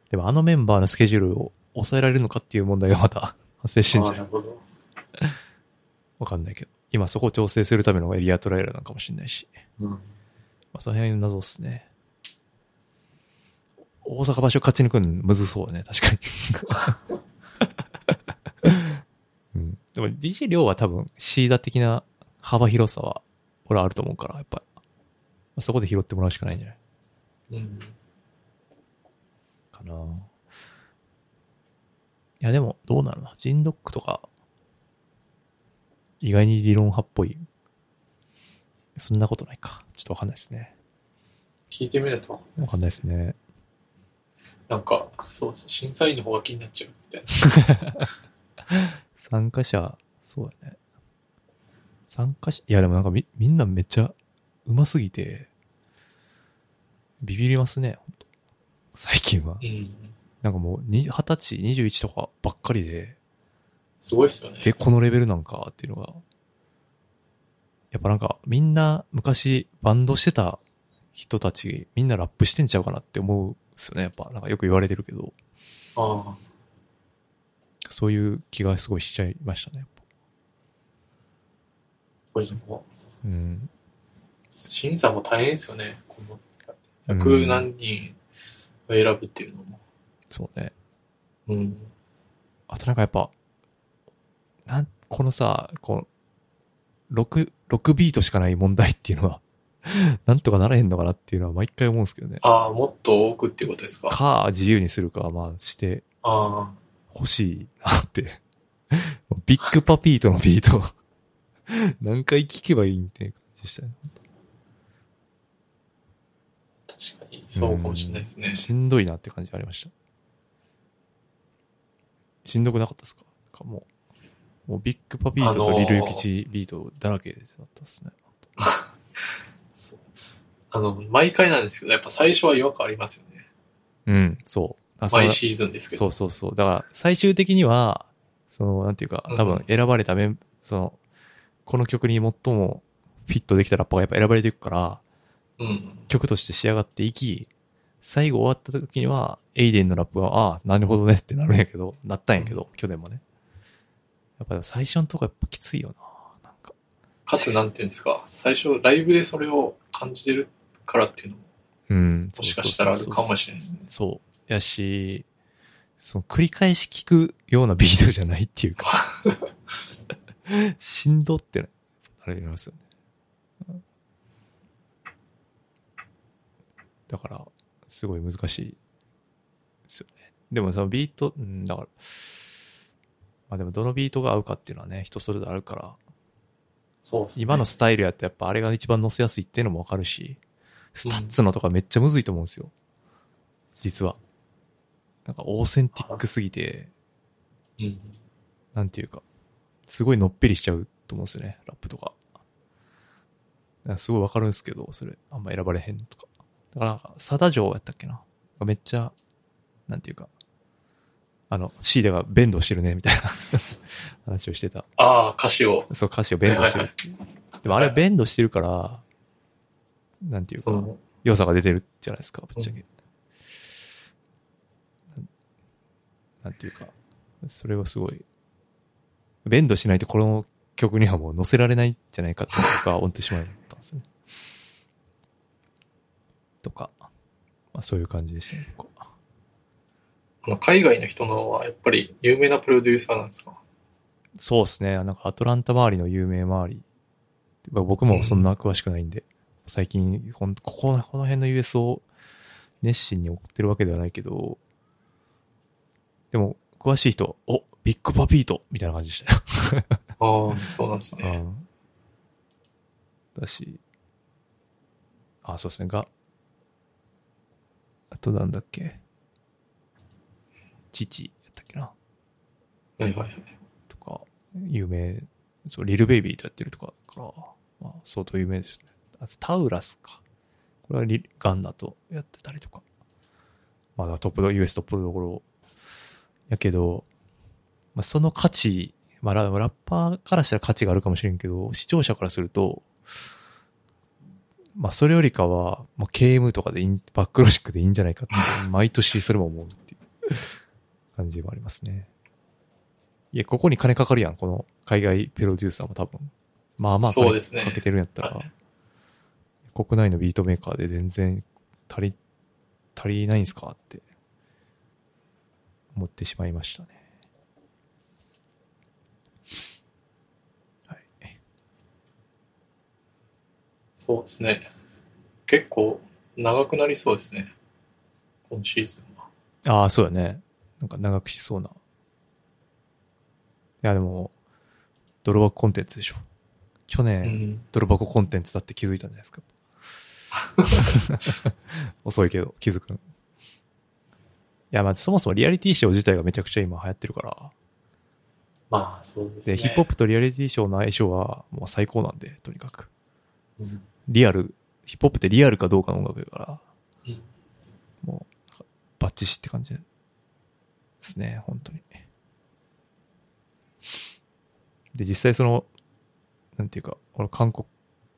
[SPEAKER 2] でもあのメンバーのスケジュールを抑えられるのかっていう問題がまた発生してんじ
[SPEAKER 3] あ
[SPEAKER 2] ゃ
[SPEAKER 3] な
[SPEAKER 2] ない
[SPEAKER 3] るほど。
[SPEAKER 2] わかんないけど。今そこを調整するためのエリアトライアルなのかもしれないし。
[SPEAKER 3] うん。
[SPEAKER 2] まあ、その辺謎っすね。大阪場所勝ち抜くのむずそうだね、確かに。うん、でも DJ 量は多分シーダ的な幅広さは俺はあると思うから、やっぱ、まあ、そこで拾ってもらうしかないんじゃない
[SPEAKER 3] うん。
[SPEAKER 2] かな。いや、でも、どうなるのジンドックとか、意外に理論派っぽい。そんなことないか。ちょっとわかんないですね。
[SPEAKER 3] 聞いてみないとわかんない
[SPEAKER 2] わかんないですね。
[SPEAKER 3] なんか、そうそう、審査員の方が気になっちゃうみたいな。
[SPEAKER 2] 参加者、そうだね。参加者、いや、でもなんかみ、みんなめっちゃ、うますぎて、ビビりますね、ほんと最近は。
[SPEAKER 3] うん。
[SPEAKER 2] なんかもう、に二十歳、21とかばっかりで、
[SPEAKER 3] すごいっすよね。
[SPEAKER 2] で、このレベルなんかっていうのが、やっぱなんか、みんな昔バンドしてた人たち、みんなラップしてんちゃうかなって思うんですよね。やっぱ、なんかよく言われてるけど、
[SPEAKER 3] あ
[SPEAKER 2] そういう気がすごいしちゃいましたね。やっぱ
[SPEAKER 3] あ、これでも、
[SPEAKER 2] うん。
[SPEAKER 3] 審査も大変ですよね。この、100何人を選ぶっていうのも。
[SPEAKER 2] そうね。
[SPEAKER 3] うん。
[SPEAKER 2] あとなんかやっぱ、なん、このさ、こう、6、6ビートしかない問題っていうのは、 なんとかならへんのかなっていうのは毎回思うんですけどね。
[SPEAKER 3] ああ、もっと多くっていうことですか。あ
[SPEAKER 2] か、自由にするか、まあ、して
[SPEAKER 3] あ、
[SPEAKER 2] ほしいなって。 ビッグパピートのビート、 何回聴けばいいんって感じでしたね。
[SPEAKER 3] 確かに、そうかもしれないですね
[SPEAKER 2] うん。しんどいなって感じありました。しんどくなかったですかなんかもう、もうビッグパピートとリルユキチビートだらけだったですね。
[SPEAKER 3] そうあの、毎回なんですけど、やっぱ最初は違和感ありますよね。
[SPEAKER 2] うん、そう。あそれ
[SPEAKER 3] 毎シーズンですけ
[SPEAKER 2] そ
[SPEAKER 3] ど。
[SPEAKER 2] うそうそう。だから、最終的には、その、なんていうか
[SPEAKER 3] うん、
[SPEAKER 2] 多分選ばれたメン、その、この曲に最もフィットできたラッパーがやっぱ選ばれていくから、
[SPEAKER 3] うん。
[SPEAKER 2] 曲として仕上がっていき、最後終わった時には、エイデンのラップが、ああ、なるほどねってなるんやけど、なったんやけど、去年もね。やっぱ最初のとこやっぱきついよな。なんか。
[SPEAKER 3] かつ、なんていうんですか、最初、ライブでそれを感じてるからっていうのも、
[SPEAKER 2] うん。
[SPEAKER 3] もしかしたらあるかもしれないですね。
[SPEAKER 2] そう。やし、その繰り返し聞くようなビートじゃないっていうか、しんどってな、あれになりますよね。だから、すごい難しいですよね。でもそのビート、うん、だから、まあでもどのビートが合うかっていうのはね、人それぞれあるから、
[SPEAKER 3] そうですね
[SPEAKER 2] 今のスタイルやってやっぱあれが一番乗せやすいっていうのもわかるし、スタッツのとかめっちゃむずいと思うんですよ。実は。なんかオーセンティックすぎて、
[SPEAKER 3] うん。
[SPEAKER 2] なんていうか、すごいのっぺりしちゃうと思うんですよね、ラップとか。だからすごいわかるんですけど、それ、あんま選ばれへんとか。だからなんか、サダ城やったっけな。めっちゃ、なんていうか、あの、シーダが弁当してるね、みたいな 話をしてた。
[SPEAKER 3] ああ、歌詞を。
[SPEAKER 2] そう、歌詞を弁当 してるっていう。でもあれは弁当してるから、なんていう
[SPEAKER 3] そ
[SPEAKER 2] か、
[SPEAKER 3] の、
[SPEAKER 2] 良さが出てるじゃないですか、ぶっちゃけ。なんなんていうか、それをすごい、ベンドしないとこの曲にはもう載せられないんじゃないかって僕は思ってしまったんですね。とか、まあそういう感じでしたね、僕は
[SPEAKER 3] あの海外の人のは、やっぱり有名なプロデューサーなんですか
[SPEAKER 2] そうですね、なんかアトランタ周りの有名周り、まあ僕もそんな詳しくないんで、最近ほんここの、この辺の US を熱心に追ってるわけではないけど、でも、詳しい人は、おビッグパピートみたいな感じでしたよ。
[SPEAKER 3] ああ、そうなんです
[SPEAKER 2] う
[SPEAKER 3] ね。
[SPEAKER 2] んだし、あ、そうですね、が、あとなんだっけ、父やったっけな。
[SPEAKER 3] はいはいはい。
[SPEAKER 2] とか、有名、そう、リルベイビーとやってるとかだから、まあ、相当有名ですね。あと、タウラスか。これはリガンナとやってたりとか。まあだからトップど、US トップどころ。やけど、まあ、その価値、まあ、ララッパーからしたら価値があるかもしれんけど、視聴者からすると、まあ、それよりかは、まあ、KM とかでいい、バックロシックでいいんじゃないかって、毎年それも思うっていう感じもありますね。いや、ここに金かかるやん、この海外プロデューサーも多分。まあまあ金
[SPEAKER 3] そうですね
[SPEAKER 2] かけてるんやったら、
[SPEAKER 3] はい
[SPEAKER 2] 国内のビートメーカーで全然足り、足りないんすかって思ってしまいましたね。はい。
[SPEAKER 3] そうですね。結構長くなりそうですね。今シーズンは。
[SPEAKER 2] ああ、そうだね。なんか長くしそうな。いや、でも、泥箱コンテンツでしょ。去
[SPEAKER 3] う
[SPEAKER 2] 年、
[SPEAKER 3] ん。
[SPEAKER 2] 泥箱コンテンツだって気づいたんじゃないです か。遅いけど、気づくん。いや、まあ、そもそもリアリティショー自体がめちゃくちゃ今流行ってるから。
[SPEAKER 3] まあ、そうです
[SPEAKER 2] で、
[SPEAKER 3] ね。
[SPEAKER 2] ヒップホップとリアリティショーの相性はもう最高なんで、とにかく。
[SPEAKER 3] うん
[SPEAKER 2] リアル、ヒップホップってリアルかどうかの音楽だから、
[SPEAKER 3] うん
[SPEAKER 2] もう、バッチシって感じですね、本当に。で、実際その、なんていうか、この韓国、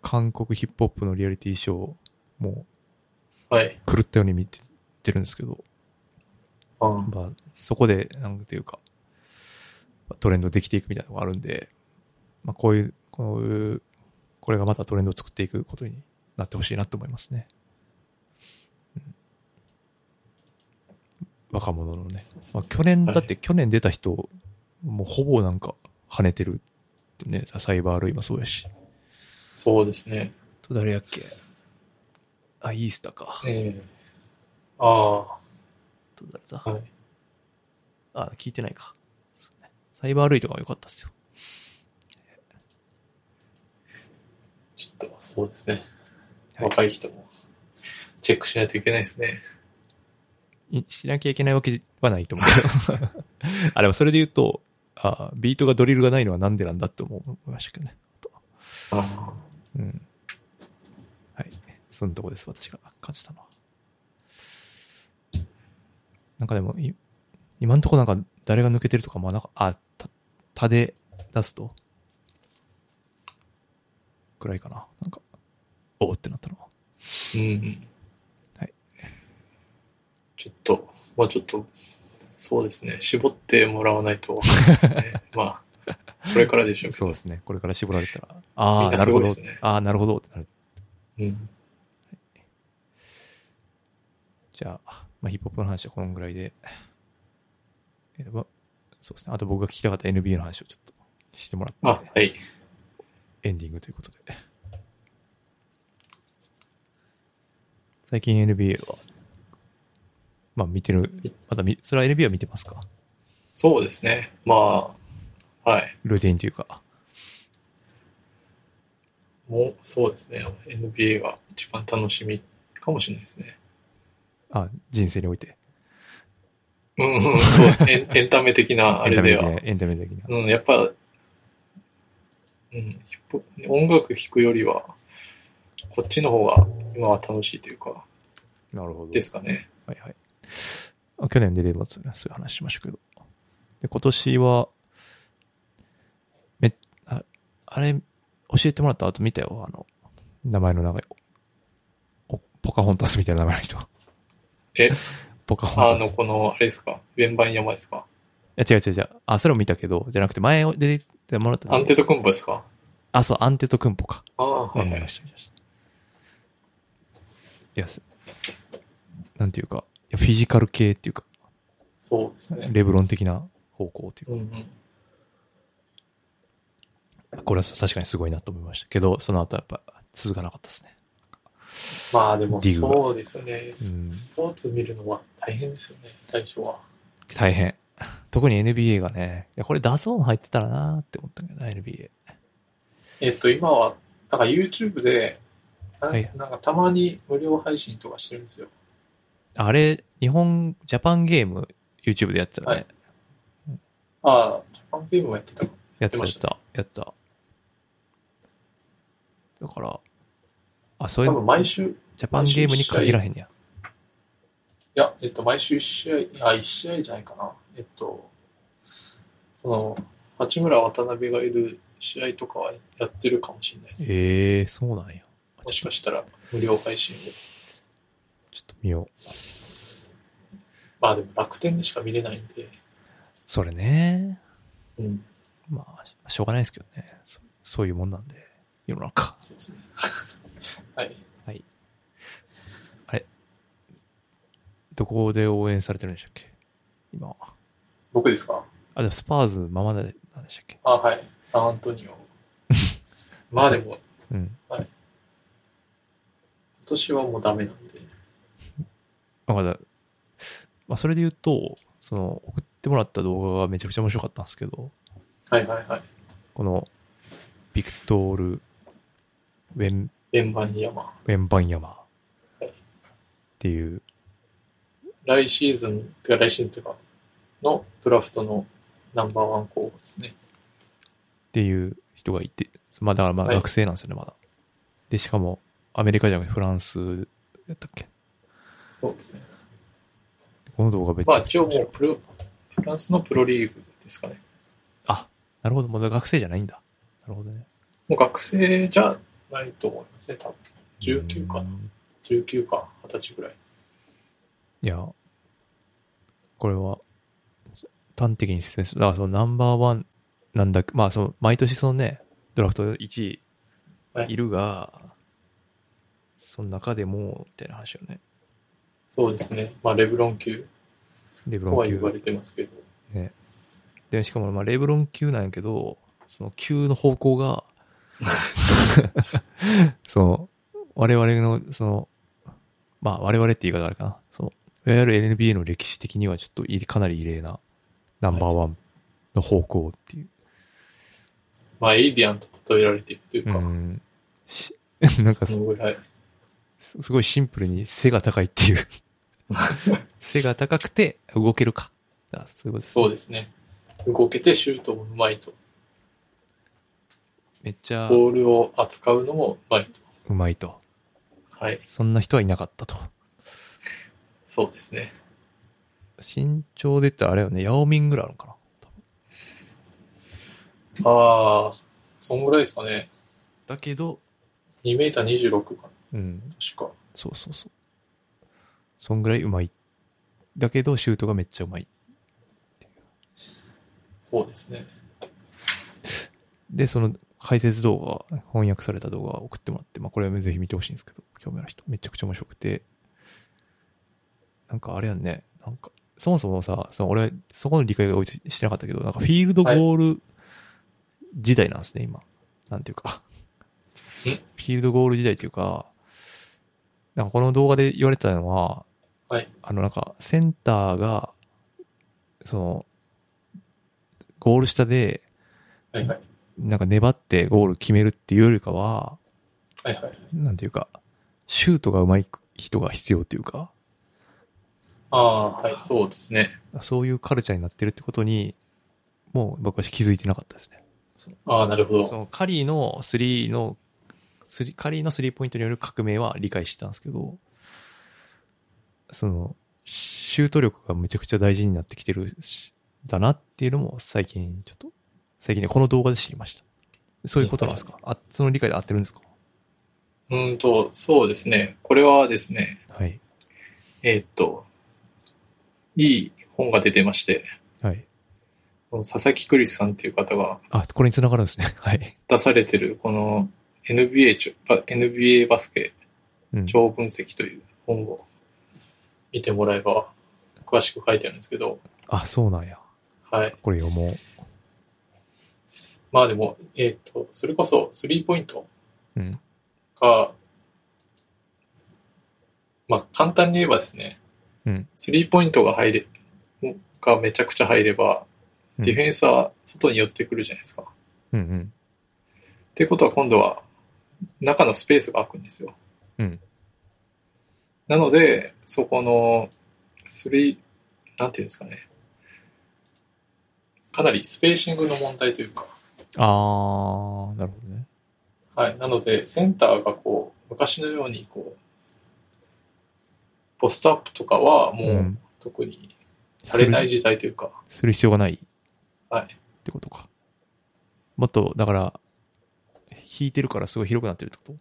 [SPEAKER 2] 韓国ヒップホップのリアリティショーをも
[SPEAKER 3] はい。
[SPEAKER 2] う狂ったように見ててるんですけど、
[SPEAKER 3] あー
[SPEAKER 2] まあ、そこで、なんていうか、トレンドできていくみたいなのがあるんで、まあ、こういう、こういう、これがまたトレンドを作っていくことになってほしいなと思いますね。うん若者のね。まあ、去年、
[SPEAKER 3] はい
[SPEAKER 2] だって去年出た人、もうほぼなんか跳ねてるってね、サイバール今そうやし。
[SPEAKER 3] そうですね。
[SPEAKER 2] と誰やっけあ、イースターか。
[SPEAKER 3] ええあ
[SPEAKER 2] と誰だ
[SPEAKER 3] あ、はい。
[SPEAKER 2] あ、聞いてないか。そうねサイバールイとかも良かったっすよ。
[SPEAKER 3] ちょっと、そうですね。
[SPEAKER 2] はい
[SPEAKER 3] 若い人も、チェックしないといけないですね。
[SPEAKER 2] いしなきゃいけないわけはないと思うけ ど。あ、でもそれで言うと、あビートがドリルがないのはなんでなんだって思思いましたけどね。
[SPEAKER 3] あ
[SPEAKER 2] うん。はい。そのとこです、私が感じたのは。なんかでも、い今んとこなんか誰が抜けてるとかもなんか、あ、た、たで出すと、くらいかな。なんか、おおってなったのは。
[SPEAKER 3] ーうん。
[SPEAKER 2] はい。
[SPEAKER 3] ちょっと、まあちょっと、そうですね。絞ってもらわないとわかんないです ね。まあ、これからでしょうけ
[SPEAKER 2] そう
[SPEAKER 3] ど。
[SPEAKER 2] ですね。これから絞られたら、あ
[SPEAKER 3] みん
[SPEAKER 2] あ、
[SPEAKER 3] な
[SPEAKER 2] な
[SPEAKER 3] す
[SPEAKER 2] るほ
[SPEAKER 3] ごい
[SPEAKER 2] ど。
[SPEAKER 3] ですね
[SPEAKER 2] ああ、なるほどってなる。
[SPEAKER 3] うん。
[SPEAKER 2] じゃあ、まあ、ヒップホップの話はこのぐらいで、えーまあ、そうですね。あと僕が聞きたかった NBA の話をちょっとしてもらっ
[SPEAKER 3] あ
[SPEAKER 2] て、、
[SPEAKER 3] はい。
[SPEAKER 2] エンディングということで。最近 NBA は、まあ見てる、まだ見、それは NBA は見てますか
[SPEAKER 3] そうですね。まあ、はい。
[SPEAKER 2] ルーティンというか。
[SPEAKER 3] もう、そうですね。NBA が一番楽しみかもしれないですね。
[SPEAKER 2] あ、人生において。
[SPEAKER 3] うん、 うんそう、エンエンタメ的なあ
[SPEAKER 2] エンタメ
[SPEAKER 3] れで
[SPEAKER 2] 的
[SPEAKER 3] は
[SPEAKER 2] な。エンタメ的な。
[SPEAKER 3] うん、やっぱ、うん、ヒップ音楽聴くよりは、こっちの方が今は楽しいというか、
[SPEAKER 2] なるほど
[SPEAKER 3] ですかね。
[SPEAKER 2] はいはい。あ去年でレバーズね、そういう話しましたけど。で、今年は、め、ああれ、教えてもらった後見たよ、あの、名前の長い、おポカホンタスみたいな名前の人。
[SPEAKER 3] え、
[SPEAKER 2] ポカホ
[SPEAKER 3] あ
[SPEAKER 2] ンタス。
[SPEAKER 3] の、この、あれですか、弁番山ですか、
[SPEAKER 2] いや、違う違う違う。あ、それも見たけど、じゃなくて、前出てもらった
[SPEAKER 3] アンテ
[SPEAKER 2] ト。
[SPEAKER 3] トコンボですか
[SPEAKER 2] あ、そう、アンテトクンポか。
[SPEAKER 3] ああ、はいは
[SPEAKER 2] 見
[SPEAKER 3] い
[SPEAKER 2] ま。した、見ました。いや、すなんていうか、いやフィジカル系っていうか、
[SPEAKER 3] そうですね。
[SPEAKER 2] レブロン的な方向っていうか
[SPEAKER 3] うんうん。
[SPEAKER 2] これは確かにすごいなと思いましたけど、その後やっぱ続かなかったですね。
[SPEAKER 3] まあでも、
[SPEAKER 2] ディグが
[SPEAKER 3] そうですよね。ス
[SPEAKER 2] うん
[SPEAKER 3] スポーツ見るのは大変ですよね、最初は。
[SPEAKER 2] 大変。 特に NBA がね、いやこれダゾーン入ってたらなーって思ったけどな、NBA。
[SPEAKER 3] えっと、今は、なんか YouTube で、な
[SPEAKER 2] はい
[SPEAKER 3] なんかたまに無料配信とかしてるんですよ。
[SPEAKER 2] あれ、日本、ジャパンゲーム、YouTube でやってたよね。
[SPEAKER 3] はいああ、ジャパンゲームもやってたか。
[SPEAKER 2] やってた、や
[SPEAKER 3] やっ
[SPEAKER 2] って、
[SPEAKER 3] ました
[SPEAKER 2] やってた。だから、あ、そうい
[SPEAKER 3] 多
[SPEAKER 2] う、
[SPEAKER 3] 分毎週、
[SPEAKER 2] ジャパンゲームに限らへんねや。
[SPEAKER 3] いや、えっと、毎週1試合、あ、1試合じゃないかな。えっと、その、八村渡辺がいる試合とかはやってるかもしれないです。
[SPEAKER 2] ええー、そうなんや。
[SPEAKER 3] もしかしたら無料配信で。
[SPEAKER 2] ちょっと見よう。
[SPEAKER 3] まあでも楽天でしか見れないんで、
[SPEAKER 2] それね。
[SPEAKER 3] うん、
[SPEAKER 2] まあ、しょうがないですけどね。そそういうもんなんで、世の中。
[SPEAKER 3] そうですね。 はい。
[SPEAKER 2] どこで応援されてるんでしたっけ今は。
[SPEAKER 3] 僕ですか
[SPEAKER 2] あ、でもスパーズままでなんでしたっけ
[SPEAKER 3] あ、はい。サンアント ニオ。まあでも、今
[SPEAKER 2] うん。
[SPEAKER 3] 年はもうダメなんで。
[SPEAKER 2] まだ、まあ、それで言うと、その、送ってもらった動画がめちゃくちゃ面白かったんですけど、
[SPEAKER 3] はいはいはい。
[SPEAKER 2] この、ビクトール・ウェン、
[SPEAKER 3] 円盤に山。
[SPEAKER 2] ウェンバンヤマっていう、
[SPEAKER 3] 来シーズン、てか来シーズンてか、のドラフトのナンバーワン候補ですね。
[SPEAKER 2] っていう人がいて、まあだからまあ
[SPEAKER 3] はい
[SPEAKER 2] 学生なんですよね、まだ。で、しかも、アメリカじゃなくてフランスやったっけ
[SPEAKER 3] そうですね。
[SPEAKER 2] この動画別
[SPEAKER 3] まあ一応もうプロ、フランスのプロリーグですかね。
[SPEAKER 2] なるほど、もう学生じゃないんだ。なるほどね。
[SPEAKER 3] もう学生じゃないと思いますね、多分。19か
[SPEAKER 2] う
[SPEAKER 3] な。
[SPEAKER 2] ん
[SPEAKER 3] 19か、20歳ぐらい。
[SPEAKER 2] いや、これは、端的に説明する。だからそのナンバーワンなんだけまあその、毎年そのね、ドラフト1
[SPEAKER 3] はい
[SPEAKER 2] 位いるが、その中でも、みたいな話よね。
[SPEAKER 3] そうですね。まあレブロン級
[SPEAKER 2] レブ
[SPEAKER 3] と
[SPEAKER 2] ロン
[SPEAKER 3] は言わ
[SPEAKER 2] 級。
[SPEAKER 3] れてますけど。
[SPEAKER 2] で、しかも、まあ、レブロン級なんやけど、その級の方向が、その、我々の、その、まあ、我々って言い方あるかな。その、いわゆる NBA の歴史的にはちょっといかなり異例なナンバーワンの方向っていう。
[SPEAKER 3] まあエイリアンと例えられていくというか、
[SPEAKER 2] うん。し なんか
[SPEAKER 3] そ
[SPEAKER 2] す、
[SPEAKER 3] のぐらい。
[SPEAKER 2] すごいシンプルに背が高いっていう。背が高くて動けるか。あそういうことです。
[SPEAKER 3] そうですね。動けてシュートもうまいと。
[SPEAKER 2] めっちゃ
[SPEAKER 3] ボールを扱うのもうまいと。
[SPEAKER 2] うまいと。
[SPEAKER 3] はい。
[SPEAKER 2] そんな人はいなかったと。
[SPEAKER 3] そうですね。
[SPEAKER 2] 身長で言ったらあれよね、ヤオミンぐらいあるのかな。
[SPEAKER 3] ああ、そんぐらいですかね。
[SPEAKER 2] だけど、
[SPEAKER 3] 2メーター26かな、
[SPEAKER 2] うん、
[SPEAKER 3] 確か。
[SPEAKER 2] そうそうそう。そんぐらいうまい。だけど、シュートがめっちゃうまい。
[SPEAKER 3] そうですね。
[SPEAKER 2] で、その解説動画、翻訳された動画を送ってもらって、まあ、これはぜひ見てほしいんですけど、興味ある人、めちゃくちゃ面白くて、なんかあれやんね、なんか、そもそもさ、その俺、そこの理解が追いついしてなかったけど、なんかフィールドゴール時代なんですね、今。なんていうか。フ
[SPEAKER 3] ん
[SPEAKER 2] ィールドゴール時代っていうか、なんかこの動画で言われてたのは、
[SPEAKER 3] はい
[SPEAKER 2] あのなんかセンターが、その、ゴール下で、
[SPEAKER 3] はいはい。
[SPEAKER 2] なんか粘ってゴール決めるっていうよりかは、
[SPEAKER 3] はいはい。
[SPEAKER 2] なんていうか、シュートが上手い人が必要っていうか、
[SPEAKER 3] ああ、はい、そうですね。
[SPEAKER 2] そういうカルチャーになってるってことに、もう僕は気づいてなかったですね。
[SPEAKER 3] ああ、なるほ
[SPEAKER 2] そ
[SPEAKER 3] ど。
[SPEAKER 2] のカリーのスリーの、スリーカリーのスリーポイントによる革命は理解してたんですけど、その、シュート力がめちゃくちゃ大事になってきてるし、だなっていうのも最近ちょっと、最近ね、この動画で知りました。そういうことなんですかあ、その理解で合ってるんですか
[SPEAKER 3] うーんと、そうですね。これはですね、
[SPEAKER 2] はい。
[SPEAKER 3] えーっと、いい本が出てまして、
[SPEAKER 2] はい。
[SPEAKER 3] この佐々木クリスさんっていう方が
[SPEAKER 2] あ、これにつながるんですね。 はい。
[SPEAKER 3] 出されてる、この NBA ちょ、ば NBA バスケ
[SPEAKER 2] うん
[SPEAKER 3] 超分析という本を見てもらえば、詳しく書いてあるんですけど、
[SPEAKER 2] あ、そうなんや。
[SPEAKER 3] はい。
[SPEAKER 2] これ読もう。
[SPEAKER 3] まあでも、えーっと、それこそ、スリーポイント
[SPEAKER 2] うん。
[SPEAKER 3] が、まあ簡単に言えばですね、
[SPEAKER 2] うん
[SPEAKER 3] スリーポイントが入れ、がめちゃくちゃ入れば、ディフ
[SPEAKER 2] ン
[SPEAKER 3] ェンスは外に寄ってくるじゃないですか。っ
[SPEAKER 2] うんうん。
[SPEAKER 3] てことは今度は、中のスペースが空くんですよ。
[SPEAKER 2] うん
[SPEAKER 3] なので、そこの、スリー、なんていうんですかね、かなりスペーシングの問題というか、
[SPEAKER 2] あー、なるほどね。
[SPEAKER 3] はい、なのでセンターがこう昔のようにこうポストアップとかはもうう特にされない時代というか、
[SPEAKER 2] する必要がない。
[SPEAKER 3] はい
[SPEAKER 2] ってことか。もっと、だから、引いてるからすごい広くなってるってこと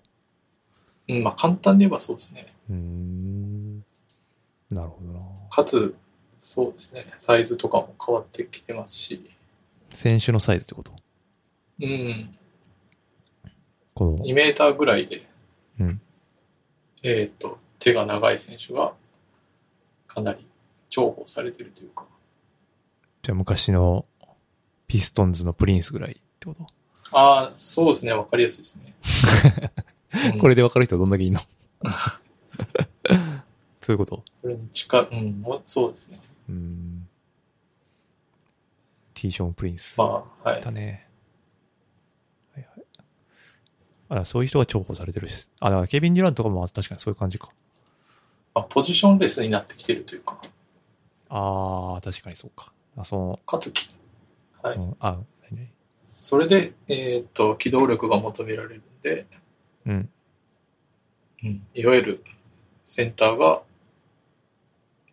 [SPEAKER 3] うんまあ、簡単に言えばそうですね
[SPEAKER 2] うーん。なるほどな。
[SPEAKER 3] かつそうですねサイズとかも変わってきてますし、
[SPEAKER 2] 選手のサイズってこと
[SPEAKER 3] うん、
[SPEAKER 2] この、
[SPEAKER 3] 2メーターぐらいで、
[SPEAKER 2] うん
[SPEAKER 3] えっ、と手が長い選手がかなり重宝されてるというか
[SPEAKER 2] じゃあ昔のピストンズのプリンスぐらいってこと、
[SPEAKER 3] ああそうですねわかりやすいです ねうん
[SPEAKER 2] これでわかる人どんだけいいの そういうこと
[SPEAKER 3] それに近い、うん、もうそうですね
[SPEAKER 2] うーん。ティーションプリンス。
[SPEAKER 3] まあはい
[SPEAKER 2] だね。はいはい。あら、そういう人が重宝されてるし。あ、だからケビン・デュラントとかも確かにそういう感じか。
[SPEAKER 3] まあ、ポジションレスになってきてるというか、
[SPEAKER 2] ああ、確かにそうか。あ、その、
[SPEAKER 3] かつき、はい
[SPEAKER 2] うん、あ、何
[SPEAKER 3] それで、えーっと、機動力が求められるんで、
[SPEAKER 2] 々うん。
[SPEAKER 3] うんいわゆるセンターが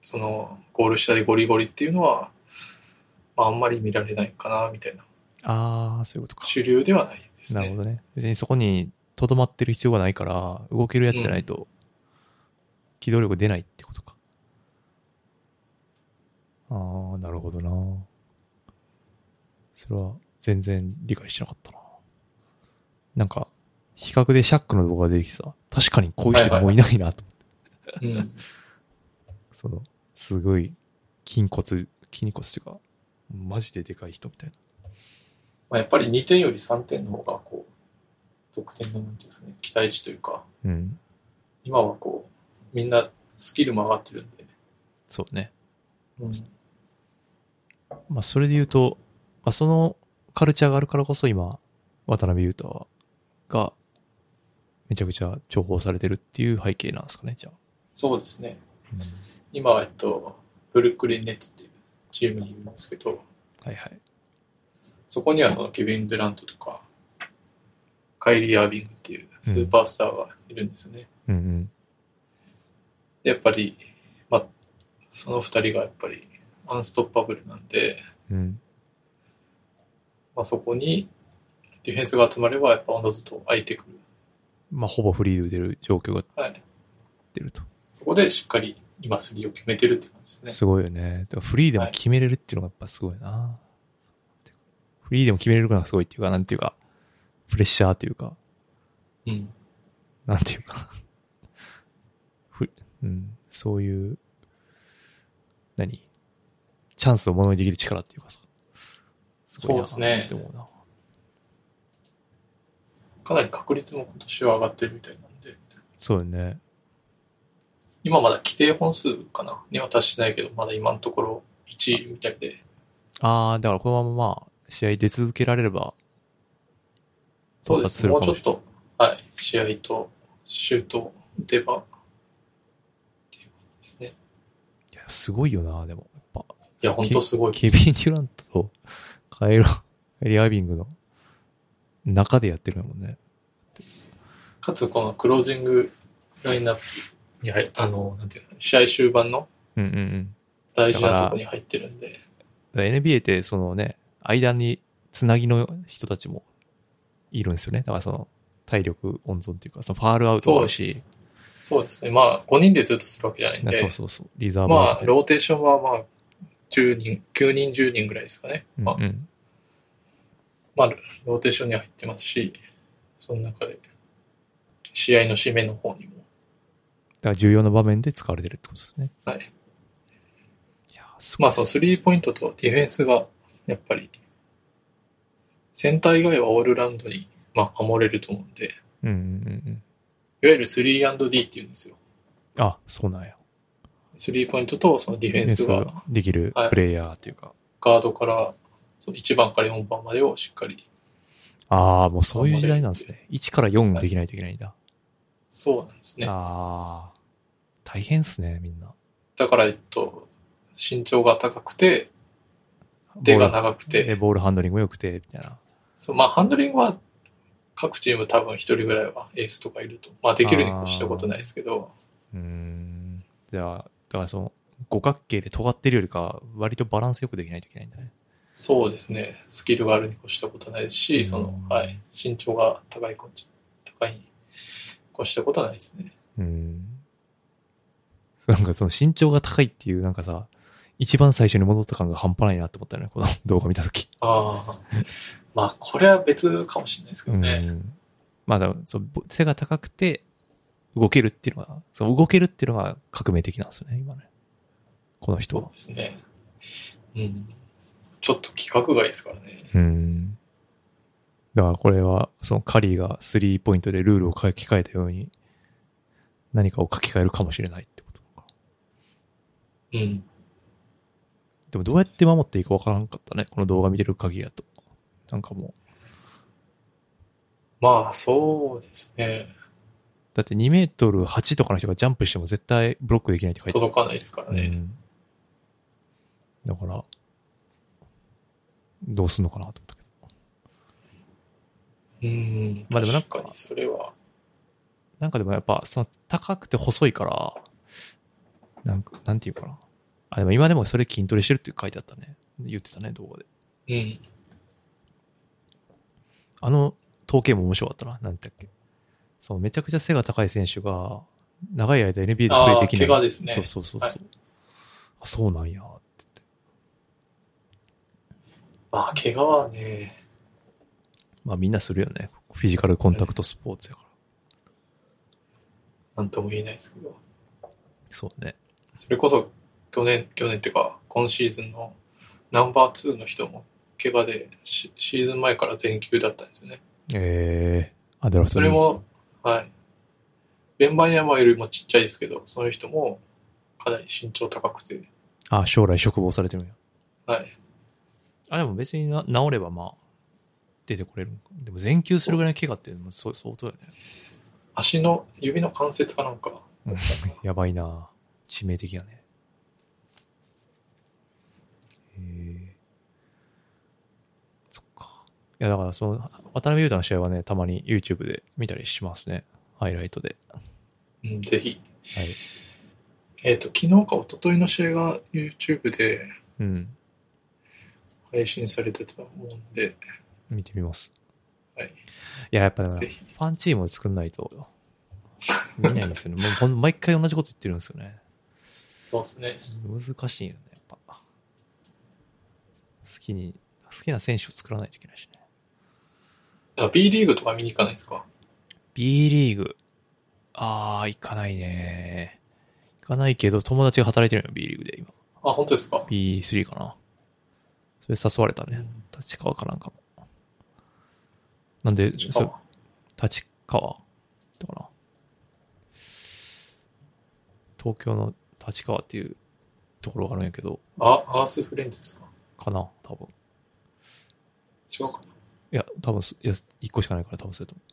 [SPEAKER 3] そのゴール下でゴリゴリっていうのは、まあ、あんまり見られないかなみたいな
[SPEAKER 2] ああ、そういうことか。
[SPEAKER 3] 主流ではないです
[SPEAKER 2] なる
[SPEAKER 3] ね
[SPEAKER 2] ほ。どね。別にそこにとどまってる必要がないから、動けるやつじゃないと、機動力出ないってことか。ああ、なるほどな。それは全然理解してなかったな。なんか、比較でシャックの動画が出てきてさ、確かにこういう人がもういないなと
[SPEAKER 3] うん、
[SPEAKER 2] そのすごい筋骨筋骨っていうかマジででかい人みたいな
[SPEAKER 3] まあ、やっぱり2点より3点の方がこう得点のなんていうんですかね期待値というか
[SPEAKER 2] うん
[SPEAKER 3] 今はこうみんなスキルも上がってるんで、
[SPEAKER 2] そうね
[SPEAKER 3] うん
[SPEAKER 2] まあそれで言うと、まあ、そのカルチャーがあるからこそ今渡辺裕太がめちゃくちゃ重宝されてるっていう背景なんですかねじゃあ、
[SPEAKER 3] そうですね今、えっと、ブルックリン・ネッツっていうチームにいるんですけど、
[SPEAKER 2] はいはい
[SPEAKER 3] そこにはそのケビン・デュラントとか、カイリー・アービングっていうスーパースターがいるんですよね。
[SPEAKER 2] うんうん
[SPEAKER 3] でやっぱり、まあ、その2人がやっぱりアンストッパブルなんで、
[SPEAKER 2] うん
[SPEAKER 3] まあ、そこにディフェンスが集まれば、やっぱおのずと空いてくる。
[SPEAKER 2] まあほぼフリーで出る状況が
[SPEAKER 3] はい、
[SPEAKER 2] 出ると
[SPEAKER 3] そこでしっかり今スリーを決めてるって感じですね。
[SPEAKER 2] すごいよね。だからフリーでも決めれるっていうのがやっぱすごいな。フリーでも決めれるのがすごいっていうか、なんていうか、プレッシャーっていうか、
[SPEAKER 3] うん、
[SPEAKER 2] なんていうかふ、うん、そういう、何チャンスをものにできる力っていうかさ。ごいな
[SPEAKER 3] そうですね
[SPEAKER 2] って思うな。
[SPEAKER 3] かなり確率も今年は上がってるみたいなんで、
[SPEAKER 2] そうよね。
[SPEAKER 3] 今まだ規定本数かなには達してないけど、まだ今のところ1位みたいで、
[SPEAKER 2] ああ、だからこのまままあ、試合出続けられれば、
[SPEAKER 3] そうです。
[SPEAKER 2] 到
[SPEAKER 3] もう
[SPEAKER 2] 達
[SPEAKER 3] ち
[SPEAKER 2] す
[SPEAKER 3] ょっ
[SPEAKER 2] るか
[SPEAKER 3] と、はい、試合と、シュート、出ば、っていうことですね。
[SPEAKER 2] いや、すごいよな、でも。やっぱ。
[SPEAKER 3] いや、本当すごい。
[SPEAKER 2] ケビン・デュラントとカエロ、エリアービングの中でやってるんやもんね。
[SPEAKER 3] かつ、このクロージングラインナップに入、あの、なんていうの、試合終盤の
[SPEAKER 2] うんうんうん。
[SPEAKER 3] 大事
[SPEAKER 2] だから
[SPEAKER 3] なとこに入ってるんで、
[SPEAKER 2] NBA ってそのね、間につなぎの人たちもいるんですよね。だからその体力温存っていうか、そのファールアウトもある
[SPEAKER 3] そう
[SPEAKER 2] し
[SPEAKER 3] です、そうですね。まあ、5人でずっとするわけじゃないん
[SPEAKER 2] なそう
[SPEAKER 3] で、
[SPEAKER 2] そうそう、リザーブ
[SPEAKER 3] まあ、
[SPEAKER 2] ロ
[SPEAKER 3] ローテーションはまあ、10人、9人、10人ぐらいですかね。まあ
[SPEAKER 2] うんうん、
[SPEAKER 3] まあ、ローテーションには入ってますし、その中で、試合の締めの方にも、
[SPEAKER 2] だから重要な場面で使われてるってことですね。
[SPEAKER 3] はい。
[SPEAKER 2] いや、すごい。
[SPEAKER 3] まあそのスリーポイントとディフェンスがやっぱりセンター以外はオールラウンドにまあ守れると思うんで、い
[SPEAKER 2] うんうんうん
[SPEAKER 3] わゆる 3&D っていうんですよ。
[SPEAKER 2] うん。あ、そうなんや。
[SPEAKER 3] スリーポイントとそのディフェンス
[SPEAKER 2] ディフェンス
[SPEAKER 3] が
[SPEAKER 2] できるプレイヤーっていうか。
[SPEAKER 3] ガードからその1番から4番までをしっかり。
[SPEAKER 2] ああ、もうそういう時代なんですね。1から4できないといけないんだ。
[SPEAKER 3] そうなんですね。
[SPEAKER 2] ああ、大変っすね、みんな。
[SPEAKER 3] だからえっと、身長が高くて、手が長
[SPEAKER 2] ボー
[SPEAKER 3] く
[SPEAKER 2] ルで
[SPEAKER 3] て、
[SPEAKER 2] ボールハンドリングも良くて、みたいな。
[SPEAKER 3] そうまあハンドリングは各チーム多分1人ぐらいはエースとかいると。まあできるに越したことないですけど、
[SPEAKER 2] うーん。じゃあ、だからその、五角形で尖ってるよりか、割とバランスよくできないといけないんだね。
[SPEAKER 3] そうですね、スキルがあるに越したことないです
[SPEAKER 2] うん
[SPEAKER 3] し、その、はい、身長が高いこ高いに越したことはないですね。
[SPEAKER 2] うーん。なんかその身長が高いっていう、なんかさ、一番最初に戻った感が半端ないなって思ったよね、この動画見たとき。
[SPEAKER 3] ああ、 まあ、これは別かもしれないですけ
[SPEAKER 2] う
[SPEAKER 3] どね。
[SPEAKER 2] ん。まあだからそう、ぼ背が高くて、動けるっていうのが、その動けるっていうのが革命的なんですよね、今ね。この人
[SPEAKER 3] そう
[SPEAKER 2] は。
[SPEAKER 3] ですね。うん。ちょっと規格外ですからね。
[SPEAKER 2] うん。だからこれは、そのカリーがスリーポイントでルールを書き換えたように、何かを書き換えるかもしれないってことか。
[SPEAKER 3] うん。
[SPEAKER 2] でもどうやって守っていいかわからんかったね。この動画見てる限りだと。なんかもう、
[SPEAKER 3] まあ、そうですね。
[SPEAKER 2] だって2メートル8とかの人がジャンプしても絶対ブロックできないって書いてある
[SPEAKER 3] 届かないですから
[SPEAKER 2] う
[SPEAKER 3] ね。
[SPEAKER 2] んだから、どうすんのかなと思ったけど。
[SPEAKER 3] うん。
[SPEAKER 2] まあでもなんか
[SPEAKER 3] 確かに、それは。
[SPEAKER 2] なんかでもやっぱ、その高くて細いから、なんか、なんていうかな。あ、でも今でもそれ筋トレしてるって書いてあったね。言ってたね、動画で。
[SPEAKER 3] うん。
[SPEAKER 2] あの統計も面白かったな。なんだっけ。そう、めちゃくちゃ背が高い選手が、長い間 NBA でプレーできない。
[SPEAKER 3] あー怪我ですね
[SPEAKER 2] そうそうそうそう、
[SPEAKER 3] はい
[SPEAKER 2] あ、そうなんや。
[SPEAKER 3] まあ、怪我はね、
[SPEAKER 2] まあみんなするよね。フィジカルコンタクトスポーツやから。
[SPEAKER 3] なんとも言えないですけど、
[SPEAKER 2] そうね。
[SPEAKER 3] それこそ去年、去年っていうか、今シーズンのナンバー2の人も、怪我でシシーズン前から全休だったんですよね。
[SPEAKER 2] えー、アドラフト
[SPEAKER 3] そ
[SPEAKER 2] に
[SPEAKER 3] れ。も、はい。ベンバンヤマよりもちっちゃいですけど、その人もかなり身長高くて、
[SPEAKER 2] あ、将来嘱望されてるんや。
[SPEAKER 3] はい。
[SPEAKER 2] あ、でも別にな治ればまあ、出てこれるんか。でも全休するぐらいの怪我って、そう相当やね。
[SPEAKER 3] 足の指の関節かなんか、
[SPEAKER 2] うんやばいな致命的やね。へえそっか。いや、だから、その、渡辺裕太の試合はね、たまに YouTube で見たりしますね。ハイライトで。は
[SPEAKER 3] うん、ぜひ。
[SPEAKER 2] い。
[SPEAKER 3] えっ、と、昨日か一昨日の試合が YouTube で
[SPEAKER 2] うん。
[SPEAKER 3] 配信されてたと思うんで、
[SPEAKER 2] 見てみます。
[SPEAKER 3] はい。
[SPEAKER 2] いや、やっぱでも
[SPEAKER 3] ぜひ。
[SPEAKER 2] ファンチームを作んないと、見ないんですよね。もうほん、毎回同じこと言ってるんですよね。
[SPEAKER 3] そうですね。
[SPEAKER 2] 難しいよね、やっぱ。好きに、好きな選手を作らないといけないしね。
[SPEAKER 3] だから B リーグとか見に行かないですか
[SPEAKER 2] B リーグ。あー、行かないね。行かないけど、友達が働いてるのよ、B リーグで今。
[SPEAKER 3] あ、本当ですか、
[SPEAKER 2] B3 かな。それ誘われたね。立川かなんかも。なんで、
[SPEAKER 3] しか
[SPEAKER 2] そう
[SPEAKER 3] も、
[SPEAKER 2] 立川だかな。東京の立川っていうところがあるんやけど、
[SPEAKER 3] あ、アースフレンズですか
[SPEAKER 2] かな、多分。
[SPEAKER 3] 違うか
[SPEAKER 2] いや、多分そ、いや、1個しかないから多分それと思う。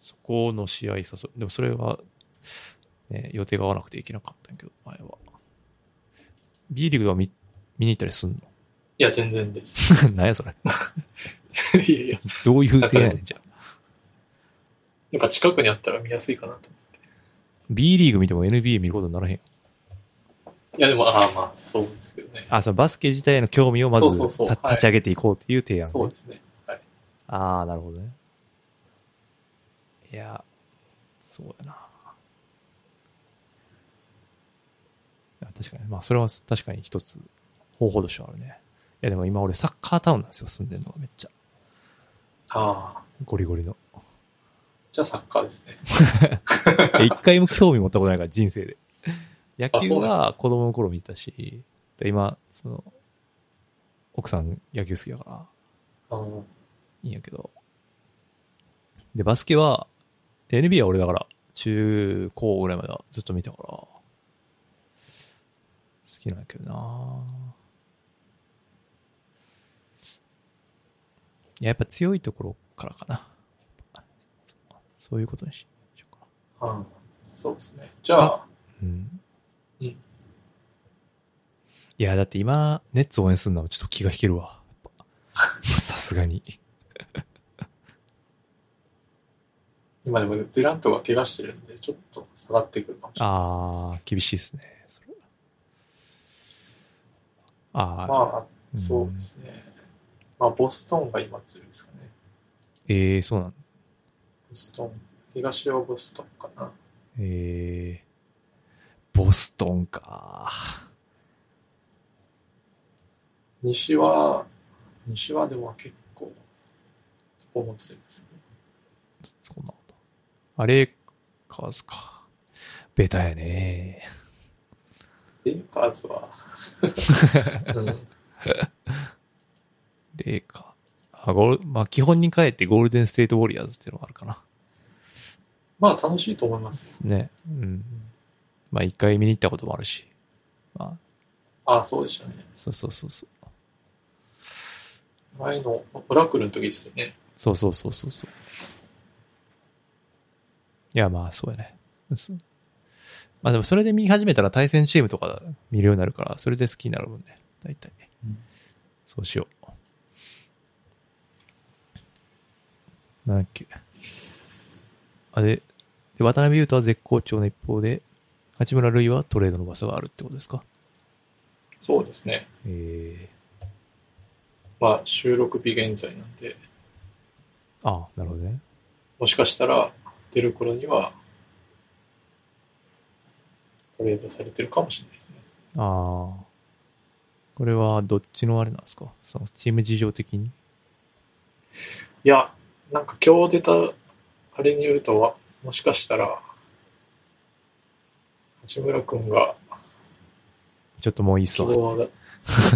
[SPEAKER 2] そこの試合誘う。でもそれは、ね、予定が合わなくていけなかったんやけど、前は。B リーグは見見に行ったりすん
[SPEAKER 3] いや、全然です。
[SPEAKER 2] の なんやそれ。
[SPEAKER 3] いやいや、
[SPEAKER 2] どういう提案やねん、じゃあ。
[SPEAKER 3] やっぱ近くにあったら見やすいかなと。
[SPEAKER 2] B リーグ見ても NBA 見ることにならへん。
[SPEAKER 3] いや、でも、ああ、まあ、そうですけどね。
[SPEAKER 2] あ、そう、バスケ自体への興味をまず
[SPEAKER 3] そうそうそう
[SPEAKER 2] た
[SPEAKER 3] はい
[SPEAKER 2] 立ち上げていこうっていう提案ね。
[SPEAKER 3] そうですね。
[SPEAKER 2] ああ、なるほどね。いや、そうだな。いや確かに、まあ、それは確かに一つ方法としてはあるね。いや、でも今俺サッカータウンなんですよ、住んでるのがめっちゃ。
[SPEAKER 3] ああ、
[SPEAKER 2] ゴリゴリの。
[SPEAKER 3] じゃあサッカーですね。
[SPEAKER 2] いや一回も興味持ったことないから、人 生で。野球
[SPEAKER 3] そうなん
[SPEAKER 2] は子供の頃見てたし、で今、その、奥さん野球好きだから、
[SPEAKER 3] あー
[SPEAKER 2] いいんやけど。で、バスケは、で NBA は俺だから、中高ぐらいまではずっと見たから、好きなんやけどないや、やっぱ強いところからかな。そういうことにしようか
[SPEAKER 3] あーそうですね。じゃあ、
[SPEAKER 2] な。うん。
[SPEAKER 3] うん
[SPEAKER 2] いや、だって今、ネッツ応援するのはちょっと気が引けるわ。やっぱさすがに。
[SPEAKER 3] 今でもデュラントが怪我してるんで、ちょっと下がってくるかもしれないです。
[SPEAKER 2] ああ、厳しいですね。それああ、
[SPEAKER 3] まあ、
[SPEAKER 2] ん
[SPEAKER 3] そうですね。まあ、ボストンが今強いですかね。
[SPEAKER 2] ええそうなん
[SPEAKER 3] ボストン。東はボストンかな。
[SPEAKER 2] ええボストンか。
[SPEAKER 3] 西は、西はでも結構、ここも強いですね。
[SPEAKER 2] そんなこと。あれ、カーズか。ベタやね。
[SPEAKER 3] レイカーズ は、うん、
[SPEAKER 2] レイカー。あゴールまあ、基本に帰ってゴールデンステートウォリアーズっていうのがあるかな。
[SPEAKER 3] まあ、楽しいと思います。
[SPEAKER 2] ね。うん。まあ、一回見に行ったこともあるし。まあ、
[SPEAKER 3] ああ、そうでしたね。
[SPEAKER 2] そうそうそうそう。
[SPEAKER 3] 前のオラクルの時ですよね。
[SPEAKER 2] そうそうそうそうそう。いや、まあ、そうやね。すまあでも、それで見始めたら対戦チームとか見るようになるから、それで好きになるもんね。大体ね
[SPEAKER 3] うん。
[SPEAKER 2] そうしよう。なんだっけ。あれ、で、渡辺裕太は絶好調の一方で、八村塁はトレードの噂があるってことですか
[SPEAKER 3] そうですね。
[SPEAKER 2] え
[SPEAKER 3] まあ、収録日現在なん
[SPEAKER 2] ー、
[SPEAKER 3] で、
[SPEAKER 2] ああ、なるほどね。
[SPEAKER 3] もしかしたら出る頃には、トレードされてるかもしれないですね。
[SPEAKER 2] ああ。これはどっちのあれなんですかそのチーム事情的に
[SPEAKER 3] いや、なんか今日出たあれによるとは、もしかしたら、八村君が
[SPEAKER 2] ちょっともういいっす
[SPEAKER 3] 希
[SPEAKER 2] わ。
[SPEAKER 3] 望を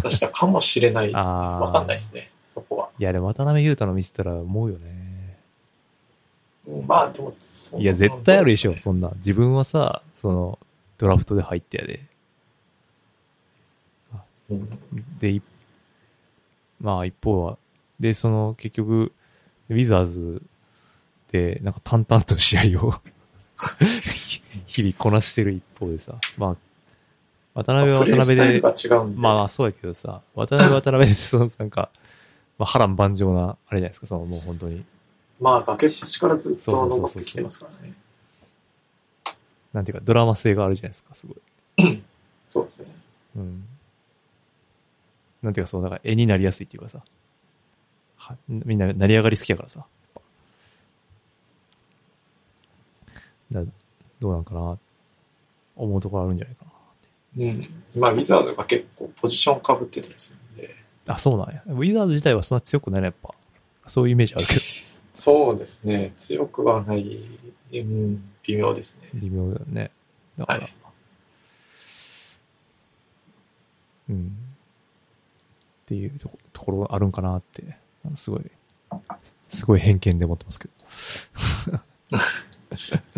[SPEAKER 3] 出したかもしれないですね。
[SPEAKER 2] あー
[SPEAKER 3] わかんないですね、そこは。
[SPEAKER 2] いや、でも渡辺裕太の見せたら思うよね。
[SPEAKER 3] うんまあ、でも、そんない
[SPEAKER 2] や、絶対あるでしょ、
[SPEAKER 3] どうすか
[SPEAKER 2] そん
[SPEAKER 3] ね
[SPEAKER 2] な。自分はさ、その、ドラフトで入ってやで。
[SPEAKER 3] うん
[SPEAKER 2] で、いまあ一方は、で、その結局、ウィザーズで、なんか淡々と試合を 日々こなしてる一方でさ、まあ、渡辺は渡辺で、
[SPEAKER 3] プレースタイルが違うんで。
[SPEAKER 2] まあまあそうやけどさ、渡辺は渡辺で、そのなんか、 まあ波乱万丈な、あれじゃないですか、そのもう本当に、
[SPEAKER 3] まあ、崖っぷちからずっ
[SPEAKER 2] そうそうそう
[SPEAKER 3] と
[SPEAKER 2] そう
[SPEAKER 3] 登ってきてますからね。
[SPEAKER 2] なんていうかドラマ性があるじゃないですか、すごい。
[SPEAKER 3] そうですね。
[SPEAKER 2] うん。なんていうか、そう、なんか絵になりやすいっていうかさ、はみんな成り上がり好きやからさ。だどうなんかな、思うところあるんじゃないか
[SPEAKER 3] うん。まあ、ウィザーズが結構ポジションかぶってたりするんで、
[SPEAKER 2] な。あ、そうなんや。ウィザーズ自体はそんな強くないな、やっぱ。そういうイメージあるけど、
[SPEAKER 3] そうですね、強くはない、うん、微妙ですね。
[SPEAKER 2] 微妙だよね。だか
[SPEAKER 3] は
[SPEAKER 2] ら、
[SPEAKER 3] い。
[SPEAKER 2] うん。っていうとこところあるんかなって、あのすごい、すごい偏見で思ってますけど。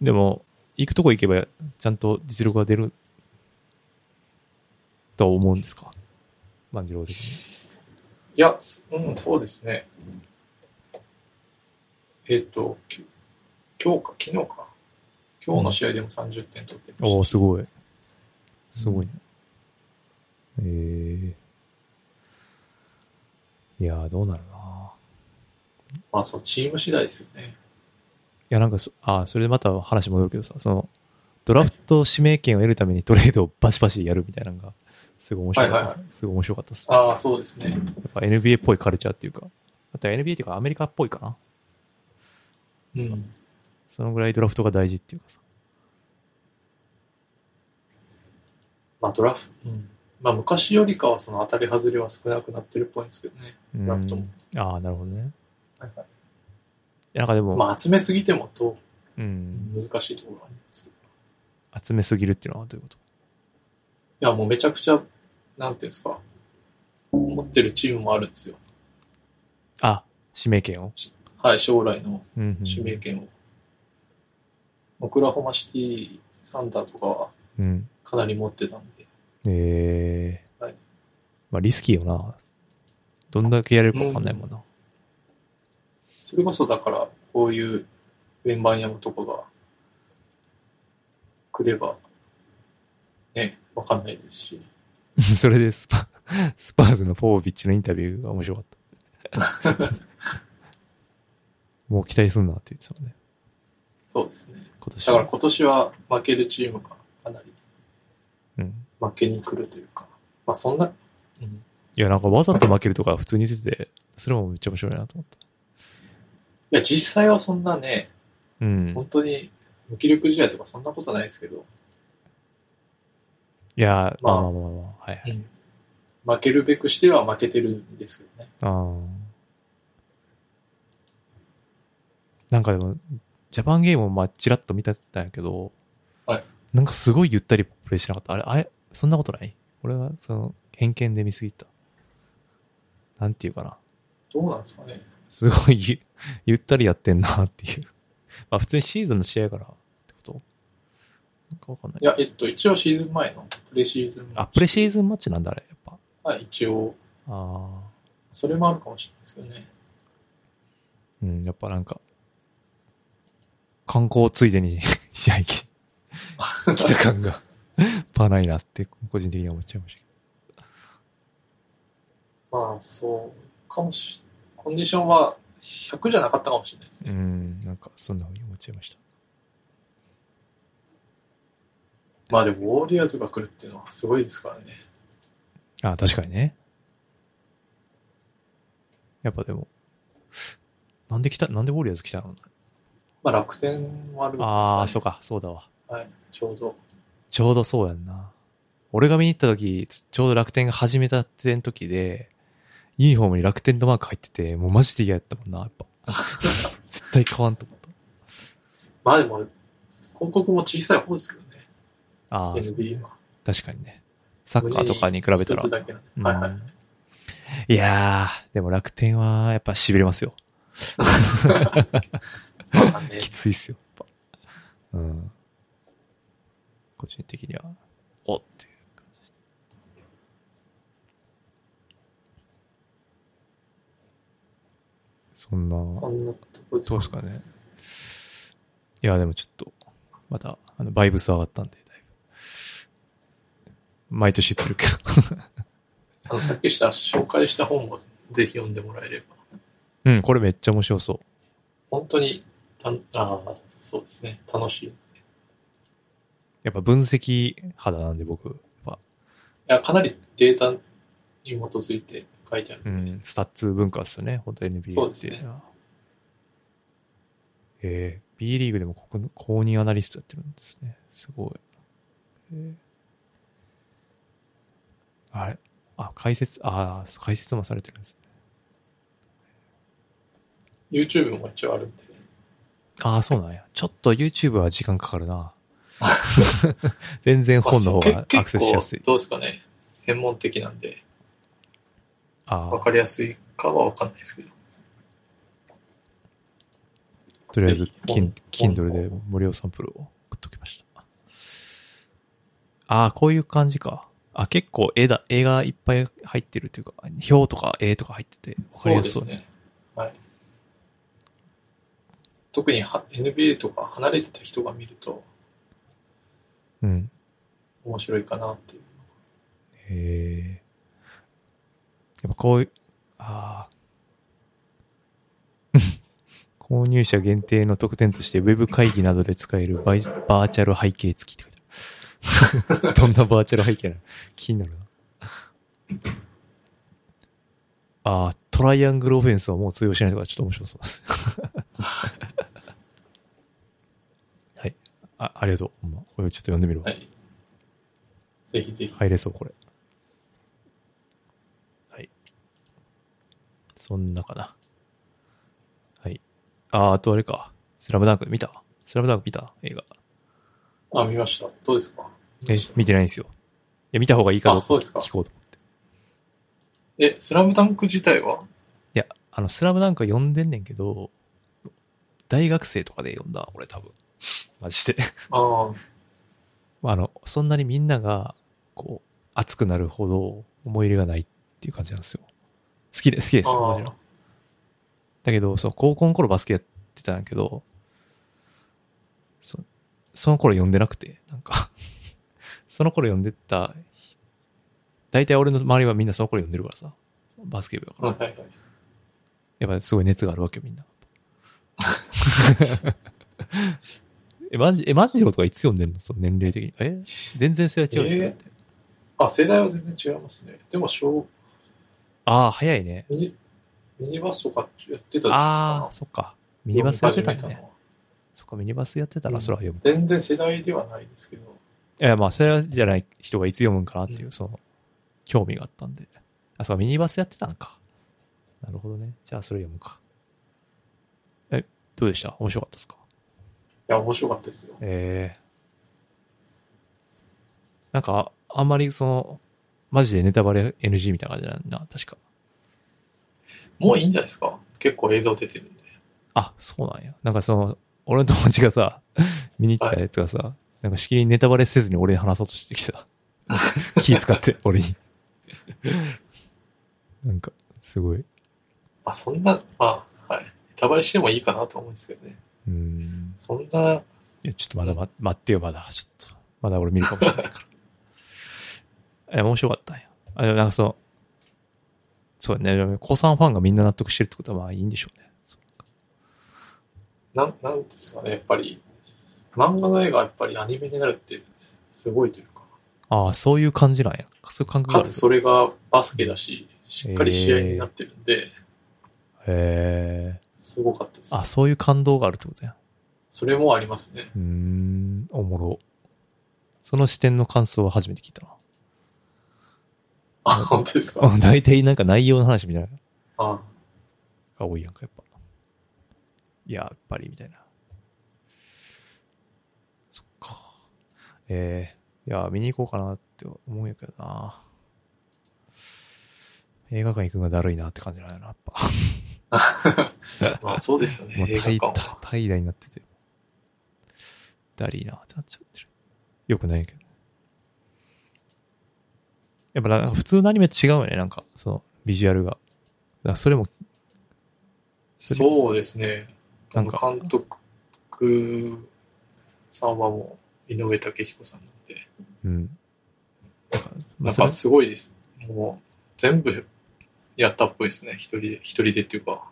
[SPEAKER 2] でも、行くとこ行けば、ちゃんと実力が出る、と思うんですか万次郎的に。
[SPEAKER 3] いや、そうん、そうですね。えっ、と、き今日か、昨日か。今日の試合でも30点取ってま
[SPEAKER 2] おお
[SPEAKER 3] し
[SPEAKER 2] すごい。すごいね。ええいやー、どうなるな
[SPEAKER 3] た。まあ、そう、チーム次第ですよね。
[SPEAKER 2] いや、なんかそ、あ、それでまた話戻るけどさ、その、ドラフト指名権を得るためにトレードをバシバシやるみたいなのが、すごい面白かった。
[SPEAKER 3] はいはい
[SPEAKER 2] すごい面白かったっす。や
[SPEAKER 3] ああ、そうですね。
[SPEAKER 2] っぱ NBA っぽいカルチャーっていうか、あとは NBA っていうかアメリカっぽいかな。
[SPEAKER 3] うん。
[SPEAKER 2] そのぐらいドラフトが大事っていうかさ。
[SPEAKER 3] まあ、ドラフ、うん。まあ、昔よりかは、その当たり外れは少なくなってるっぽいんですけどね。
[SPEAKER 2] うん
[SPEAKER 3] ドラフトも。
[SPEAKER 2] ああ、なるほどね。
[SPEAKER 3] はいはい
[SPEAKER 2] いやなんかでも、
[SPEAKER 3] まあ、集めすぎてもど
[SPEAKER 2] うん
[SPEAKER 3] う、難しいところがありますけど。
[SPEAKER 2] 集めすぎるっていうのはどういうこと
[SPEAKER 3] いや、もうめちゃくちゃ、なんていうんですか、持ってるチームもあるんですよ。
[SPEAKER 2] あ、指名権を。
[SPEAKER 3] はい、将来の
[SPEAKER 2] うんうん、
[SPEAKER 3] 指名権を。オクラホマシティサンダーとかは
[SPEAKER 2] うん。
[SPEAKER 3] かなり持ってたんで、
[SPEAKER 2] ええ
[SPEAKER 3] はい
[SPEAKER 2] まあ、リスキーよな。どんだけやれるかわかんないもんな。
[SPEAKER 3] それこそだから、こういう円盤山とかが来れば、ね、わかんないですし、
[SPEAKER 2] それでスパ、スパーズのポービッチのインタビューが面白かった。 もう期待すんなって言ってたもんね。
[SPEAKER 3] そうですね。
[SPEAKER 2] 今年
[SPEAKER 3] だから
[SPEAKER 2] は。
[SPEAKER 3] 今年は負けるチームがかなり
[SPEAKER 2] うん。
[SPEAKER 3] 負けに来るというか、まあそんな、うん、
[SPEAKER 2] いや、なんかわざと負けるとか普通に言ってて、それもめっちゃ面白いなと思った。
[SPEAKER 3] いや実際はそんなね、
[SPEAKER 2] うん。
[SPEAKER 3] 本当に無気力試合とかそんなことないですけど、
[SPEAKER 2] いや、ま
[SPEAKER 3] ま
[SPEAKER 2] あ
[SPEAKER 3] あ
[SPEAKER 2] まあまあまあ、はいはい。
[SPEAKER 3] 負けるべくしては負けてるんですけどね。
[SPEAKER 2] あーなんかでも、ジャパンゲームをまあちらっと見たんやけど、
[SPEAKER 3] はい
[SPEAKER 2] なんかすごいゆったりプレイしなかった。あれ、あれ、そんなことない俺はその偏見で見すぎた。なんていうかな。
[SPEAKER 3] どうなんですかね。
[SPEAKER 2] すごいゆ ゆったりやってんなっていう。 まあ普通にシーズンの試合やからってことなんかわかんない
[SPEAKER 3] い。や、えっと、一応シーズン前のプレシーズン。
[SPEAKER 2] あ、プレシー
[SPEAKER 3] ズ
[SPEAKER 2] ズンマッチなんだあれ、やっぱ。
[SPEAKER 3] ンはい、一応、
[SPEAKER 2] ああ。
[SPEAKER 3] それもあるかもしれないですけどね。
[SPEAKER 2] うん、やっぱなんか、観光ついでに 試合来来た感が、パないなって、個人的には思っちゃいましたけ
[SPEAKER 3] まあ、そうかもしコンディションは100じゃなかったかもしれないです
[SPEAKER 2] う
[SPEAKER 3] ね。
[SPEAKER 2] ん、なんかそんな風に思っちゃいました。
[SPEAKER 3] まあでも、ウォーリアーズが来るっていうのはすごいですからね。
[SPEAKER 2] あ確かにね。やっぱでも、なんで来た、なんでウォリアーズ来たの
[SPEAKER 3] まあ楽天もあるんです
[SPEAKER 2] ああ、そう
[SPEAKER 3] う
[SPEAKER 2] か、そうだわ。
[SPEAKER 3] はい、ちょうど。
[SPEAKER 2] ちょうどそうやんな。俺が見に行った時、ちょうど楽天が始めたての時で、ユニフォームに楽天のマーク入ってて、もうマジで嫌やったもんな、やっ ぱ。絶対買わんと思った。
[SPEAKER 3] まあでも、広告も小さい方ですけどね、
[SPEAKER 2] ああ、そう
[SPEAKER 3] NBA は。
[SPEAKER 2] 確かにね。サッカーとかに比べたら
[SPEAKER 3] 一つ。だけなんで
[SPEAKER 2] うん
[SPEAKER 3] はいはい。
[SPEAKER 2] いやー、でも楽天はやっぱ痺れますよ。
[SPEAKER 3] まあ ね
[SPEAKER 2] きついっすよ、やっぱ。うん。個人的には、おっていう感じ。そんな、
[SPEAKER 3] そんなとこです
[SPEAKER 2] どうですかね。いや、でもちょっと、また、あの、バイブス上がったんで、だいぶ。毎年言ってるけど。
[SPEAKER 3] あの、さっきした、紹介した本をぜひ読んでもらえれば。
[SPEAKER 2] うん、 これめっちゃ面白そう。
[SPEAKER 3] 本当に、たんああ、そうですね、楽しい。い
[SPEAKER 2] やっぱ分析肌なんで僕は、
[SPEAKER 3] や、かなりデータに基づいて書いてある。
[SPEAKER 2] うん、スタッツ文化ですよね、本当 NBA ってい
[SPEAKER 3] そうですね
[SPEAKER 2] のはえー、B リーグでもここの公認アナリストやってるんですね。すごい。えーあれあ、解説、ああ、解説もされてるんですね。
[SPEAKER 3] YouTube も一応あるんで。
[SPEAKER 2] ああ、そうなんや。ちょっと YouTube は時間かかる な。全然本の方
[SPEAKER 3] ま
[SPEAKER 2] が
[SPEAKER 3] あけ
[SPEAKER 2] アクセスしやすい
[SPEAKER 3] 結。構どうですかね、専門的なんで、
[SPEAKER 2] ああ、
[SPEAKER 3] わかりやすいかはわかんないですけど。
[SPEAKER 2] とりあえず
[SPEAKER 3] ぜ、ひ
[SPEAKER 2] キン
[SPEAKER 3] 本
[SPEAKER 2] Kindle で無料サンプルを送っときました。ああ、こういう感じか。あ、結構絵だ、絵がいっぱい入ってるというか、表とか絵とか入ってて、わかり
[SPEAKER 3] そう
[SPEAKER 2] や
[SPEAKER 3] です
[SPEAKER 2] そう
[SPEAKER 3] す。ね。はい。特には NBA とか離れてた人が見ると
[SPEAKER 2] うん。
[SPEAKER 3] 面白いかなっていう。
[SPEAKER 2] へえ。やっぱこういう、ああ。 購入者限定の特典として、ウェブ会議などで使えるバイバーチャル背景付きって書いてある。 どんなバーチャル背景なの気になるな。ああ、トライアングルオフェンスはもう通用しないとかちょっと面白そうです。 はい。あありがとう。ほんまこれちょっと読んでみるわ。
[SPEAKER 3] はい。ぜひぜひ。
[SPEAKER 2] 入れそう、これ。はい。そんなかな。はい。あー、あとあれか。スラムダンク見たスラムダンク見た映画。
[SPEAKER 3] あ、見ました。どうですか
[SPEAKER 2] え、見てないんですよ。いや、見た方がいいかどう
[SPEAKER 3] あそうです
[SPEAKER 2] か
[SPEAKER 3] か
[SPEAKER 2] 聞こうと思って。
[SPEAKER 3] え、スラムダンク自体はい
[SPEAKER 2] や、あの、スラムダンクは読んでんねんけど、大学生とかで読んだ、俺多分。マジで。
[SPEAKER 3] ああ、
[SPEAKER 2] まああの、そんなにみんなが、こう、熱くなるほど思い入れがないっていう感じなんですよ。好きで、好きですよ、も
[SPEAKER 3] あ
[SPEAKER 2] ちろん
[SPEAKER 3] あ。
[SPEAKER 2] だけど、そう、高校の頃バスケやってたんやけど、そその頃読んでなくて、なんか、 その頃読んでた、大体俺の周りはみんなその頃読んでるからさ、バスケ部だから
[SPEAKER 3] はい。はい。
[SPEAKER 2] やっぱりすごい熱があるわけよ、みんな。 え、マジ、え、マジロとかいつ読んでんのその年齢的に。え全然世代違うでしょ、
[SPEAKER 3] え
[SPEAKER 2] だ
[SPEAKER 3] ー
[SPEAKER 2] って
[SPEAKER 3] あ、世代は全然違いますね。でも、小、
[SPEAKER 2] ああ、早いね。
[SPEAKER 3] ミニ、ミニバスとかやってた時期かな
[SPEAKER 2] ああ、そっか。ミニバスやってたんだ
[SPEAKER 3] 読み始
[SPEAKER 2] ね
[SPEAKER 3] めの。は
[SPEAKER 2] そっか、ミニバスやってたら、それは読む。
[SPEAKER 3] 全然世代ではないですけど。
[SPEAKER 2] いや、まあ、それじゃない人がいつ読むんかなっていう、
[SPEAKER 3] うん
[SPEAKER 2] その、興味があったんで。あ、そうか、ミニバスやってたんか。なるほどね。じゃあ、それ読むか。え、どうでした面白かったですか
[SPEAKER 3] いや、面白かったですよ。
[SPEAKER 2] ええなんか、あんまり、その、マジでネタバレ NG みたいな感じなんだな、確か。
[SPEAKER 3] もういいんじゃないですか結構映像出てるんで。
[SPEAKER 2] あ、そうなんや。なんかその、俺の友達がさ、 見に行ったやつがさ、なんかしきりにネタバレせずに俺に話そうとしてきて た。気使って、俺 に。なんか、すごい。
[SPEAKER 3] まあ、そんな、まあ、はい。ネタバレしてもいいかなと思うんですけどね。
[SPEAKER 2] うーん。
[SPEAKER 3] そんな、
[SPEAKER 2] いや、ちょっとまだ、ま、待ってよ、まだ。ちょっと。まだ俺見るかもしれない から。え、面白かったんや。あ、でもなんかその、そうね、でも高3ファンがみんな納得してるってことはまあいいんでしょうね。そう
[SPEAKER 3] なん、なんですかね、やっぱり、漫画の絵がやっぱりアニメになるって、すごいというか、
[SPEAKER 2] ああ、そういう感じなんや。そういう感覚が
[SPEAKER 3] か
[SPEAKER 2] ある
[SPEAKER 3] つ。それがバスケだし、しっかり試合になってるんで、
[SPEAKER 2] へえ。
[SPEAKER 3] すごかったです。
[SPEAKER 2] あ、そういう感動があるってことや。
[SPEAKER 3] それもありますね。
[SPEAKER 2] うーん、おもろ。その視点の感想は初めて聞いたな。
[SPEAKER 3] あ、本当ですか。
[SPEAKER 2] あ大体なんか内容の話みたいなの
[SPEAKER 3] あ
[SPEAKER 2] が多いやんか、やっぱ。いや、やっぱり、みたいな。そっか。えー、いや、見に行こうかなって思うんやけどな。映画館行くのがだるいなって感じなんやな、やっぱ。
[SPEAKER 3] まあ、そうですよ
[SPEAKER 2] も
[SPEAKER 3] ね
[SPEAKER 2] う。
[SPEAKER 3] 映画
[SPEAKER 2] 怠
[SPEAKER 3] 館
[SPEAKER 2] 惰
[SPEAKER 3] は。
[SPEAKER 2] 怠惰になってて。だりーなってなっちゃってる。よくないけど。やっぱなんか普通のアニメと違うよね、なんか、そのビジュアルが。だからそれも、それ
[SPEAKER 3] そうですね。
[SPEAKER 2] な
[SPEAKER 3] あ
[SPEAKER 2] ん
[SPEAKER 3] の
[SPEAKER 2] か
[SPEAKER 3] 監督さんはもう、井上武彦さんなんで、
[SPEAKER 2] うん。なんかまあ
[SPEAKER 3] なん
[SPEAKER 2] それ
[SPEAKER 3] かすごいです。もう、全部やったっぽいですね。一人で、一人でっていうか、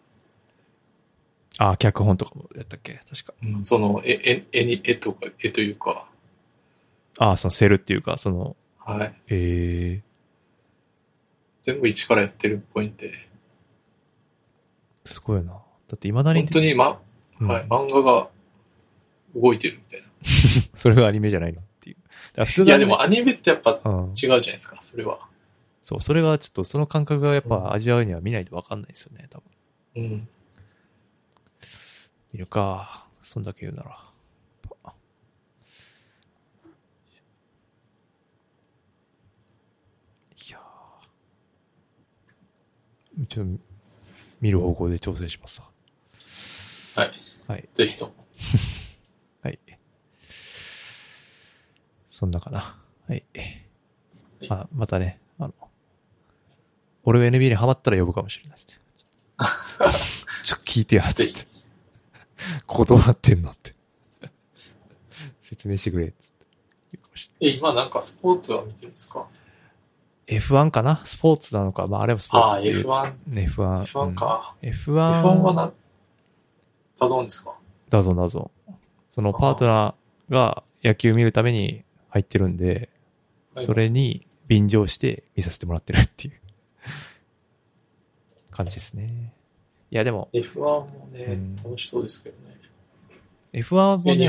[SPEAKER 2] あ、脚本とかもやったっけ確か。
[SPEAKER 3] その絵、絵、絵に、絵とか、絵というか、
[SPEAKER 2] あ、そのセルっていうか、その、
[SPEAKER 3] はい。
[SPEAKER 2] ええ
[SPEAKER 3] 全部一からやってるっぽいんで、
[SPEAKER 2] すごいな。だって未だに、
[SPEAKER 3] 本当に、ま、
[SPEAKER 2] うん
[SPEAKER 3] はい、漫画が動いてるみたいな。
[SPEAKER 2] それがアニメじゃないのっていう。だから普通
[SPEAKER 3] い
[SPEAKER 2] のア
[SPEAKER 3] や、
[SPEAKER 2] ニ
[SPEAKER 3] で
[SPEAKER 2] メ
[SPEAKER 3] もアニメってやっぱ違う
[SPEAKER 2] うん、
[SPEAKER 3] じゃないですか、それは。
[SPEAKER 2] そう、それがちょっとその感覚がやっ
[SPEAKER 3] うん
[SPEAKER 2] ぱ味わうには見ないと分かんないですよね、多分。
[SPEAKER 3] うん。
[SPEAKER 2] 見るか。そんだけ言うなら。いやーちょっと見る方向で調整しますわ。
[SPEAKER 3] はい。
[SPEAKER 2] はい。
[SPEAKER 3] ぜひとも。
[SPEAKER 2] はい。そんなかな。はい。
[SPEAKER 3] い
[SPEAKER 2] あ、またね、あの、俺が NBA にハマったら呼ぶかもしれないで すね。ちょっと聞いてや、つっ
[SPEAKER 3] ぜ
[SPEAKER 2] て。 ここどうなってんのって。説明してくれ、つって。言うかもし
[SPEAKER 3] え、今なんかスポーツは見てるんですか
[SPEAKER 2] れない F1 かなスポーツなのか。まあ、あれもスポー
[SPEAKER 3] あ
[SPEAKER 2] ツ
[SPEAKER 3] あ、
[SPEAKER 2] っていう。
[SPEAKER 3] F1。
[SPEAKER 2] F1。
[SPEAKER 3] F1 か。
[SPEAKER 2] うん。F1。
[SPEAKER 3] F1 はな、ダゾーンですか
[SPEAKER 2] だぞだぞ。そのパートナーが野球見るために入ってるんで、
[SPEAKER 3] はい
[SPEAKER 2] それに便乗して見させてもらってるっていう 感じですね。いやでも
[SPEAKER 3] F1 もね、
[SPEAKER 2] うん
[SPEAKER 3] 楽しそうですけどね。
[SPEAKER 2] F1 も
[SPEAKER 3] え、日
[SPEAKER 2] ね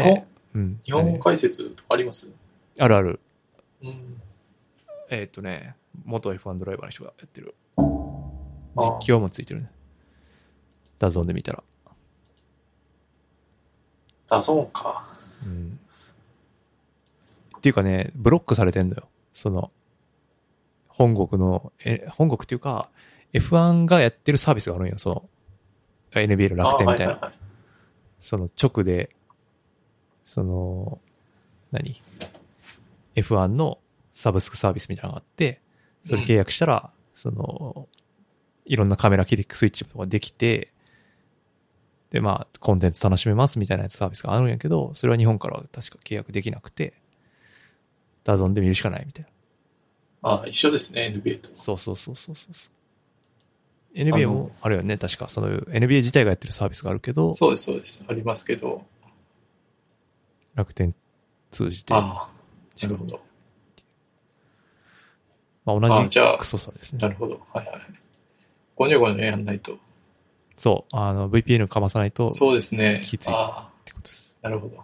[SPEAKER 3] 本、、
[SPEAKER 2] うん、
[SPEAKER 3] 日本語解説とかあります
[SPEAKER 2] あるある。
[SPEAKER 3] うん。
[SPEAKER 2] えーっとね、元 F1 ドライバーの人がやってる。
[SPEAKER 3] あー
[SPEAKER 2] 実況もついてるね。ダゾーンで見たら。
[SPEAKER 3] ダゾーンか。
[SPEAKER 2] うん。っていうかね、ブロックされてんだよ。その、本国の、え、本国っていうか、F1 がやってるサービスがあるんよ、その、NBA の楽天みたいな。
[SPEAKER 3] あはいはいはい
[SPEAKER 2] その直で、その、何 ?F1 のサブスクサービスみたいなのがあって、それ契約したら、その、いろんなカメラキリックスイッチとかできて、で、まあ、コンテンツ楽しめますみたいなやつサービスがあるんやけど、それは日本からは確か契約できなくて、ダゾンで見るしかないみたいな。
[SPEAKER 3] あ一緒ですね、NBA と。
[SPEAKER 2] そうそうそうそうそうそう。NBA もあるよね、確か。その NBA 自体がやってるサービスがあるけど、
[SPEAKER 3] そうです、そうです。ありますけど。
[SPEAKER 2] 楽天通じて、
[SPEAKER 3] ああ、
[SPEAKER 2] し
[SPEAKER 3] な
[SPEAKER 2] か
[SPEAKER 3] る
[SPEAKER 2] も
[SPEAKER 3] ほど。
[SPEAKER 2] まあ、
[SPEAKER 3] あ
[SPEAKER 2] 同じ
[SPEAKER 3] じゃあ
[SPEAKER 2] クソさです
[SPEAKER 3] な
[SPEAKER 2] ね。
[SPEAKER 3] るほど。はいはい。ごにょごにょやんないと。
[SPEAKER 2] そう、あの、VPN かまさないとっ
[SPEAKER 3] そうですね。
[SPEAKER 2] きつい
[SPEAKER 3] あ
[SPEAKER 2] てことです。
[SPEAKER 3] あ、なるほど。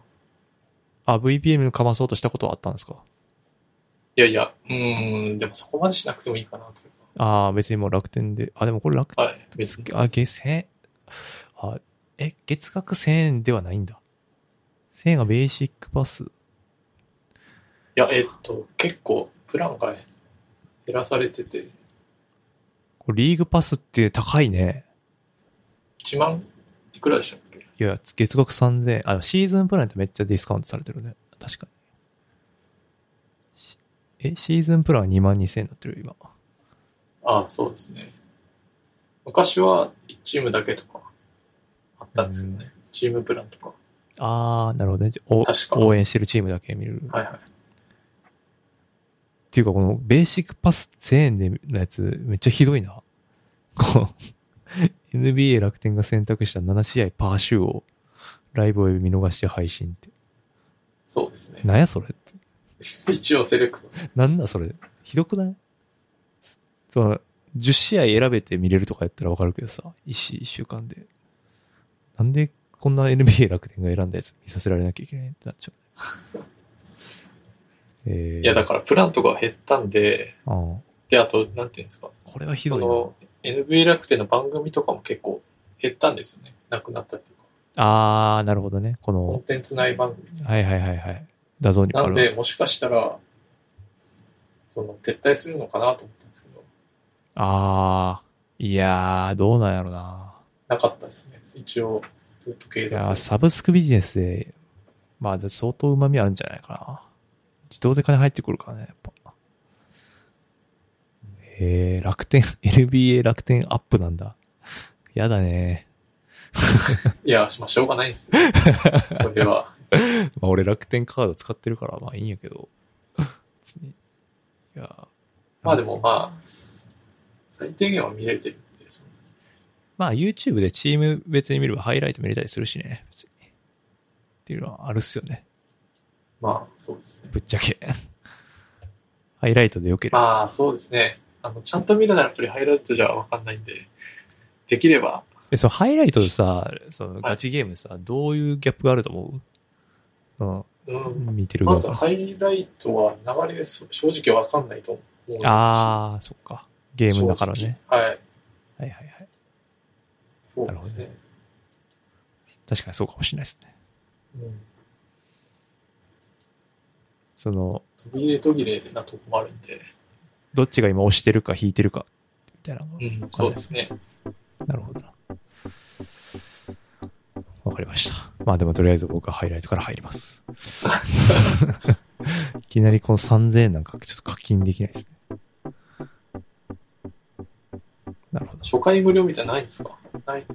[SPEAKER 2] あ、VPN かまそうとしたことはあったんですか
[SPEAKER 3] いやいや、うーん、でもそこまでしなくてもいいかなという
[SPEAKER 2] ああ、別にもう楽天で、あ、でもこれ楽
[SPEAKER 3] か。
[SPEAKER 2] 天、
[SPEAKER 3] はい、別に。
[SPEAKER 2] あ、月1000円。あ、え、月額1000円ではないんだ。1000円がベーシックパス。
[SPEAKER 3] いや、えっと、結構、プランが減らされてて、
[SPEAKER 2] これリーグパスって高いね。
[SPEAKER 3] 1万いくらでしたっけ
[SPEAKER 2] いや、月額3000円。あ、シーズンプランってめっちゃディスカウントされてるね。確かに。しえ、シーズンプランは2万2000円になってるよ、今。
[SPEAKER 3] ああ、そうですね。昔は1チームだけとかあったんですけどね。チームプランとか。
[SPEAKER 2] あー、なるほどね。お
[SPEAKER 3] 確か
[SPEAKER 2] 応援してるチームだけ見れる。
[SPEAKER 3] はいはい。
[SPEAKER 2] っていうか、このベーシックパス1000円でのやつ、めっちゃひどいな。こう、NBA 楽天が選択した7試合パーシューをライブを見逃して配信って。
[SPEAKER 3] そうですね。
[SPEAKER 2] なんやそれって。
[SPEAKER 3] 一応セレクト。
[SPEAKER 2] なんだそれ。ひどくないその、10試合選べて見れるとかやったらわかるけどさ、1し1週間で。なんでこんな NBA 楽天が選んだやつ見させられなきゃいけないってなっちゃうね。えー、
[SPEAKER 3] いや、だからプランとか減ったんで、
[SPEAKER 2] ああ
[SPEAKER 3] で、あと、なんていうんですか。
[SPEAKER 2] これはひ
[SPEAKER 3] そ
[SPEAKER 2] どいな。
[SPEAKER 3] の、NBA 楽天の番組とかも結構減ったんですよね。なくなったっていうか。
[SPEAKER 2] あー、なるほどね。こ
[SPEAKER 3] コン
[SPEAKER 2] の、
[SPEAKER 3] テンツ内番組。
[SPEAKER 2] はいはいはいはい。ダゾーンに
[SPEAKER 3] な
[SPEAKER 2] 変わ
[SPEAKER 3] ん
[SPEAKER 2] る。
[SPEAKER 3] で、もしかしたら、その、撤退するのかなと思ったんですけど、
[SPEAKER 2] あー、いやー、どうなんやろな。
[SPEAKER 3] なかったですね。一応、ずっと継
[SPEAKER 2] いやー
[SPEAKER 3] 続する。
[SPEAKER 2] サブスクビジネスで、まあ、相当旨味あるんじゃないかな。自動で金入ってくるからね、やっぱ。えー、楽天、NBA 楽天アップなんだ。やだね。
[SPEAKER 3] いや、まあ、しょうがないんですよ。 それは。
[SPEAKER 2] まあ、俺楽天カード使ってるから、まあいいんやけど。別に。いやー
[SPEAKER 3] まあでも、まあ、最低限は見れてるんで、その
[SPEAKER 2] まあ YouTube でチーム別に見ればハイライト見れたりするしね。別にっていうのはあるっすよね。
[SPEAKER 3] まあ、そうですね。
[SPEAKER 2] ぶっちゃけ。ハイライトでよければ。
[SPEAKER 3] まあ、そうですね。あの、ちゃんと見るならやっぱりハイライトじゃわかんないんで、できれば、
[SPEAKER 2] え、そのハイライトでさ、そのガチゲームでさ、どういうギャップがあると思う
[SPEAKER 3] うん。
[SPEAKER 2] うん、見てる
[SPEAKER 3] ま
[SPEAKER 2] 側
[SPEAKER 3] ず、
[SPEAKER 2] から。
[SPEAKER 3] ハイライトは流れでそ正直わかんないと思う。
[SPEAKER 2] ああ、そっか。ゲ
[SPEAKER 3] ゲ
[SPEAKER 2] ームだからね。。
[SPEAKER 3] はい。
[SPEAKER 2] はいはいはい。
[SPEAKER 3] そうですね。
[SPEAKER 2] 確かにそうかもしれないですね。
[SPEAKER 3] うん。
[SPEAKER 2] その、
[SPEAKER 3] 途切れ途切れなとこもあるんで。
[SPEAKER 2] どっちが今押してるか引いてるか、みたいなのが
[SPEAKER 3] うん、そうですね。
[SPEAKER 2] なるほどな。わかりました。まあでもとりあえず僕はハイライトから入ります。 いきなりこの3000円なんかちょっと課金できないですね。なるほど。
[SPEAKER 3] 初回無料みたいなのないんですかない。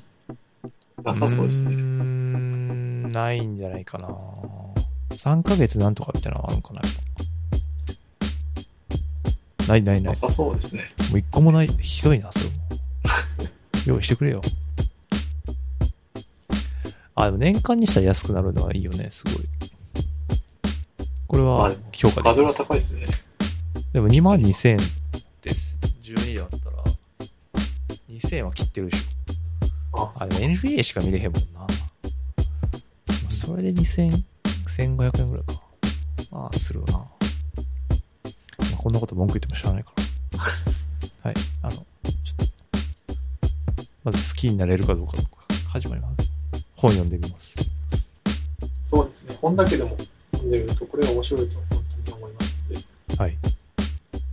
[SPEAKER 3] なさそうです
[SPEAKER 2] ー
[SPEAKER 3] ね。
[SPEAKER 2] んないんじゃないかな。3ヶ月なんとかみたいなのはあるのかな。ないないない
[SPEAKER 3] な。さそうですね。
[SPEAKER 2] もう一個もない。ひどいな、そ れも。用意してくれよ。あ、でも年間にしたら安くなるのはいいよね、すごい。これ
[SPEAKER 3] ま
[SPEAKER 2] は
[SPEAKER 3] あでも
[SPEAKER 2] 評価
[SPEAKER 3] ハー
[SPEAKER 2] で
[SPEAKER 3] ド
[SPEAKER 2] き
[SPEAKER 3] ル
[SPEAKER 2] ま
[SPEAKER 3] は
[SPEAKER 2] す。
[SPEAKER 3] 高いですね。
[SPEAKER 2] でも2万2000円です。12だったら、2000円は切ってるでしょ。
[SPEAKER 3] あ、
[SPEAKER 2] あ、でも NBA しか見れへんもんな。まあそれで2000、1500円ぐらいか。まあ、するわな。まあ、こんなこと文句言っても知らないから。 はい。あの、ちょっと、まず好きになれるかどうかとか、始まります。本読んでみます。
[SPEAKER 3] そうですね。本だけでも読んでみると、これは面白いと本当に思いますので、
[SPEAKER 2] はい。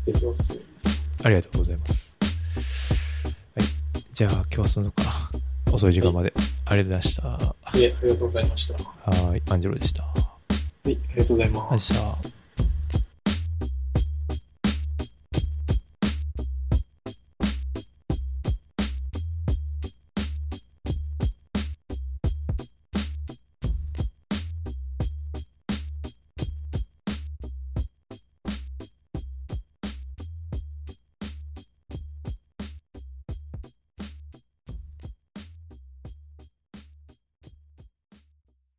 [SPEAKER 3] ぜひおすすめです。
[SPEAKER 2] ありがとうございます。はい。じゃあ、今日はそのとこかな。遅い時間まで。ありがとうございました。はい
[SPEAKER 3] え、ありがとうございました。はい、
[SPEAKER 2] い。アンジェロでした。ありがとう
[SPEAKER 3] ありがとうござい
[SPEAKER 2] ござい
[SPEAKER 3] ま
[SPEAKER 2] ますし。た。